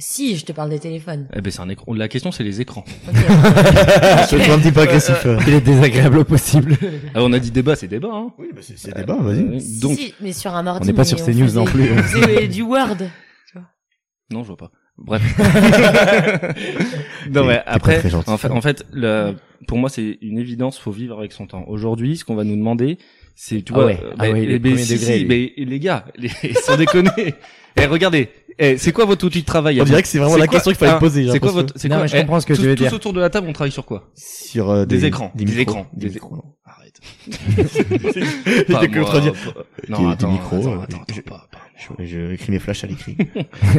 [SPEAKER 4] Si, je te parle des téléphones.
[SPEAKER 5] Eh ben, c'est un écran. La question, c'est les écrans.
[SPEAKER 4] Ok.
[SPEAKER 10] Je te un petit peu agressif. euh.
[SPEAKER 3] Il est désagréable au possible.
[SPEAKER 5] Ah, on a dit débat, c'est débat, hein.
[SPEAKER 10] Oui, bah c'est c'est débat, vas-y.
[SPEAKER 5] Euh, Donc,
[SPEAKER 4] Si, mais sur un ordi.
[SPEAKER 3] On n'est pas
[SPEAKER 4] mais
[SPEAKER 3] sur CNews
[SPEAKER 4] faisait-
[SPEAKER 3] non plus.
[SPEAKER 4] on faisait euh, du Word.
[SPEAKER 5] Non, je vois pas. Bref. non,
[SPEAKER 10] T'es- t'es
[SPEAKER 5] mais
[SPEAKER 10] pas
[SPEAKER 5] après,
[SPEAKER 10] très gentil,
[SPEAKER 5] en fait,
[SPEAKER 10] hein.
[SPEAKER 5] en fait le- pour moi, c'est une évidence, faut vivre avec son temps. Aujourd'hui, ce qu'on va nous demander, c'est, tu
[SPEAKER 3] Ah
[SPEAKER 5] vois,
[SPEAKER 3] ouais,
[SPEAKER 5] euh,
[SPEAKER 3] ah
[SPEAKER 5] mais-
[SPEAKER 3] ouais, les
[SPEAKER 5] mais
[SPEAKER 3] premiers
[SPEAKER 5] si,
[SPEAKER 3] degrés,
[SPEAKER 5] si,
[SPEAKER 3] lui.
[SPEAKER 5] mais les gars, les, sans déconner. Eh, regardez. Eh, c'est quoi votre outil de travail
[SPEAKER 10] On
[SPEAKER 5] à vous
[SPEAKER 10] dirait que c'est vraiment la
[SPEAKER 5] quoi-
[SPEAKER 10] question qu'il fallait
[SPEAKER 5] hein,
[SPEAKER 10] poser. j'ai
[SPEAKER 5] C'est quoi
[SPEAKER 10] l'impression.
[SPEAKER 5] votre, c'est
[SPEAKER 3] Non,
[SPEAKER 5] quoi,
[SPEAKER 3] mais je
[SPEAKER 5] eh,
[SPEAKER 3] comprends ce que
[SPEAKER 5] tous-
[SPEAKER 3] tu veux
[SPEAKER 5] tous
[SPEAKER 3] dire.
[SPEAKER 5] autour de la table, on travaille sur quoi?
[SPEAKER 10] sur euh,
[SPEAKER 5] Des écrans,
[SPEAKER 10] des,
[SPEAKER 5] des
[SPEAKER 10] micros,
[SPEAKER 5] écrans,
[SPEAKER 10] des
[SPEAKER 5] des-
[SPEAKER 10] micros.
[SPEAKER 5] Arrête.
[SPEAKER 10] Pas
[SPEAKER 5] Pas
[SPEAKER 10] que
[SPEAKER 5] moi,
[SPEAKER 10] contredire.
[SPEAKER 5] pas-
[SPEAKER 10] Des-
[SPEAKER 5] Non,
[SPEAKER 10] des
[SPEAKER 5] attends,
[SPEAKER 10] micros,
[SPEAKER 5] attends,
[SPEAKER 10] euh,
[SPEAKER 5] attends,
[SPEAKER 10] je-
[SPEAKER 5] attends, pas- pas-
[SPEAKER 10] Je, je écris mes flashs à l'écrit.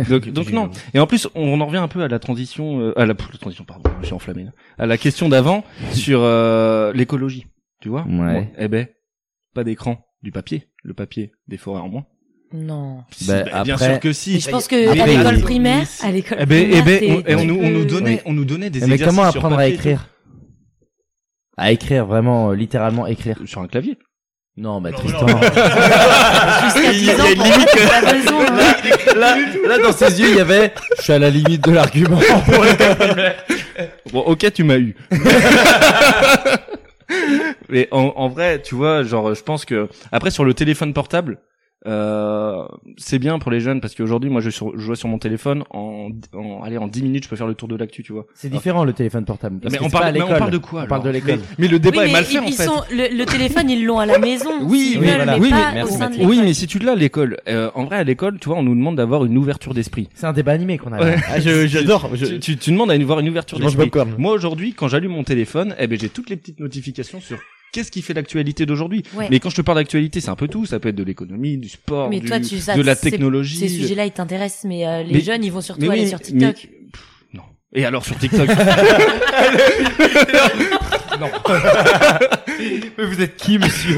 [SPEAKER 5] Donc, donc non. Et en plus, on en revient un peu à la transition, euh, à la, la transition, pardon, je suis enflammé là. À la question d'avant sur euh, l'écologie, tu vois
[SPEAKER 3] Ouais.
[SPEAKER 5] Moi, Eh ben, pas d'écran, du papier, le papier des forêts en moins.
[SPEAKER 4] Non.
[SPEAKER 5] Si,
[SPEAKER 3] Ben,
[SPEAKER 5] ben, Bien
[SPEAKER 3] après-
[SPEAKER 5] sûr que
[SPEAKER 4] Mais
[SPEAKER 5] si.
[SPEAKER 4] je pense que
[SPEAKER 5] Après,
[SPEAKER 4] à l'école
[SPEAKER 5] oui.
[SPEAKER 4] primaire, à l'école
[SPEAKER 5] Eh ben, eh
[SPEAKER 4] primaire,
[SPEAKER 5] ben,
[SPEAKER 4] t'es-
[SPEAKER 5] on, et on
[SPEAKER 4] tu
[SPEAKER 5] nous, on
[SPEAKER 4] peux-
[SPEAKER 5] nous donnait,
[SPEAKER 3] Oui.
[SPEAKER 5] on nous donnait des
[SPEAKER 3] Mais
[SPEAKER 5] exercices
[SPEAKER 3] comment
[SPEAKER 5] sur
[SPEAKER 3] apprendre à
[SPEAKER 5] papier et tout.
[SPEAKER 3] écrire À écrire vraiment, euh, littéralement écrire.
[SPEAKER 5] sur un clavier
[SPEAKER 3] Non, bah
[SPEAKER 5] Non,
[SPEAKER 3] Tristan.
[SPEAKER 5] non, non. Jusqu'à Il y 10 ans, a pour limite moi, que- t'as raison, hein.
[SPEAKER 3] là, là, dans ses yeux, il y avait. Je suis à la limite de l'argument.
[SPEAKER 5] Bon, ok, tu m'as eu. Mais en, en vrai, tu vois, genre, je pense que après sur le téléphone portable, euh, c'est bien pour les jeunes parce qu'aujourd'hui, moi, je, sur- je vois sur mon téléphone en, en allez en 10 minutes, je peux faire le tour de l'actu, tu vois.
[SPEAKER 3] C'est différent le téléphone portable. Parce
[SPEAKER 5] mais
[SPEAKER 3] que
[SPEAKER 5] on
[SPEAKER 3] c'est pas à
[SPEAKER 5] parle, mais on
[SPEAKER 3] l'école.
[SPEAKER 5] parle de quoi
[SPEAKER 3] On parle de
[SPEAKER 5] alors
[SPEAKER 3] l'école.
[SPEAKER 5] Mais, mais le débat
[SPEAKER 4] Oui,
[SPEAKER 5] est
[SPEAKER 4] mais
[SPEAKER 5] mal fait
[SPEAKER 4] ils,
[SPEAKER 5] en
[SPEAKER 4] ils
[SPEAKER 5] fait.
[SPEAKER 4] sont- le, le téléphone, ils l'ont à la maison.
[SPEAKER 5] Oui,
[SPEAKER 4] s'ils
[SPEAKER 5] oui,
[SPEAKER 4] veulent,
[SPEAKER 5] voilà.
[SPEAKER 4] mais
[SPEAKER 5] oui,
[SPEAKER 4] pas
[SPEAKER 5] mais,
[SPEAKER 4] au sein de
[SPEAKER 5] oui,
[SPEAKER 4] l'école.
[SPEAKER 5] mais si tu l'as à l'école, euh, en vrai à l'école, tu vois, on nous demande d'avoir une ouverture d'esprit.
[SPEAKER 3] C'est un débat animé qu'on a. là.
[SPEAKER 5] Ouais.
[SPEAKER 10] Ah,
[SPEAKER 5] Ah,
[SPEAKER 10] j'adore.
[SPEAKER 5] Tu, tu, tu demandes à une- voir une ouverture
[SPEAKER 10] Je mange
[SPEAKER 5] d'esprit.
[SPEAKER 10] popcorn.
[SPEAKER 5] Moi aujourd'hui, quand j'allume mon téléphone, eh ben j'ai toutes les petites notifications sur qu'est-ce qui fait l'actualité d'aujourd'hui.
[SPEAKER 4] Ouais.
[SPEAKER 5] Mais quand je te parle d'actualité, c'est un peu tout. Ça peut être de l'économie, du sport,
[SPEAKER 4] Mais
[SPEAKER 5] du-
[SPEAKER 4] toi, tu ça,
[SPEAKER 5] de la
[SPEAKER 4] ces-
[SPEAKER 5] technologie.
[SPEAKER 4] Ces sujets-là, ils t'intéressent, mais euh, les
[SPEAKER 5] Mais-
[SPEAKER 4] jeunes, ils vont surtout
[SPEAKER 5] mais oui,
[SPEAKER 4] aller sur TikTok.
[SPEAKER 5] mais- pff, non. Et alors sur TikTok Non.
[SPEAKER 3] Mais vous êtes qui, monsieur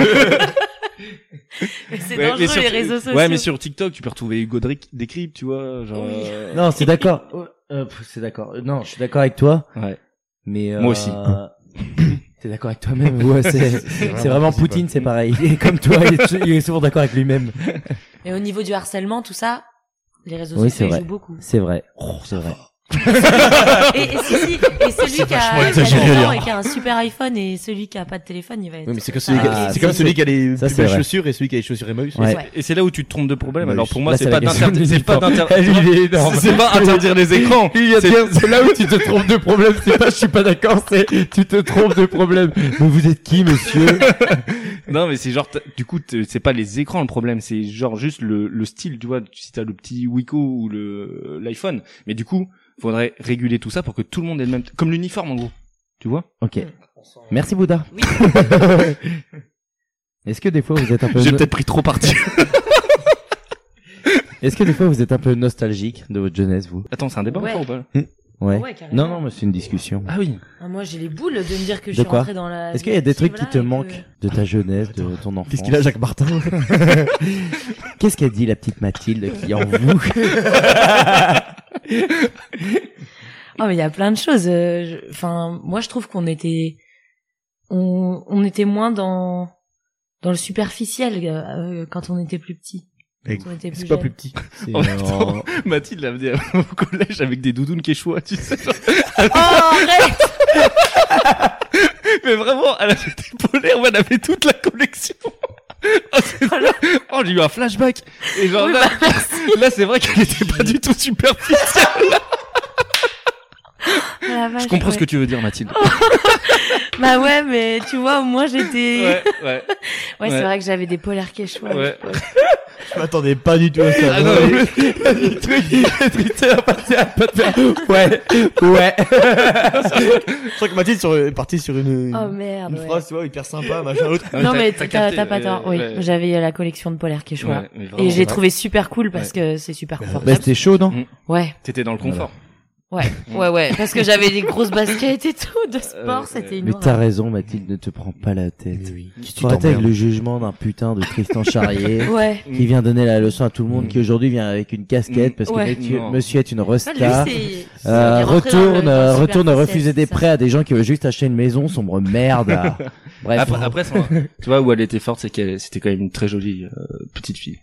[SPEAKER 4] Mais c'est
[SPEAKER 5] Ouais,
[SPEAKER 4] dangereux,
[SPEAKER 5] mais sur-
[SPEAKER 4] les réseaux sociaux.
[SPEAKER 5] Ouais, mais sur TikTok, tu peux retrouver Hugo Dric- des clips, tu vois. Genre, euh,
[SPEAKER 3] Non, c'est d'accord. Oh, euh, pff, c'est d'accord. Euh, Non, je suis d'accord avec toi.
[SPEAKER 5] Ouais.
[SPEAKER 3] Mais euh,
[SPEAKER 5] Moi aussi.
[SPEAKER 3] T'es d'accord avec toi-même Ouais, c'est
[SPEAKER 10] C'est vraiment
[SPEAKER 3] c'est vraiment
[SPEAKER 10] possible.
[SPEAKER 3] Poutine, c'est pareil. Et comme toi, il est, il est souvent d'accord avec lui-même.
[SPEAKER 4] Et au niveau du harcèlement, tout ça, les réseaux
[SPEAKER 3] Oui, c'est
[SPEAKER 4] sociaux ils
[SPEAKER 3] vrai.
[SPEAKER 4] jouent beaucoup.
[SPEAKER 3] C'est vrai.
[SPEAKER 5] Oh,
[SPEAKER 3] c'est vrai.
[SPEAKER 4] et, et si, si, et celui qui
[SPEAKER 10] vachement
[SPEAKER 4] a, qui a
[SPEAKER 10] exagéré,
[SPEAKER 4] des dents
[SPEAKER 10] hein.
[SPEAKER 4] et qui a un super iPhone et celui qui a pas de téléphone, il va être.
[SPEAKER 10] Oui, mais c'est comme celui, qui a-
[SPEAKER 3] Ah,
[SPEAKER 10] c'est
[SPEAKER 3] ça,
[SPEAKER 10] comme celui
[SPEAKER 3] c'est-
[SPEAKER 10] qui a les
[SPEAKER 3] ça,
[SPEAKER 10] plus
[SPEAKER 3] c'est
[SPEAKER 10] belles
[SPEAKER 3] vrai.
[SPEAKER 10] chaussures et celui qui a les chaussures Emmaüs.
[SPEAKER 3] Ouais.
[SPEAKER 5] Et c'est là où tu te trompes de problème.
[SPEAKER 10] Bah,
[SPEAKER 5] Alors
[SPEAKER 10] je-
[SPEAKER 5] pour moi,
[SPEAKER 3] là,
[SPEAKER 5] c'est
[SPEAKER 3] c'est
[SPEAKER 5] pas
[SPEAKER 3] la question
[SPEAKER 5] d'interdire,
[SPEAKER 3] de
[SPEAKER 5] c'est pas
[SPEAKER 3] l'uniforme.
[SPEAKER 5] d'interdire,
[SPEAKER 3] Elle, Ah, il est énorme.
[SPEAKER 5] c'est pas interdire les écrans.
[SPEAKER 3] Il y a
[SPEAKER 5] C'est-
[SPEAKER 3] bien- c'est là où tu te trompes de problème. C'est pas je suis pas d'accord, c'est tu te trompes de problème. Mais vous êtes qui, monsieur
[SPEAKER 5] Non, mais c'est genre, t'as- du coup, t'es- c'est pas les écrans le problème, c'est genre juste le, le style, tu vois, si t'as le petit Wiko ou le l'iPhone. Mais du coup, faudrait réguler tout ça pour que tout le monde ait le même, comme l'uniforme en gros. Tu vois
[SPEAKER 3] Ok. Merci Bouddha.
[SPEAKER 4] Oui.
[SPEAKER 3] Est-ce que des fois vous êtes un peu
[SPEAKER 5] J'ai peut-être pris trop parti.
[SPEAKER 3] Est-ce que des fois vous êtes un peu nostalgique de votre jeunesse, vous
[SPEAKER 5] Attends, c'est un débat
[SPEAKER 4] Ouais.
[SPEAKER 5] encore ou pas
[SPEAKER 3] Ouais.
[SPEAKER 4] Ouais, carrément.
[SPEAKER 3] non, non, mais c'est une discussion.
[SPEAKER 5] Ah oui.
[SPEAKER 4] Ah, moi, j'ai les boules de me dire que
[SPEAKER 3] De
[SPEAKER 4] je suis
[SPEAKER 3] quoi
[SPEAKER 4] rentrée dans la.
[SPEAKER 3] Est-ce qu'il y a des trucs qui
[SPEAKER 4] là,
[SPEAKER 3] te
[SPEAKER 4] et que-
[SPEAKER 3] manquent de ta jeunesse, de ton enfance
[SPEAKER 10] Qu'est-ce qu'il a, Jacques Martin
[SPEAKER 3] Qu'est-ce qu'a dit la petite Mathilde qui est en vous
[SPEAKER 4] Oh, mais il y a plein de choses. euh, je- Enfin, moi, je trouve qu'on était, on, on était moins dans dans le superficiel euh, euh, quand on était plus petit.
[SPEAKER 10] Mais
[SPEAKER 4] Quand on était
[SPEAKER 10] C'est
[SPEAKER 4] plus
[SPEAKER 10] pas
[SPEAKER 4] jeune.
[SPEAKER 10] plus petit. C'est
[SPEAKER 5] Oh,
[SPEAKER 10] euh,
[SPEAKER 5] attends.
[SPEAKER 10] en-
[SPEAKER 5] Mathilde l'a amené au collège avec des doudounes quechua, tu sais. genre.
[SPEAKER 4] Oh, arrête
[SPEAKER 5] Mais vraiment, elle avait des polaires où elle avait toute la collection. Oh, c'est- oh, j'ai eu un flashback. Et genre
[SPEAKER 4] Oui,
[SPEAKER 5] là,
[SPEAKER 4] bah, merci.
[SPEAKER 5] là c'est vrai qu'elle était pas du tout superficielle.
[SPEAKER 4] Oh la vache,
[SPEAKER 5] Je comprends ce
[SPEAKER 4] ouais.
[SPEAKER 5] que tu veux dire, Mathilde.
[SPEAKER 4] Bah ouais, mais tu vois, moi j'étais. Ouais,
[SPEAKER 5] Ouais, ouais.
[SPEAKER 4] c'est
[SPEAKER 5] Ouais.
[SPEAKER 4] vrai que j'avais des polaires quechua.
[SPEAKER 5] Ouais.
[SPEAKER 10] Je m'attendais pas du tout à ça.
[SPEAKER 5] Ah non,
[SPEAKER 10] Ouais.
[SPEAKER 5] mais-
[SPEAKER 3] Ouais, ouais.
[SPEAKER 10] Je crois que Mathilde sur- est partie sur une,
[SPEAKER 4] Oh merde.
[SPEAKER 10] une
[SPEAKER 4] ouais.
[SPEAKER 10] phrase, tu vois, hyper sympa, machin, autre.
[SPEAKER 4] Non mais
[SPEAKER 5] Ah
[SPEAKER 4] t'as
[SPEAKER 5] t'as capté,
[SPEAKER 4] t'as pas tort.
[SPEAKER 5] euh,
[SPEAKER 4] Oui,
[SPEAKER 5] ouais.
[SPEAKER 4] j'avais euh, la collection de polaires quechua.
[SPEAKER 5] Ouais, mais vraiment, Mm.
[SPEAKER 4] Et je
[SPEAKER 5] ouais.
[SPEAKER 4] l'ai trouvé super cool parce que c'est super
[SPEAKER 3] Bah,
[SPEAKER 4] confortable.
[SPEAKER 3] c'était chaud, non
[SPEAKER 4] Ouais,
[SPEAKER 5] T'étais dans le confort.
[SPEAKER 4] ouais, ouais, ouais. Parce que j'avais des grosses baskets et tout de sport,
[SPEAKER 5] Mm. Euh, ouais.
[SPEAKER 4] c'était une
[SPEAKER 3] Mais t'as
[SPEAKER 4] horreur.
[SPEAKER 3] raison, Mathilde, ne te prends pas la tête.
[SPEAKER 10] oui.
[SPEAKER 3] Tu te avec le jugement d'un putain de Tristan Charrier.
[SPEAKER 4] Ouais.
[SPEAKER 5] Mm.
[SPEAKER 3] Qui vient donner la leçon à tout le monde, qui aujourd'hui vient avec une casquette parce que
[SPEAKER 4] Ouais.
[SPEAKER 3] monsieur,
[SPEAKER 5] Non.
[SPEAKER 3] monsieur est une
[SPEAKER 4] Bah, lui,
[SPEAKER 3] resta.
[SPEAKER 4] c'est- c'est- il
[SPEAKER 3] Euh,
[SPEAKER 4] est rentré dans le-
[SPEAKER 3] retourne,
[SPEAKER 4] dans le
[SPEAKER 3] euh,
[SPEAKER 4] super
[SPEAKER 3] retourne
[SPEAKER 4] social,
[SPEAKER 3] refuser
[SPEAKER 4] c'est
[SPEAKER 3] des
[SPEAKER 4] ça.
[SPEAKER 3] prêts à des gens qui veulent juste acheter une maison, sombre merde. ah. Bref.
[SPEAKER 5] Après, après ça, tu vois, où elle était forte, c'est qu'elle c'était quand même une très jolie euh, petite fille.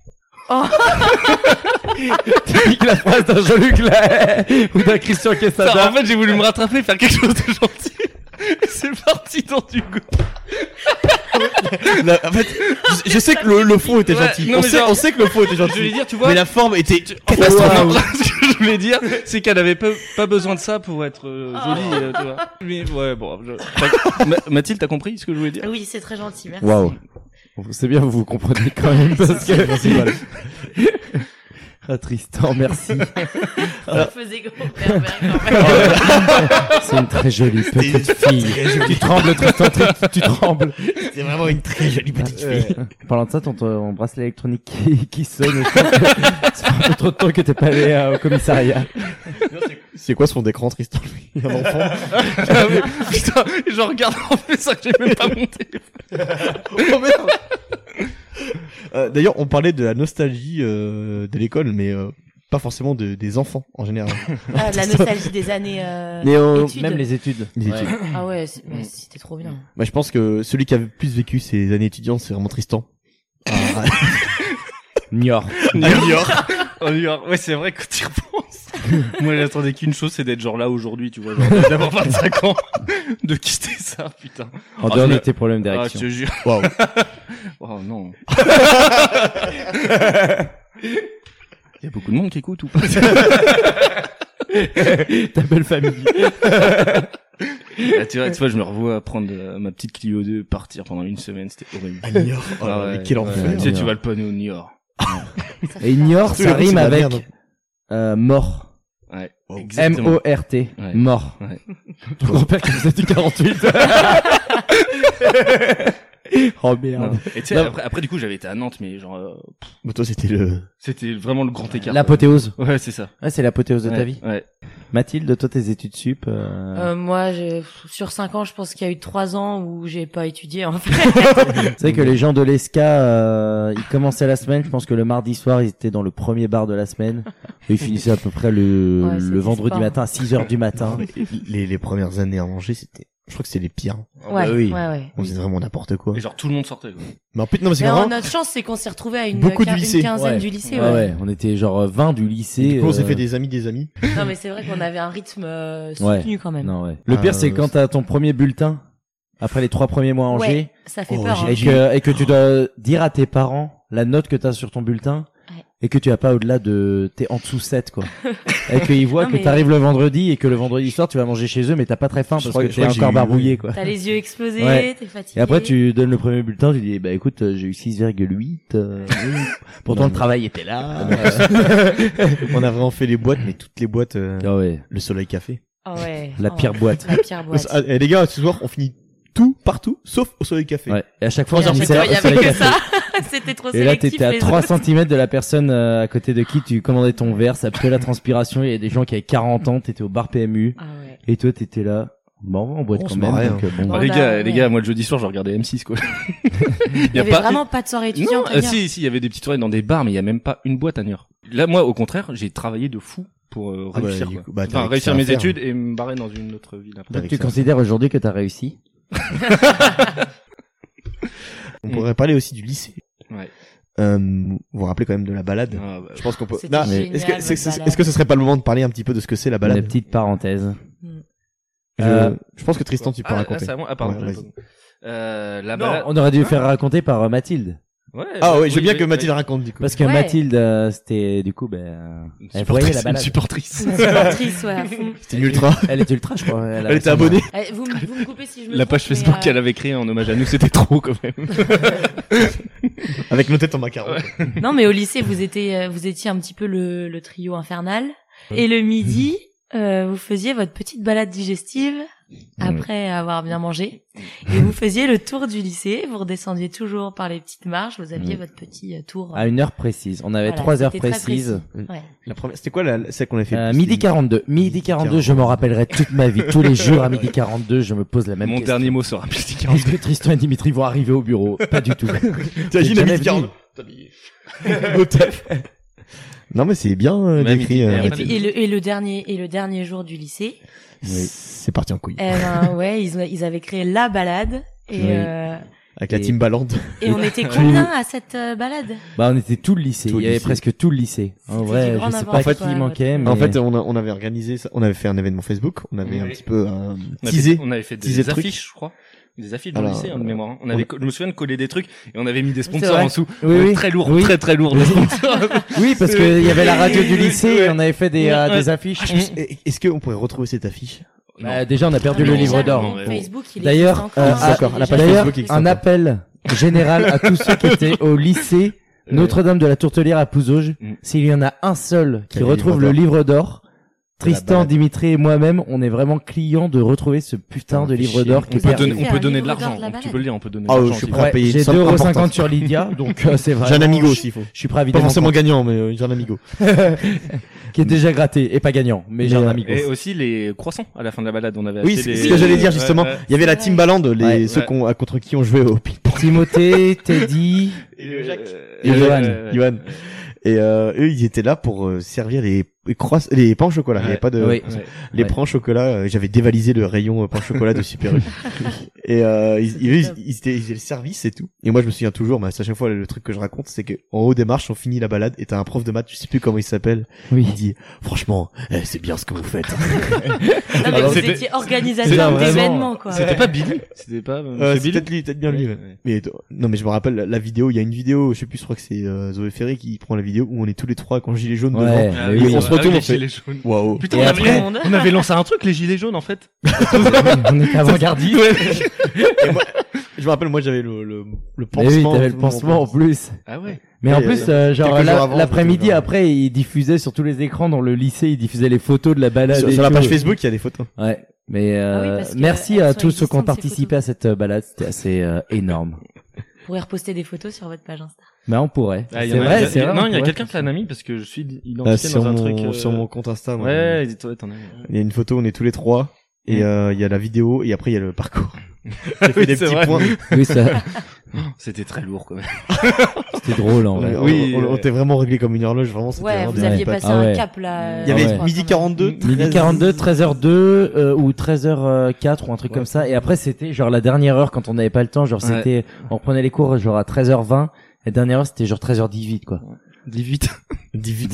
[SPEAKER 3] Typique la phrase d'un Jean-Luc Lahaye ou d'un Christian Quesada.
[SPEAKER 5] Ah bah, en fait, j'ai voulu me rattraper, faire quelque chose de gentil. c'est parti dans du goût.
[SPEAKER 10] Là, en fait, je, je sais que le, le fond était
[SPEAKER 5] Ouais,
[SPEAKER 10] gentil.
[SPEAKER 5] non,
[SPEAKER 10] on,
[SPEAKER 5] mais
[SPEAKER 10] sait,
[SPEAKER 5] genre-
[SPEAKER 10] on sait que le fond était
[SPEAKER 5] Je voulais
[SPEAKER 10] gentil.
[SPEAKER 5] dire, tu vois,
[SPEAKER 10] Mais la forme était
[SPEAKER 5] Wow.
[SPEAKER 10] catastrophique.
[SPEAKER 5] ce que je voulais dire, c'est qu'elle avait pas, pas besoin de ça pour être euh, jolie, euh, tu vois. Mais ouais, bon. je- Ma- Mathilde, t'as compris ce que je voulais dire
[SPEAKER 4] Ah Oui, c'est très gentil, merci.
[SPEAKER 3] Waouh. C'est bien, vous comprenez quand même parce que. Ah, Tristan, merci.
[SPEAKER 4] Je faisais gros pervers quand même.
[SPEAKER 3] C'est une très jolie petite fille. Tu trembles, Tristan, tri- tu trembles.
[SPEAKER 10] C'était vraiment une très jolie petite fille.
[SPEAKER 3] En parlant de ça, ton, ton bracelet électronique qui, qui sonne. je pense que Ça fait un peu trop de temps que t'es pas allé euh, au commissariat.
[SPEAKER 10] C'est quoi ce fond d'écran, Tristan Il y a un enfant.
[SPEAKER 5] Ah Putain, je regarde en fait ça que j'ai même pas monté.
[SPEAKER 10] Oh, merde. Euh, D'ailleurs, on parlait de la nostalgie euh, de l'école, mais euh,
[SPEAKER 1] pas forcément de, des enfants en général.
[SPEAKER 4] Ah, la nostalgie des années. euh,
[SPEAKER 1] Mais on-
[SPEAKER 4] études.
[SPEAKER 1] même les études. Les études.
[SPEAKER 4] Ah ouais, c'est-
[SPEAKER 3] Mm.
[SPEAKER 4] mais c'était trop bien.
[SPEAKER 10] Bah,
[SPEAKER 1] Moi, je pense que celui qui a le plus vécu ses années étudiantes, c'est vraiment Tristan. Ah, Niort.
[SPEAKER 5] Ah En New York. Ouais, c'est vrai quand tu y repenses. Moi, j'attendais qu'une chose, c'est d'être genre là aujourd'hui, tu vois, genre d'avoir 25 ans, de quitter ça, putain. Ah,
[SPEAKER 3] En dehors de
[SPEAKER 5] je me-
[SPEAKER 3] Oh, tes problèmes
[SPEAKER 5] Ah,
[SPEAKER 3] d'érection.
[SPEAKER 5] je te jure.
[SPEAKER 3] Waouh.
[SPEAKER 5] oh non. Il y a beaucoup de monde qui écoute ou pas
[SPEAKER 3] Ta belle famille.
[SPEAKER 5] Là, Ah, tu vois, tu vois, je me revois prendre euh, ma petite Clio 2, partir pendant une semaine, c'était horrible.
[SPEAKER 10] Ah,
[SPEAKER 1] À Niort. Oh là là, mais quel enfer.
[SPEAKER 5] Tu sais, tu
[SPEAKER 1] Niort.
[SPEAKER 5] vas le panneau au Niort.
[SPEAKER 3] Et
[SPEAKER 4] Ah,
[SPEAKER 3] ignore,
[SPEAKER 5] Tous les
[SPEAKER 3] ça
[SPEAKER 5] routes, c'est de
[SPEAKER 3] rime
[SPEAKER 5] la
[SPEAKER 3] avec
[SPEAKER 5] merde.
[SPEAKER 3] euh, mort.
[SPEAKER 5] Ouais, exactement.
[SPEAKER 3] M-O-R-T.
[SPEAKER 5] Ouais.
[SPEAKER 3] Mort.
[SPEAKER 5] Ouais.
[SPEAKER 3] Ton grand-père qui faisait du 48. oh merde.
[SPEAKER 5] Non. Et tu sais,
[SPEAKER 3] Non.
[SPEAKER 5] après, après, du coup, j'avais été à Nantes, mais genre, euh, pff,
[SPEAKER 1] Mais Bah, toi, c'était le.
[SPEAKER 5] c'était vraiment le grand écart.
[SPEAKER 3] L'apothéose.
[SPEAKER 5] Ouais, c'est ça.
[SPEAKER 3] Ouais, c'est l'apothéose de ta
[SPEAKER 5] Ouais,
[SPEAKER 3] vie.
[SPEAKER 5] Ouais.
[SPEAKER 3] Mathilde, toi, tes études sup. euh,
[SPEAKER 4] Euh, moi, je- sur 5 ans, je pense qu'il y a eu 3 ans où j'ai pas étudié en fait.
[SPEAKER 3] Tu sais que les gens de l'ESCA, euh, ils commençaient la semaine. Je pense que le mardi soir, ils étaient dans le premier bar de la semaine. Et ils finissaient à peu près le,
[SPEAKER 4] Ouais,
[SPEAKER 3] le
[SPEAKER 4] c'était
[SPEAKER 3] vendredi
[SPEAKER 4] sympa.
[SPEAKER 3] matin à 6 heures du matin.
[SPEAKER 1] les, les premières années à Angers, c'était. Je crois que c'était les pires.
[SPEAKER 4] Ah Ouais, bah oui. ouais, ouais.
[SPEAKER 1] On faisait vraiment n'importe quoi.
[SPEAKER 5] Et genre, tout le monde sortait, quoi.
[SPEAKER 1] Mais en plus, non, mais c'est
[SPEAKER 4] Mais en-
[SPEAKER 1] vraiment.
[SPEAKER 4] notre chance, c'est qu'on s'est retrouvé à une,
[SPEAKER 1] Beaucoup du
[SPEAKER 4] quin- une
[SPEAKER 1] lycée.
[SPEAKER 4] quinzaine
[SPEAKER 1] Ouais.
[SPEAKER 4] du lycée.
[SPEAKER 3] Ouais, ouais, on était genre euh, 20 du lycée.
[SPEAKER 1] Du coup, on s'est
[SPEAKER 3] euh,
[SPEAKER 1] fait des amis, des amis.
[SPEAKER 4] Non, mais c'est vrai qu'on avait un rythme euh,
[SPEAKER 3] Ouais.
[SPEAKER 4] soutenu quand même.
[SPEAKER 3] Non, ouais. Le pire,
[SPEAKER 1] Ah,
[SPEAKER 3] c'est
[SPEAKER 1] ouais,
[SPEAKER 3] quand t'as ton premier bulletin après les trois premiers mois à Angers.
[SPEAKER 4] Ouais, ça fait Oh, peur,
[SPEAKER 3] Et
[SPEAKER 4] j'ai-
[SPEAKER 3] que, et que tu dois dire à tes parents la note que t'as sur ton bulletin. Et que tu as pas au-delà de, t'es en dessous 7, quoi. et qu'ils voient
[SPEAKER 4] Non,
[SPEAKER 3] que
[SPEAKER 4] mais-
[SPEAKER 3] t'arrives le vendredi et que le vendredi soir, tu vas manger chez eux, mais t'as pas très faim
[SPEAKER 1] Je
[SPEAKER 3] parce
[SPEAKER 1] crois
[SPEAKER 3] que
[SPEAKER 1] que- je
[SPEAKER 3] t'es
[SPEAKER 1] crois que j'ai
[SPEAKER 3] encore
[SPEAKER 1] eu-
[SPEAKER 3] barbouillé, quoi.
[SPEAKER 4] T'as les yeux explosés,
[SPEAKER 3] Ouais.
[SPEAKER 4] t'es fatigué.
[SPEAKER 3] Et après, tu donnes le premier bulletin, tu dis, bah écoute, euh, j'ai eu 6,8. euh, oui.
[SPEAKER 1] Non, Ah,
[SPEAKER 3] pourtant, le
[SPEAKER 1] mais-
[SPEAKER 3] travail était là. Euh,
[SPEAKER 1] on a vraiment fait les boîtes, mais toutes les boîtes. euh, Le Soleil Café.
[SPEAKER 4] Ah ouais.
[SPEAKER 3] La
[SPEAKER 4] Ah
[SPEAKER 3] pire
[SPEAKER 4] ouais.
[SPEAKER 3] boîte.
[SPEAKER 4] La pire boîte.
[SPEAKER 1] Ah, eh, les gars, ce soir, on finit tout, partout, sauf au Soleil Café.
[SPEAKER 3] Ouais. Et à chaque fois,
[SPEAKER 1] Et à
[SPEAKER 3] on ah,
[SPEAKER 1] chaque
[SPEAKER 3] finissait
[SPEAKER 1] fois,
[SPEAKER 3] au
[SPEAKER 1] il y avait
[SPEAKER 3] Soleil
[SPEAKER 1] que
[SPEAKER 3] Café.
[SPEAKER 1] ça.
[SPEAKER 4] C'était trop
[SPEAKER 3] Et là,
[SPEAKER 4] sélectif,
[SPEAKER 3] t'étais à
[SPEAKER 4] les
[SPEAKER 3] 3
[SPEAKER 4] autres.
[SPEAKER 3] cm de la personne euh, à côté de qui tu commandais ton verre, ça puait la transpiration, il y a des gens qui avaient 40 ans, t'étais au bar PMU.
[SPEAKER 4] Ah
[SPEAKER 3] Et toi, t'étais là. Bon, on va en boîte
[SPEAKER 1] On
[SPEAKER 3] quand
[SPEAKER 1] se
[SPEAKER 3] même.
[SPEAKER 1] marrait,
[SPEAKER 3] donc,
[SPEAKER 1] hein.
[SPEAKER 3] euh, bon.
[SPEAKER 5] Bah, les gars, les gars, moi le jeudi soir, je regardais M6 quoi. il
[SPEAKER 4] y avait vraiment pas de soirée étudiante, à
[SPEAKER 5] Non, euh,
[SPEAKER 4] Niort.
[SPEAKER 5] si, si, il y avait des petites soirées dans des bars, mais il y a même pas une boîte à Niort. Là, moi, au contraire, j'ai travaillé de fou pour euh,
[SPEAKER 1] Ah bah,
[SPEAKER 5] réussir,
[SPEAKER 1] du
[SPEAKER 5] quoi.
[SPEAKER 1] coup, bah, t'avais
[SPEAKER 5] enfin,
[SPEAKER 1] que
[SPEAKER 5] réussir
[SPEAKER 1] ça à
[SPEAKER 5] mes
[SPEAKER 1] faire.
[SPEAKER 5] études et me barrer dans une autre ville. Après.
[SPEAKER 3] Donc, tu considères aujourd'hui que t'as réussi
[SPEAKER 1] On
[SPEAKER 3] Mm.
[SPEAKER 1] pourrait parler aussi du lycée.
[SPEAKER 5] Ouais.
[SPEAKER 1] Euh, vous vous rappelez quand même de la balade Bah,
[SPEAKER 5] Ah, bah,
[SPEAKER 1] Je pense qu'on peut.
[SPEAKER 3] C'était
[SPEAKER 1] Non, mais
[SPEAKER 3] génial,
[SPEAKER 1] Est-ce que,
[SPEAKER 3] votre
[SPEAKER 1] c'est- c'est-
[SPEAKER 3] balade.
[SPEAKER 1] est-ce que ce serait pas le moment de parler un petit peu de ce que c'est la balade
[SPEAKER 3] Une petite parenthèse.
[SPEAKER 1] je,
[SPEAKER 3] Euh,
[SPEAKER 1] je pense que Tristan, tu peux
[SPEAKER 5] ah,
[SPEAKER 1] raconter.
[SPEAKER 5] Ah, c'est à moi. Ah, pardon.
[SPEAKER 1] Ouais,
[SPEAKER 5] j'avais
[SPEAKER 1] vas-y.
[SPEAKER 5] pas- euh, la
[SPEAKER 3] Non,
[SPEAKER 5] balade-
[SPEAKER 3] on aurait dû
[SPEAKER 5] Hein
[SPEAKER 3] faire raconter par euh, Mathilde.
[SPEAKER 5] Ouais,
[SPEAKER 1] Ah
[SPEAKER 5] bah,
[SPEAKER 1] ouais, je veux
[SPEAKER 5] oui,
[SPEAKER 1] bien
[SPEAKER 5] oui,
[SPEAKER 1] que
[SPEAKER 5] oui.
[SPEAKER 1] Mathilde raconte du coup.
[SPEAKER 3] Parce que
[SPEAKER 5] Ouais.
[SPEAKER 3] Mathilde, euh, c'était du coup, ben, elle voyait la
[SPEAKER 1] supportrice,
[SPEAKER 3] balade.
[SPEAKER 1] une supportrice.
[SPEAKER 4] Une supportrice, ouais, à fond.
[SPEAKER 1] C'était une ultra.
[SPEAKER 3] Elle était ultra, je crois. Elle,
[SPEAKER 1] Elle était abonnée.
[SPEAKER 4] Eh, vous, me- vous me coupez si je me
[SPEAKER 5] La
[SPEAKER 4] trompe,
[SPEAKER 5] page
[SPEAKER 4] mais,
[SPEAKER 5] Facebook
[SPEAKER 4] euh,
[SPEAKER 5] qu'elle avait créée en hommage à nous, c'était trop quand même.
[SPEAKER 1] Avec nos têtes en macaron.
[SPEAKER 4] Non, mais au lycée, vous étiez, euh, vous étiez un petit peu le, le trio infernal. Et le midi, euh, vous faisiez votre petite balade digestive après avoir bien mangé. Et vous faisiez le tour du lycée. Vous redescendiez toujours par les petites marches. Vous aviez
[SPEAKER 3] Mm.
[SPEAKER 4] votre petit euh, tour.
[SPEAKER 3] À une heure précise. On avait
[SPEAKER 4] Voilà,
[SPEAKER 3] trois heures
[SPEAKER 4] c'était très
[SPEAKER 3] précises.
[SPEAKER 4] précis. Ouais.
[SPEAKER 1] La première, c'était quoi la, celle qu'on a fait
[SPEAKER 3] Euh, midi 42. Midi 42, je m'en rappellerai toute ma vie. Tous les jours à midi 42, je me pose la même
[SPEAKER 5] Mon
[SPEAKER 3] question.
[SPEAKER 5] dernier mot sera midi 42.
[SPEAKER 3] Est-ce que Tristan et Dimitri vont arriver au bureau Pas du tout.
[SPEAKER 1] T'imagines
[SPEAKER 3] T'es
[SPEAKER 1] à
[SPEAKER 3] jamais
[SPEAKER 1] midi 42,
[SPEAKER 3] venu.
[SPEAKER 1] Au taf. Non, mais c'est bien euh,
[SPEAKER 5] Même
[SPEAKER 1] décrit.
[SPEAKER 5] idée.
[SPEAKER 1] euh,
[SPEAKER 4] Et, puis, et le, et le dernier, et le dernier jour du lycée.
[SPEAKER 1] C'est parti en couille.
[SPEAKER 4] Eh ben, ouais, ils, ont- ils avaient créé la balade. Et,
[SPEAKER 1] Oui.
[SPEAKER 4] euh,
[SPEAKER 1] Avec la team ballante.
[SPEAKER 4] et on était combien à cette euh, balade
[SPEAKER 3] Bah, on était tout le lycée.
[SPEAKER 1] Tout le
[SPEAKER 3] Il y avait
[SPEAKER 1] lycée.
[SPEAKER 3] presque tout le lycée. En
[SPEAKER 4] du
[SPEAKER 3] vrai,
[SPEAKER 4] grand
[SPEAKER 3] je sais
[SPEAKER 4] n'importe
[SPEAKER 3] pas qui
[SPEAKER 4] quoi,
[SPEAKER 3] manquait, mais.
[SPEAKER 1] En fait, on, a- on avait organisé, ça, on avait fait un événement Facebook, on avait un
[SPEAKER 5] Oui.
[SPEAKER 1] petit peu euh,
[SPEAKER 5] On
[SPEAKER 1] teasé.
[SPEAKER 5] avait- on avait fait des
[SPEAKER 1] teasé le truc.
[SPEAKER 5] affiches, je crois. Des affiches dans le
[SPEAKER 1] Alors,
[SPEAKER 5] lycée, hein, de
[SPEAKER 1] euh,
[SPEAKER 5] mémoire. hein. On
[SPEAKER 1] on-
[SPEAKER 5] avait, co- je me souviens de coller des trucs et on avait mis des
[SPEAKER 3] C'est
[SPEAKER 5] sponsors
[SPEAKER 3] vrai.
[SPEAKER 5] en dessous.
[SPEAKER 3] Oui,
[SPEAKER 5] Euh,
[SPEAKER 3] oui.
[SPEAKER 5] Très lourd,
[SPEAKER 3] Oui.
[SPEAKER 5] très très lourd.
[SPEAKER 3] Oui.
[SPEAKER 5] les sponsors.
[SPEAKER 3] Oui, parce que il y avait la radio du lycée et on avait fait des, euh, des affiches.
[SPEAKER 1] Ah, je me suis- eh, Est-ce qu'on pourrait retrouver cette affiche
[SPEAKER 3] Bah, déjà, on a perdu
[SPEAKER 4] Ah, mais
[SPEAKER 3] le
[SPEAKER 4] déjà,
[SPEAKER 3] livre
[SPEAKER 4] le
[SPEAKER 3] d'or.
[SPEAKER 4] compte Facebook, il
[SPEAKER 3] D'ailleurs,
[SPEAKER 4] existe encore,
[SPEAKER 3] euh,
[SPEAKER 4] hein,
[SPEAKER 3] ah,
[SPEAKER 4] c'est
[SPEAKER 3] d'accord, la
[SPEAKER 4] déjà-
[SPEAKER 3] page d'ailleurs,
[SPEAKER 4] Facebook existe
[SPEAKER 3] un
[SPEAKER 4] encore.
[SPEAKER 3] appel général à tous ceux qui étaient au lycée Notre-Dame de la Tourtelière à Pouzauges. S'il y en a un seul qui
[SPEAKER 1] Quel
[SPEAKER 3] retrouve
[SPEAKER 1] livre
[SPEAKER 3] le
[SPEAKER 1] d'or.
[SPEAKER 3] Mm. livre d'or, Tristan,
[SPEAKER 1] balade.
[SPEAKER 3] Dimitri et moi-même, on est vraiment clients de retrouver ce putain de livre d'or qui
[SPEAKER 5] on
[SPEAKER 3] est
[SPEAKER 5] peut,
[SPEAKER 3] perdu.
[SPEAKER 5] donner, on peut donner de
[SPEAKER 4] livre d'or
[SPEAKER 5] l'argent,
[SPEAKER 4] de la
[SPEAKER 5] donc tu
[SPEAKER 4] balade.
[SPEAKER 5] peux le dire, on peut donner de
[SPEAKER 1] Ah,
[SPEAKER 5] l'argent.
[SPEAKER 1] je suis
[SPEAKER 5] si
[SPEAKER 1] prêt à
[SPEAKER 5] tu veux.
[SPEAKER 1] payer.
[SPEAKER 3] J'ai
[SPEAKER 1] une somme
[SPEAKER 3] 2,50
[SPEAKER 1] importante.
[SPEAKER 3] sur Lydia, donc euh, c'est vrai.
[SPEAKER 1] J'ai un amigo aussi, il faut.
[SPEAKER 3] Je suis prêt à
[SPEAKER 1] Pas
[SPEAKER 3] évidemment
[SPEAKER 1] forcément gagnant, mais euh, j'ai un amigo.
[SPEAKER 3] qui est déjà gratté et pas gagnant, mais j'ai
[SPEAKER 1] Mais,
[SPEAKER 3] un
[SPEAKER 1] euh,
[SPEAKER 3] amigo.
[SPEAKER 5] Et aussi les croissants à la fin de la balade, on avait
[SPEAKER 1] Oui,
[SPEAKER 5] acheté
[SPEAKER 1] c'est
[SPEAKER 5] des-
[SPEAKER 1] ce que j'allais dire
[SPEAKER 5] Ouais,
[SPEAKER 1] justement.
[SPEAKER 5] ouais.
[SPEAKER 1] Il y avait la team ballante, les
[SPEAKER 3] Ouais.
[SPEAKER 1] ceux
[SPEAKER 5] Ouais.
[SPEAKER 1] qu'on- à- contre qui on jouait au ping-pong.
[SPEAKER 3] Timothée, Teddy,
[SPEAKER 1] Et Johan.
[SPEAKER 5] Euh,
[SPEAKER 1] Johan.
[SPEAKER 5] ouais.
[SPEAKER 1] Et euh, eux, ils étaient là pour euh, servir les les croiss- les pains au chocolat. Il y avait pas de
[SPEAKER 10] oui,
[SPEAKER 1] les
[SPEAKER 10] ouais.
[SPEAKER 1] pains au chocolat. euh, J'avais dévalisé le rayon euh, pain au chocolat de Super U. Et euh, ils, ils, ils, ils étaient- ils faisaient le service et tout. Et moi, je me souviens toujours, mais c'est à chaque fois le truc que je raconte, c'est que en haut des marches, on finit la balade et t'as un prof de maths, je sais plus comment il s'appelle,
[SPEAKER 10] oui.
[SPEAKER 1] il dit franchement, eh, c'est bien ce que vous faites. Euh,
[SPEAKER 4] mais
[SPEAKER 1] Alors,
[SPEAKER 4] vous
[SPEAKER 1] c'était-
[SPEAKER 4] étiez organisateur
[SPEAKER 1] c'était vraiment-
[SPEAKER 4] d'événements, quoi.
[SPEAKER 5] C'était pas Billy C'était pas.
[SPEAKER 1] Euh,
[SPEAKER 5] c'est
[SPEAKER 1] c'est
[SPEAKER 5] Billy
[SPEAKER 1] peut-être lui, peut-être bien lui.
[SPEAKER 5] Ouais,
[SPEAKER 1] ouais.
[SPEAKER 5] ouais.
[SPEAKER 1] Mais euh, non, mais je me rappelle la, la vidéo. Il y a une vidéo, je sais plus, je crois que c'est euh, Zoé Ferré qui prend la vidéo où on est tous les trois quand gilet jaune
[SPEAKER 10] Ouais,
[SPEAKER 1] devant.
[SPEAKER 3] bah
[SPEAKER 10] ah
[SPEAKER 1] Et
[SPEAKER 10] oui,
[SPEAKER 1] on
[SPEAKER 5] ouais,
[SPEAKER 1] se
[SPEAKER 5] avec
[SPEAKER 1] retourne,
[SPEAKER 5] les
[SPEAKER 1] on fait
[SPEAKER 5] gilets jaunes.
[SPEAKER 1] waouh.
[SPEAKER 5] Putain,
[SPEAKER 10] Et
[SPEAKER 5] on,
[SPEAKER 10] après-
[SPEAKER 5] avait, on avait lancé un truc, les gilets jaunes, en fait.
[SPEAKER 10] on était avant-gardistes.
[SPEAKER 1] Et moi, je me rappelle, moi j'avais le, le, le
[SPEAKER 10] Mais oui,
[SPEAKER 1] pansement.
[SPEAKER 10] t'avais le pansement en plus.
[SPEAKER 5] Ah ouais.
[SPEAKER 10] Mais en
[SPEAKER 1] Et,
[SPEAKER 10] plus,
[SPEAKER 1] euh,
[SPEAKER 10] euh, genre
[SPEAKER 1] quelques
[SPEAKER 10] la-
[SPEAKER 1] jours avant,
[SPEAKER 10] l'après-midi
[SPEAKER 1] je-
[SPEAKER 10] après, ils diffusaient sur tous les écrans dans le lycée, ils diffusaient les photos de la balade.
[SPEAKER 1] Sur,
[SPEAKER 10] et
[SPEAKER 1] sur la
[SPEAKER 10] tout.
[SPEAKER 1] page Facebook, il y a des photos.
[SPEAKER 10] Ouais. Mais euh,
[SPEAKER 4] Ah oui, parce que
[SPEAKER 10] merci
[SPEAKER 4] elles
[SPEAKER 10] à
[SPEAKER 4] sont
[SPEAKER 10] tous ceux qui ont
[SPEAKER 4] existantes, ces
[SPEAKER 10] participé à cette euh, balade, c'était assez euh, énorme.
[SPEAKER 4] Vous pourrez reposter des photos sur votre page Insta.
[SPEAKER 10] Mais on pourrait.
[SPEAKER 5] Ah, il y
[SPEAKER 10] c'est
[SPEAKER 5] en a-
[SPEAKER 10] vrai,
[SPEAKER 5] il y a-
[SPEAKER 10] c'est vrai.
[SPEAKER 5] Non, il y a
[SPEAKER 10] on pourrait.
[SPEAKER 5] quelqu'un qui l'a mis parce que je suis
[SPEAKER 1] Ah,
[SPEAKER 5] identifié
[SPEAKER 1] sur,
[SPEAKER 5] dans un
[SPEAKER 1] mon,
[SPEAKER 5] truc. euh,
[SPEAKER 1] sur mon compte Insta. moi,
[SPEAKER 5] Ouais, dis- ouais, t'en as.
[SPEAKER 1] Il y a une photo, on est tous les trois. Et euh, il y a la vidéo et après il y a le parcours.
[SPEAKER 5] Ah
[SPEAKER 1] J'ai fait
[SPEAKER 5] oui,
[SPEAKER 1] des
[SPEAKER 5] c'est
[SPEAKER 1] petits
[SPEAKER 5] vrai.
[SPEAKER 1] points.
[SPEAKER 10] Mm. Oui, ça-
[SPEAKER 5] C'était très lourd quand même.
[SPEAKER 10] c'était drôle en
[SPEAKER 1] On-
[SPEAKER 10] vrai.
[SPEAKER 1] on-
[SPEAKER 5] Oui,
[SPEAKER 1] on, on
[SPEAKER 5] ouais.
[SPEAKER 1] était vraiment réglé comme une horloge, vraiment. c'était
[SPEAKER 4] Ouais,
[SPEAKER 1] vraiment
[SPEAKER 4] vous
[SPEAKER 1] des-
[SPEAKER 4] aviez
[SPEAKER 10] pas-
[SPEAKER 4] passé
[SPEAKER 10] ah
[SPEAKER 4] un
[SPEAKER 10] ouais.
[SPEAKER 4] cap là.
[SPEAKER 1] Il y
[SPEAKER 10] Ah
[SPEAKER 1] avait
[SPEAKER 10] ouais.
[SPEAKER 1] midi 42,
[SPEAKER 10] Midi
[SPEAKER 1] 13.
[SPEAKER 10] 42, 13h02 euh, ou 13h04 ou un truc comme ça. Et après, c'était genre la dernière heure quand on n'avait pas le temps. Genre
[SPEAKER 5] Ouais.
[SPEAKER 10] c'était, on reprenait les cours genre à 13h20. La dernière heure, c'était genre 13h18 quoi.
[SPEAKER 5] 18.
[SPEAKER 10] 18.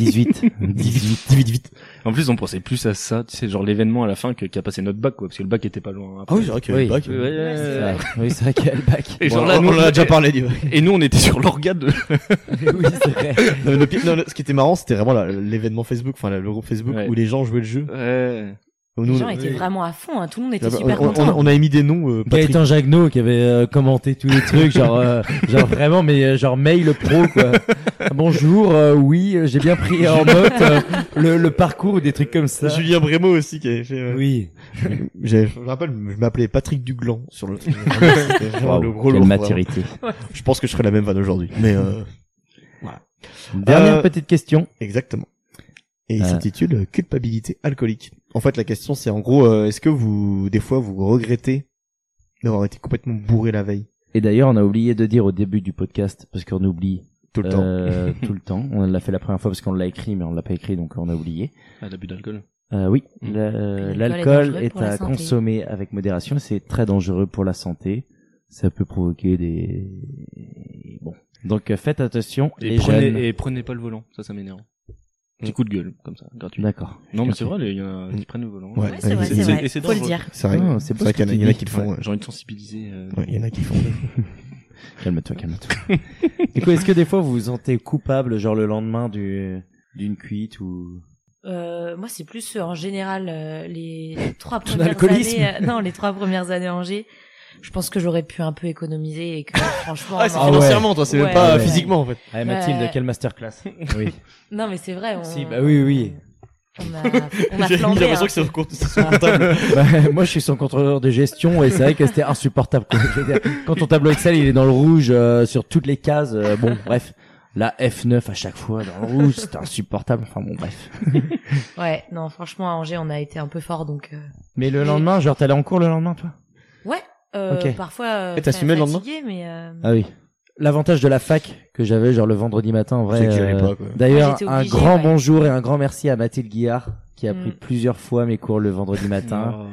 [SPEAKER 10] 18. 18.
[SPEAKER 5] En plus, on pensait plus à ça, tu sais, genre l'événement à la fin que qu'à passer notre bac, quoi, parce que le bac était pas loin. hein,
[SPEAKER 1] Ah
[SPEAKER 5] après.
[SPEAKER 1] oui, c'est vrai qu'il y avait
[SPEAKER 10] Oui.
[SPEAKER 1] le bac.
[SPEAKER 5] Ouais, ouais, ouais,
[SPEAKER 10] C'est
[SPEAKER 5] ouais.
[SPEAKER 10] vrai. Euh, Oui, c'est vrai qu'il y a le bac.
[SPEAKER 5] Et
[SPEAKER 1] Bon,
[SPEAKER 5] genre
[SPEAKER 1] on-
[SPEAKER 5] là, nous,
[SPEAKER 1] on en a déjà
[SPEAKER 5] et-
[SPEAKER 1] parlé du bac.
[SPEAKER 5] Et nous, on était sur l'organe de.
[SPEAKER 10] oui, c'est vrai.
[SPEAKER 1] Non, mais le pire- non, le- ce qui était marrant, c'était vraiment la- l'événement Facebook, enfin la- le groupe Facebook
[SPEAKER 5] Ouais.
[SPEAKER 1] où les gens jouaient le jeu.
[SPEAKER 5] Ouais.
[SPEAKER 1] Nous,
[SPEAKER 4] Les
[SPEAKER 1] on-
[SPEAKER 4] gens étaient vraiment à fond, hein. tout le monde était
[SPEAKER 1] on- Ah
[SPEAKER 4] super
[SPEAKER 1] bah, on, on,
[SPEAKER 4] content.
[SPEAKER 1] on a mis des noms. euh, Patrick.
[SPEAKER 10] Gaëtan Jagneau qui avait euh, commenté tous les trucs, genre, euh, genre vraiment, mais euh, genre mail pro quoi. Bonjour, euh, oui, euh, j'ai bien pris en note euh, le, le parcours ou des trucs comme ça.
[SPEAKER 1] Julien Brémo aussi qui avait fait. euh,
[SPEAKER 10] Oui.
[SPEAKER 1] j'ai- Je me rappelle, je m'appelais Patrick Duglan sur le. C'était vraiment Oh, le gros lourd, vraiment. Je pense que je ferais la même vanne aujourd'hui. Mais euh,
[SPEAKER 10] Dernière
[SPEAKER 1] Euh,
[SPEAKER 10] petite question.
[SPEAKER 1] exactement. Et il
[SPEAKER 10] Euh.
[SPEAKER 1] s'intitule euh, culpabilité alcoolique. En fait, la question c'est en gros, euh, est-ce que vous, des fois, vous regrettez d'avoir été complètement bourré la veille
[SPEAKER 10] Et d'ailleurs, on a oublié de dire au début du podcast, parce qu'on oublie
[SPEAKER 1] tout le temps
[SPEAKER 10] euh, tout le temps. On l'a fait la première fois parce qu'on l'a écrit, mais on l'a pas écrit, donc on a oublié.
[SPEAKER 5] Ah, l'abus d'alcool.
[SPEAKER 10] Euh, oui,
[SPEAKER 5] Mm.
[SPEAKER 10] la- euh,
[SPEAKER 4] L'alcool est
[SPEAKER 10] l'alcool
[SPEAKER 4] dangereux
[SPEAKER 10] est,
[SPEAKER 4] pour la
[SPEAKER 10] à
[SPEAKER 4] santé.
[SPEAKER 10] consommer avec modération. C'est très dangereux pour la santé. Ça peut provoquer des bon. Donc euh, faites attention
[SPEAKER 5] Et,
[SPEAKER 10] les
[SPEAKER 5] prenez,
[SPEAKER 10] jeunes.
[SPEAKER 5] et prenez pas le volant, ça, ça m'énerve. Petit coup de gueule, comme ça, gratuit.
[SPEAKER 10] D'accord.
[SPEAKER 5] Non, mais
[SPEAKER 10] Ok.
[SPEAKER 5] c'est vrai, il y en a qui prennent le volant.
[SPEAKER 1] Mm. Ouais,
[SPEAKER 4] Ouais, c'est vrai,
[SPEAKER 1] Et
[SPEAKER 4] c'est
[SPEAKER 1] c'est-
[SPEAKER 4] vrai.
[SPEAKER 5] et c'est
[SPEAKER 4] Faut le
[SPEAKER 5] dangereux.
[SPEAKER 4] dire.
[SPEAKER 1] C'est vrai.
[SPEAKER 10] Non, c'est
[SPEAKER 1] c'est
[SPEAKER 10] beau
[SPEAKER 1] vrai
[SPEAKER 10] ce que
[SPEAKER 1] qu'il y en a-
[SPEAKER 10] tu
[SPEAKER 1] il y en a
[SPEAKER 10] dis.
[SPEAKER 1] qui le font. ouais.
[SPEAKER 5] J'ai envie de sensibiliser. euh,
[SPEAKER 1] Ouais, il y en a qui font.
[SPEAKER 10] Calme-toi, calme-toi. du coup, est-ce que des fois vous vous sentez coupable, genre le lendemain du d'une cuite ou
[SPEAKER 4] Euh, moi, c'est plus euh, en général euh, les trois
[SPEAKER 10] Ton
[SPEAKER 4] premières
[SPEAKER 10] alcoolisme.
[SPEAKER 4] années. euh, non, les trois premières années en G. Je pense que j'aurais pu un peu économiser et que franchement.
[SPEAKER 1] Ah, c'est
[SPEAKER 4] non,
[SPEAKER 10] ouais.
[SPEAKER 1] financièrement, toi, c'est
[SPEAKER 4] Ouais,
[SPEAKER 1] même pas
[SPEAKER 10] ouais.
[SPEAKER 1] physiquement en fait.
[SPEAKER 10] Ah Mathilde,
[SPEAKER 4] Ouais.
[SPEAKER 10] quelle masterclass Oui.
[SPEAKER 4] non, mais c'est vrai. On,
[SPEAKER 10] Si, bah oui, oui.
[SPEAKER 4] On a, on a
[SPEAKER 1] J'ai
[SPEAKER 4] flambé.
[SPEAKER 1] l'impression
[SPEAKER 4] hein.
[SPEAKER 1] que c'est au compte- c'est son comptable.
[SPEAKER 10] Bah, moi, je suis son contrôleur de gestion et c'est vrai que c'était insupportable. quoi. Je veux dire, Quand ton tableau Excel, il est dans le rouge euh, sur toutes les cases. euh, bon, bref. La F9 à chaque fois dans le rouge, c'était insupportable. Enfin bon, bref.
[SPEAKER 4] Ouais, non, franchement, à Angers, on a été un peu fort, donc. euh,
[SPEAKER 10] Mais le lendemain, genre, t'allais en cours le lendemain, toi
[SPEAKER 4] Ouais. Euh,
[SPEAKER 10] Ok.
[SPEAKER 4] Parfois. Euh,
[SPEAKER 1] Et t'assumais le lendemain
[SPEAKER 4] fatigué, mais. euh,
[SPEAKER 10] Ah oui. L'avantage de la fac que j'avais, genre le vendredi matin, en vrai.
[SPEAKER 1] C'est que j'y allais
[SPEAKER 10] euh,
[SPEAKER 1] pas, quoi.
[SPEAKER 4] Ah,
[SPEAKER 10] D'ailleurs,
[SPEAKER 4] j'étais
[SPEAKER 10] un
[SPEAKER 4] obligée,
[SPEAKER 10] grand
[SPEAKER 4] ouais.
[SPEAKER 10] bonjour et un grand merci à Mathilde Guillard qui a
[SPEAKER 4] Mm.
[SPEAKER 10] pris plusieurs fois mes cours le vendredi matin
[SPEAKER 5] oh.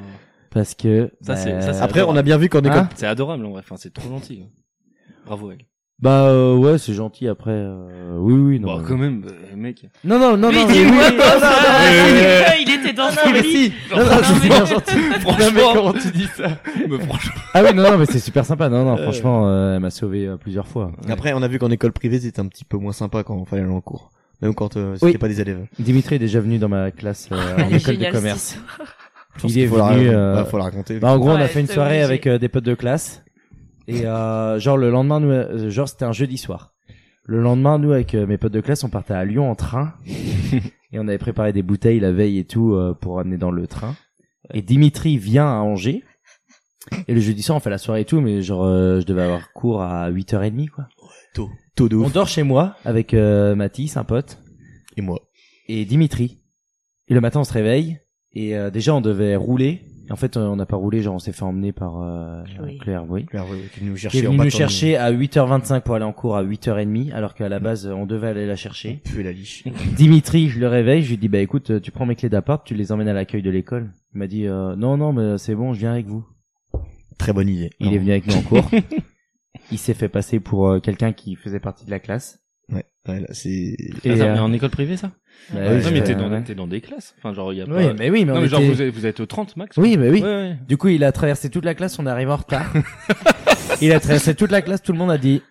[SPEAKER 10] parce que
[SPEAKER 5] Ça, c'est-
[SPEAKER 10] bah,
[SPEAKER 5] ça, c'est Ah,
[SPEAKER 1] Après, on a bien vu qu'en école.
[SPEAKER 10] Hein
[SPEAKER 5] C'est adorable, en vrai. Enfin, c'est trop gentil. hein. Bravo, elle.
[SPEAKER 10] bah euh, ouais c'est gentil après euh, oui oui non
[SPEAKER 5] Bon,
[SPEAKER 10] mais-
[SPEAKER 5] quand même, euh, mec.
[SPEAKER 10] non non non non,
[SPEAKER 4] Lui,
[SPEAKER 10] mais
[SPEAKER 4] dis-moi
[SPEAKER 10] oui,
[SPEAKER 4] pas
[SPEAKER 10] non,
[SPEAKER 4] ça.
[SPEAKER 10] non, mais-
[SPEAKER 4] Il était dans son
[SPEAKER 10] Non, Ah, mais
[SPEAKER 4] lit.
[SPEAKER 10] si. Non, non,
[SPEAKER 4] Non,
[SPEAKER 10] c'est
[SPEAKER 4] mais-
[SPEAKER 10] bien gentil.
[SPEAKER 5] Franchement. comment tu dis ça? Mais franchement.
[SPEAKER 10] Ah oui, non, non, mais c'est super sympa. Non, non, franchement, euh, elle m'a sauvé euh, plusieurs fois.
[SPEAKER 1] Après, on a vu qu'en école privée, c'était un petit peu moins sympa quand il fallait aller en cours. Même quand euh,
[SPEAKER 10] Oui.
[SPEAKER 1] c'était pas des élèves.
[SPEAKER 10] Dimitri est déjà venu dans ma classe euh, en
[SPEAKER 4] Elle est
[SPEAKER 10] école de
[SPEAKER 4] géniale,
[SPEAKER 10] commerce.
[SPEAKER 4] cette
[SPEAKER 1] Je pense
[SPEAKER 10] Il est
[SPEAKER 1] qu'il faut la-
[SPEAKER 10] venu,
[SPEAKER 1] ouais,
[SPEAKER 10] euh,
[SPEAKER 1] faut la raconter.
[SPEAKER 10] Bah, en gros, on a
[SPEAKER 4] Ouais,
[SPEAKER 10] fait une
[SPEAKER 4] c'est
[SPEAKER 10] soirée
[SPEAKER 4] obligé.
[SPEAKER 10] avec euh, des potes de classe. Et euh, genre le lendemain, nous, euh, genre c'était un jeudi soir. Le lendemain, nous avec euh, mes potes de classe, on partait à Lyon en train. et on avait préparé des bouteilles la veille et tout euh, pour amener dans le train. Et Dimitri vient à Angers. Et le jeudi soir, on fait la soirée et tout, mais genre euh, je devais avoir cours à 8h30 quoi.
[SPEAKER 1] Tôt. Tôt de
[SPEAKER 10] On
[SPEAKER 1] ouf.
[SPEAKER 10] dort chez moi avec euh, Mathis, un pote,
[SPEAKER 1] Et moi.
[SPEAKER 10] et Dimitri. Et le matin, on se réveille, Et euh, déjà, on devait rouler. En fait, euh, on n'a pas roulé, genre on s'est fait emmener par euh,
[SPEAKER 4] Chloé.
[SPEAKER 10] Claire, oui.
[SPEAKER 1] Claire, oui, qui est venue nous
[SPEAKER 10] Qui
[SPEAKER 1] chercher
[SPEAKER 10] est
[SPEAKER 1] en
[SPEAKER 10] venue nous
[SPEAKER 1] bâton.
[SPEAKER 10] chercher à 8h25 pour aller en cours à 8h30, alors qu'à la
[SPEAKER 1] Mm.
[SPEAKER 10] base, euh, on devait aller la chercher.
[SPEAKER 1] Puer la liche.
[SPEAKER 10] Dimitri, je le réveille, je lui dis, bah écoute, euh, tu prends mes clés d'appart, tu les emmènes à l'accueil de l'école. Il m'a dit, euh, non, non, mais c'est bon, je viens avec vous.
[SPEAKER 1] Très bonne idée.
[SPEAKER 10] Il est venu avec nous en cours. Il s'est fait passer pour euh, quelqu'un qui faisait partie de la classe.
[SPEAKER 1] Ouais, ouais, là, c'est.
[SPEAKER 10] Et,
[SPEAKER 5] ça, mais
[SPEAKER 10] euh,
[SPEAKER 5] en école privée, ça
[SPEAKER 10] Bah
[SPEAKER 5] Ouais,
[SPEAKER 10] oui,
[SPEAKER 5] Non, mais
[SPEAKER 10] euh,
[SPEAKER 5] t'es dans,
[SPEAKER 10] ouais.
[SPEAKER 5] t'es dans des classes. Enfin, genre, il y a
[SPEAKER 10] Oui,
[SPEAKER 5] pas...
[SPEAKER 10] mais oui, mais
[SPEAKER 5] non,
[SPEAKER 10] on
[SPEAKER 5] mais genre,
[SPEAKER 10] était-
[SPEAKER 5] vous êtes, vous êtes au 30 max.
[SPEAKER 10] Oui, mais oui.
[SPEAKER 5] Ouais, ouais.
[SPEAKER 10] Du coup, il a traversé toute la classe, on est arrivé en retard. il a traversé toute la classe, tout le monde a dit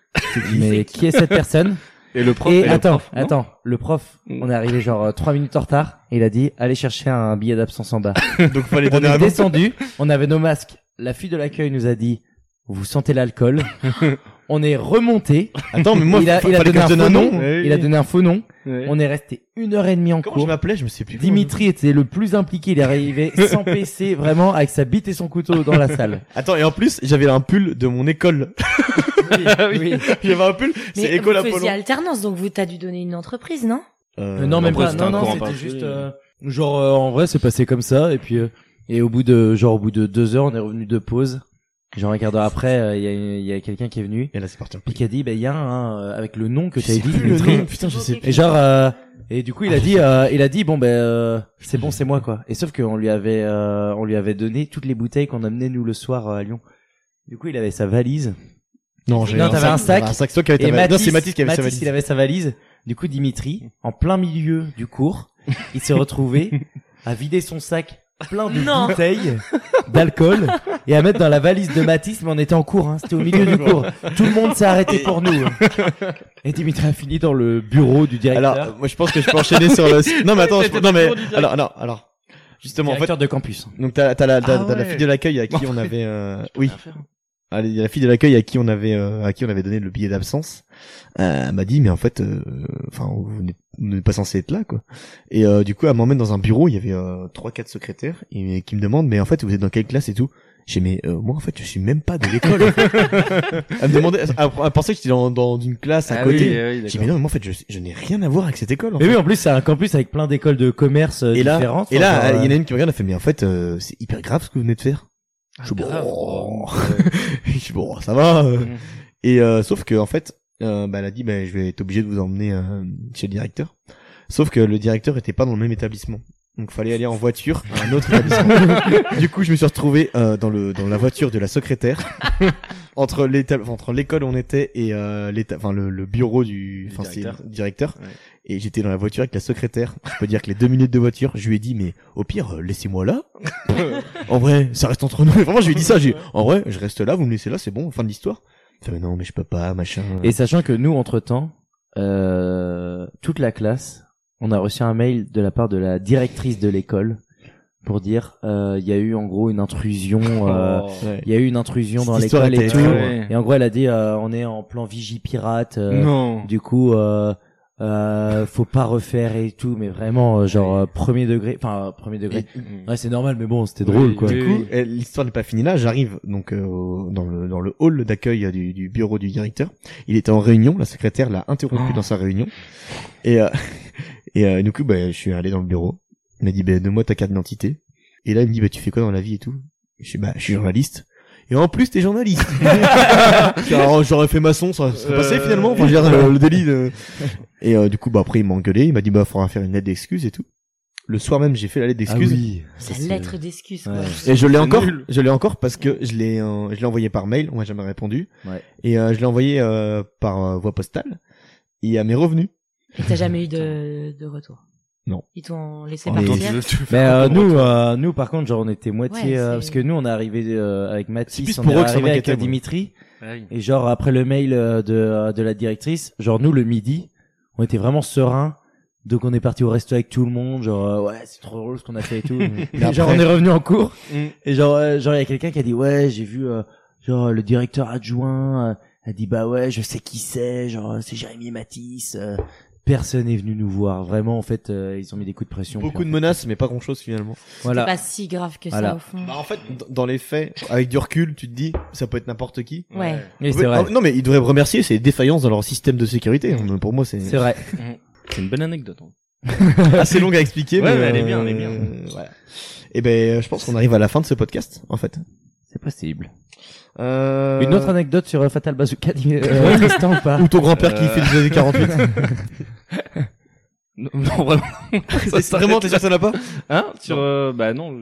[SPEAKER 10] mais qui est cette personne
[SPEAKER 5] Et le prof,
[SPEAKER 10] Et
[SPEAKER 5] et le
[SPEAKER 10] attends,
[SPEAKER 5] prof, non
[SPEAKER 10] attends, le prof, on est arrivé genre euh, trois minutes en retard et il a dit allez chercher un billet d'absence en bas.
[SPEAKER 1] Donc, fallait
[SPEAKER 10] on
[SPEAKER 1] donner un
[SPEAKER 10] est
[SPEAKER 1] nom.
[SPEAKER 10] descendu, on avait nos masques. La fille de l'accueil nous a dit vous sentez l'alcool. on est remonté.
[SPEAKER 1] Attends, mais moi,
[SPEAKER 10] il a,
[SPEAKER 1] fa-
[SPEAKER 10] il a
[SPEAKER 1] fallait
[SPEAKER 10] donné
[SPEAKER 1] que
[SPEAKER 10] un
[SPEAKER 1] je
[SPEAKER 10] faux
[SPEAKER 1] donne un
[SPEAKER 10] nom.
[SPEAKER 1] nom. Ouais,
[SPEAKER 10] Il a
[SPEAKER 1] ouais.
[SPEAKER 10] donné un faux nom.
[SPEAKER 1] Ouais.
[SPEAKER 10] On est resté une heure et demie en
[SPEAKER 1] Comment
[SPEAKER 10] cours.
[SPEAKER 1] je m'appelais Je me sais plus. comment
[SPEAKER 10] Dimitri était le plus impliqué. Il est arrivé sans PC, vraiment, avec sa bite et son couteau dans la salle.
[SPEAKER 1] je- Attends, et en plus, j'avais un pull de mon école. Euh,
[SPEAKER 10] Oui, oui.
[SPEAKER 1] j'avais un pull, c'est
[SPEAKER 4] Mais
[SPEAKER 1] école
[SPEAKER 4] vous
[SPEAKER 1] Apollon.
[SPEAKER 4] faisiez alternance, donc vous t'as dû donner une entreprise, non
[SPEAKER 10] Euh, non, même
[SPEAKER 5] après,
[SPEAKER 10] pas.
[SPEAKER 5] c'était
[SPEAKER 10] Non,
[SPEAKER 5] un
[SPEAKER 10] non,
[SPEAKER 5] courant
[SPEAKER 10] c'était
[SPEAKER 5] partiel.
[SPEAKER 10] juste euh, genre euh, en vrai, c'est passé comme ça. Et puis euh, et au bout de genre au bout de deux heures, on est revenu de pause. Genre un quart d'heure après, euh, il y a- il y a, quelqu'un qui est venu.
[SPEAKER 1] Et là, c'est parti.
[SPEAKER 10] Puis qui a dit, bah il y a un euh, avec le nom que
[SPEAKER 1] Je
[SPEAKER 10] t'avais
[SPEAKER 1] sais
[SPEAKER 10] dit.
[SPEAKER 1] plus le
[SPEAKER 10] Dimitri.
[SPEAKER 1] nom. Ah, Putain, je sais
[SPEAKER 10] Et
[SPEAKER 1] plus.
[SPEAKER 10] genre euh, et du coup il a dit euh, il a dit bon ben euh, c'est bon c'est moi quoi. Et sauf qu'on lui avait euh, on lui avait donné toutes les bouteilles qu'on amenait nous le soir euh, à Lyon. Du coup il avait sa valise.
[SPEAKER 1] Non, j'ai
[SPEAKER 10] Non,
[SPEAKER 1] un
[SPEAKER 10] t'avais
[SPEAKER 1] sac.
[SPEAKER 10] un sac.
[SPEAKER 1] T'avais un sac, toi qui avais ta
[SPEAKER 10] Et
[SPEAKER 1] valise. Non,
[SPEAKER 10] Mathis-
[SPEAKER 1] c'est Mathis qui avait sa valise.
[SPEAKER 10] Il avait sa valise. Du coup, Dimitri, en plein milieu du cours, il s'est retrouvé à vider son sac plein de
[SPEAKER 4] Non.
[SPEAKER 10] bouteilles d'alcool et à mettre dans la valise de Mathis, mais on était en cours, hein, c'était au milieu du cours. Tout le monde s'est arrêté pour nous. hein. Et Dimitri a fini dans le bureau du directeur.
[SPEAKER 1] Alors, euh, moi, je pense que je peux enchaîner sur le. Non, mais attends, je- non, mais alors, alors, alors, justement, en fait,
[SPEAKER 10] directeur de campus.
[SPEAKER 1] donc t'as t'as la t'as
[SPEAKER 5] Ah
[SPEAKER 1] t'as la
[SPEAKER 5] ouais.
[SPEAKER 1] fille de l'accueil à qui on avait, euh, oui, Allez, il y a la fille de l'accueil à qui on avait euh, à qui on avait donné le billet d'absence euh, elle m'a dit mais en fait euh, enfin vous n'êtes- vous n'êtes pas censé être là quoi et euh, du coup elle m'emmène dans un bureau il y avait euh, trois quatre secrétaires et euh, qui me demandent mais en fait vous êtes dans quelle classe et tout j'ai mais euh, moi en fait je suis même pas de l'école elle me demandait elle, elle pensait que j'étais dans, dans une classe à
[SPEAKER 5] Ah oui,
[SPEAKER 1] côté
[SPEAKER 5] ah oui,
[SPEAKER 1] j'ai
[SPEAKER 5] d'accord.
[SPEAKER 1] mais non mais moi en fait je, je n'ai rien à voir avec cette école en
[SPEAKER 10] Mais
[SPEAKER 1] fait.
[SPEAKER 10] oui, en plus, c'est un campus avec plein d'écoles de commerce euh,
[SPEAKER 1] et là
[SPEAKER 10] différentes.
[SPEAKER 1] et là
[SPEAKER 10] Enfin,
[SPEAKER 1] il y en a
[SPEAKER 10] euh,
[SPEAKER 1] une qui me regarde elle fait mais en fait euh, c'est hyper grave ce que vous venez de faire je suis
[SPEAKER 5] grave.
[SPEAKER 1] bon je suis bon ça va euh.
[SPEAKER 5] Mhm.
[SPEAKER 1] Et euh, sauf que en fait, euh, bah, elle a dit, bah, je vais être obligé de vous emmener euh, chez le directeur. Sauf que le directeur était pas dans le même établissement. Donc fallait aller en voiture à un autre établissement. du coup, je me suis retrouvé euh, dans le dans la voiture de la secrétaire entre l'éta- enfin, entre l'école où on était et euh, l'éta- enfin le, le bureau du
[SPEAKER 5] Du
[SPEAKER 1] enfin c'est
[SPEAKER 5] directeur.
[SPEAKER 1] le directeur.
[SPEAKER 5] Ouais.
[SPEAKER 1] Et j'étais dans la voiture avec la secrétaire. Je peux dire que les deux minutes de voiture, je lui ai dit mais au pire euh, laissez-moi là. en vrai, ça reste entre nous. Vraiment, je lui ai dit ça. J'ai dit, en vrai, je reste là, vous me laissez là, c'est bon, fin de l'histoire. Il fait, mais non mais je peux pas machin.
[SPEAKER 10] Et sachant que nous, entre-temps, euh, toute la classe, on a reçu un mail de la part de la directrice de l'école pour dire euh, il y a eu en gros une intrusion. euh,
[SPEAKER 5] Oh.
[SPEAKER 1] Ouais.
[SPEAKER 10] Il y a eu une intrusion dans
[SPEAKER 1] Cette histoire
[SPEAKER 10] l'école et
[SPEAKER 1] était
[SPEAKER 10] tout.
[SPEAKER 5] Ouais.
[SPEAKER 10] Et en gros, elle a dit euh, on est en plan vigie pirate. euh,
[SPEAKER 5] Non.
[SPEAKER 10] Du coup, euh, euh, faut pas refaire et tout. Mais vraiment, euh, genre euh, premier degré. Enfin, euh, premier degré. Ouais, c'est normal, mais bon, c'était drôle
[SPEAKER 5] Oui,
[SPEAKER 10] quoi.
[SPEAKER 5] oui.
[SPEAKER 1] Du coup, euh, l'histoire n'est pas finie là. J'arrive donc euh, au- dans le dans le hall d'accueil euh, du, du bureau du directeur. Il était en réunion. La secrétaire l'a interrompu
[SPEAKER 5] Oh.
[SPEAKER 1] dans sa réunion. Et euh, et euh, du coup, bah, je suis allé dans le bureau. Il m'a dit, bah, donne-moi ta carte d'identité. Et là, il me dit, bah, tu fais quoi dans la vie et tout Je suis, bah, je suis journaliste. Et en plus, t'es journaliste. Alors, J'aurais fait maçon, ça serait passé
[SPEAKER 5] Euh.
[SPEAKER 1] finalement. Enfin, je veux dire, euh, le délit. de- Et euh, du coup, bah, après, il m'a engueulé. Il m'a dit, bah, faudra faire une lettre d'excuse et tout. Le soir même, j'ai fait la lettre d'excuse.
[SPEAKER 4] Sa lettre d'excuse, quoi.
[SPEAKER 10] Ouais.
[SPEAKER 1] Et je l'ai encore,
[SPEAKER 5] nul.
[SPEAKER 1] je l'ai encore parce que je l'ai, euh, je l'ai envoyé par mail, on m'a jamais répondu.
[SPEAKER 10] Ouais.
[SPEAKER 1] Et euh, je l'ai envoyé euh, par euh, voie postale. Et à mes revenus.
[SPEAKER 4] Et t'as jamais eu de, de retour
[SPEAKER 1] Non.
[SPEAKER 4] Ils t'ont laissé
[SPEAKER 1] Oh, mais-
[SPEAKER 5] Attends,
[SPEAKER 4] partir
[SPEAKER 5] tu veux- tu veux
[SPEAKER 10] Mais
[SPEAKER 5] faire
[SPEAKER 10] euh,
[SPEAKER 5] un peu de
[SPEAKER 10] nous,
[SPEAKER 5] retour
[SPEAKER 10] euh, nous par contre, genre on était moitié
[SPEAKER 4] Ouais,
[SPEAKER 10] euh,
[SPEAKER 4] c'est-
[SPEAKER 10] parce que nous on est arrivé euh, avec
[SPEAKER 1] plus
[SPEAKER 10] Mathis, on
[SPEAKER 1] pour
[SPEAKER 10] est
[SPEAKER 1] eux que ça
[SPEAKER 10] arrivé avec
[SPEAKER 1] m'inquiétait,
[SPEAKER 10] euh,
[SPEAKER 1] moi.
[SPEAKER 10] Dimitri
[SPEAKER 5] Ah oui.
[SPEAKER 10] et genre après le mail euh, de euh, de la directrice, genre nous le midi, on était vraiment sereins. Donc on est parti au resto avec tout le monde, genre euh, ouais c'est trop drôle ce qu'on a fait et tout. Et genre on
[SPEAKER 1] après-
[SPEAKER 10] est revenu en cours
[SPEAKER 5] Mm.
[SPEAKER 10] et genre euh, genre il y a quelqu'un qui a dit ouais j'ai vu euh, genre le directeur adjoint euh, a dit bah ouais je sais qui c'est genre euh, c'est Jérémy et Matisse. euh. personne est venu nous voir vraiment en fait euh, ils ont mis des coups de pression.
[SPEAKER 1] Beaucoup
[SPEAKER 10] puis,
[SPEAKER 1] de
[SPEAKER 10] en fait,
[SPEAKER 1] menaces, mais pas grand chose finalement.
[SPEAKER 10] Voilà.
[SPEAKER 4] Pas si grave que
[SPEAKER 10] Voilà.
[SPEAKER 4] ça, au fond.
[SPEAKER 1] Bah, en fait, d- dans les faits, avec du recul, tu te dis, ça peut être n'importe qui.
[SPEAKER 4] Ouais.
[SPEAKER 10] Mais
[SPEAKER 1] En fait,
[SPEAKER 10] c'est vrai.
[SPEAKER 1] ah, Non, mais ils devraient remercier, c'est des défaillances dans leur système de sécurité. hein. Pour moi, c'est.
[SPEAKER 10] C'est vrai.
[SPEAKER 5] C'est une belle anecdote. hein.
[SPEAKER 1] assez longue à expliquer.
[SPEAKER 5] Ouais,
[SPEAKER 1] mais,
[SPEAKER 5] mais elle est
[SPEAKER 1] euh,
[SPEAKER 5] bien, elle est bien.
[SPEAKER 1] voilà. Et ben, euh, je pense qu'on arrive à la fin de ce podcast, en fait.
[SPEAKER 3] C'est possible.
[SPEAKER 1] Euh...
[SPEAKER 3] Une autre anecdote sur euh, Fatal Bazooka, euh,
[SPEAKER 1] Ouais.
[SPEAKER 3] Tristan ou pas
[SPEAKER 1] Ou ton grand-père qui fait des années 48.
[SPEAKER 5] Non, non, vraiment. Ça
[SPEAKER 1] C'est vraiment, t'es sûr que ça n'a pas
[SPEAKER 5] Hein Sur euh, bah non,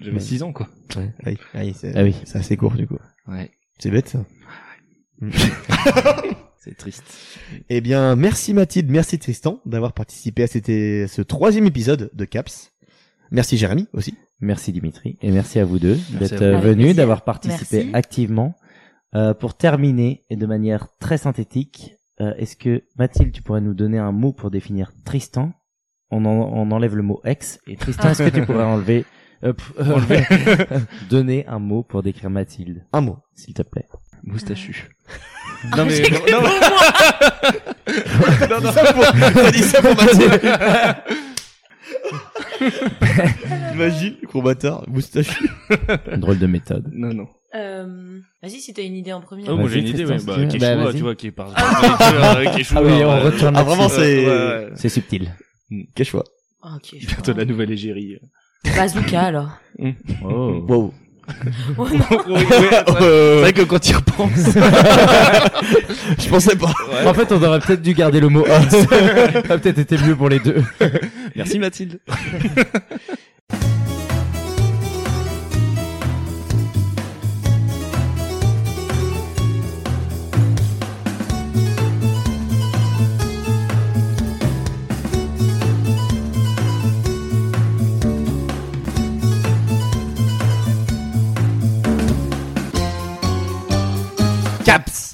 [SPEAKER 5] j'avais 6 ans quoi.
[SPEAKER 1] Ouais. Ah oui, ah oui, c'est
[SPEAKER 3] Ah oui.
[SPEAKER 1] c'est assez court du coup.
[SPEAKER 5] Ouais.
[SPEAKER 1] C'est bête ça.
[SPEAKER 5] C'est triste.
[SPEAKER 1] Eh bien, merci Mathilde, merci Tristan d'avoir participé à, cet é- ce troisième épisode de Caps. Merci Jérémy aussi.
[SPEAKER 3] Merci Dimitri et merci à vous deux
[SPEAKER 5] à
[SPEAKER 3] d'être
[SPEAKER 5] vous.
[SPEAKER 3] euh,
[SPEAKER 4] Avec
[SPEAKER 3] venus,
[SPEAKER 4] plaisir.
[SPEAKER 3] d'avoir participé
[SPEAKER 4] Merci.
[SPEAKER 3] activement. Euh, pour terminer et de manière très synthétique, euh, est-ce que Mathilde, tu pourrais nous donner un mot pour définir Tristan on, en- on enlève le mot ex et Tristan, est-ce que tu pourrais enlever, euh, pff, euh, donner un mot pour décrire Mathilde,
[SPEAKER 1] Un mot.
[SPEAKER 3] s'il te plaît
[SPEAKER 5] Moustachu.
[SPEAKER 4] Ah,
[SPEAKER 5] non mais
[SPEAKER 4] j'ai cru
[SPEAKER 5] non, non,
[SPEAKER 1] Dis ça pour- T'as dit ça pour Mathilde. Imagine, gros bâtard, moustachu.
[SPEAKER 3] Une drôle de méthode.
[SPEAKER 5] non, non.
[SPEAKER 4] Euh, Vas-y, si t'as une idée en premier.
[SPEAKER 5] Oh, moi
[SPEAKER 3] Vas-y,
[SPEAKER 5] j'ai une idée
[SPEAKER 3] Tristan,
[SPEAKER 5] ouais,
[SPEAKER 3] si tu veux.
[SPEAKER 5] bah Quechua,
[SPEAKER 3] Bah, vas-y.
[SPEAKER 5] tu vois qui est par euh, Quechua,
[SPEAKER 3] Ah oui, on
[SPEAKER 5] ouais.
[SPEAKER 3] retourne
[SPEAKER 1] Ah vraiment,
[SPEAKER 5] Ouais,
[SPEAKER 1] c'est
[SPEAKER 5] ouais, ouais.
[SPEAKER 3] C'est subtil.
[SPEAKER 1] quel choix.
[SPEAKER 4] Ah, ok. je
[SPEAKER 5] Bientôt
[SPEAKER 4] crois.
[SPEAKER 5] la nouvelle Égérie.
[SPEAKER 4] Bazooka alors.
[SPEAKER 3] Oh.
[SPEAKER 1] Wow.
[SPEAKER 4] Oh, non.
[SPEAKER 1] Euh,
[SPEAKER 5] vrai que quand il repense.
[SPEAKER 1] je pensais pas.
[SPEAKER 3] En fait, on aurait peut-être dû garder le mot ex. Ça aurait peut-être été mieux pour les deux.
[SPEAKER 5] Merci Mathilde.
[SPEAKER 1] Caps.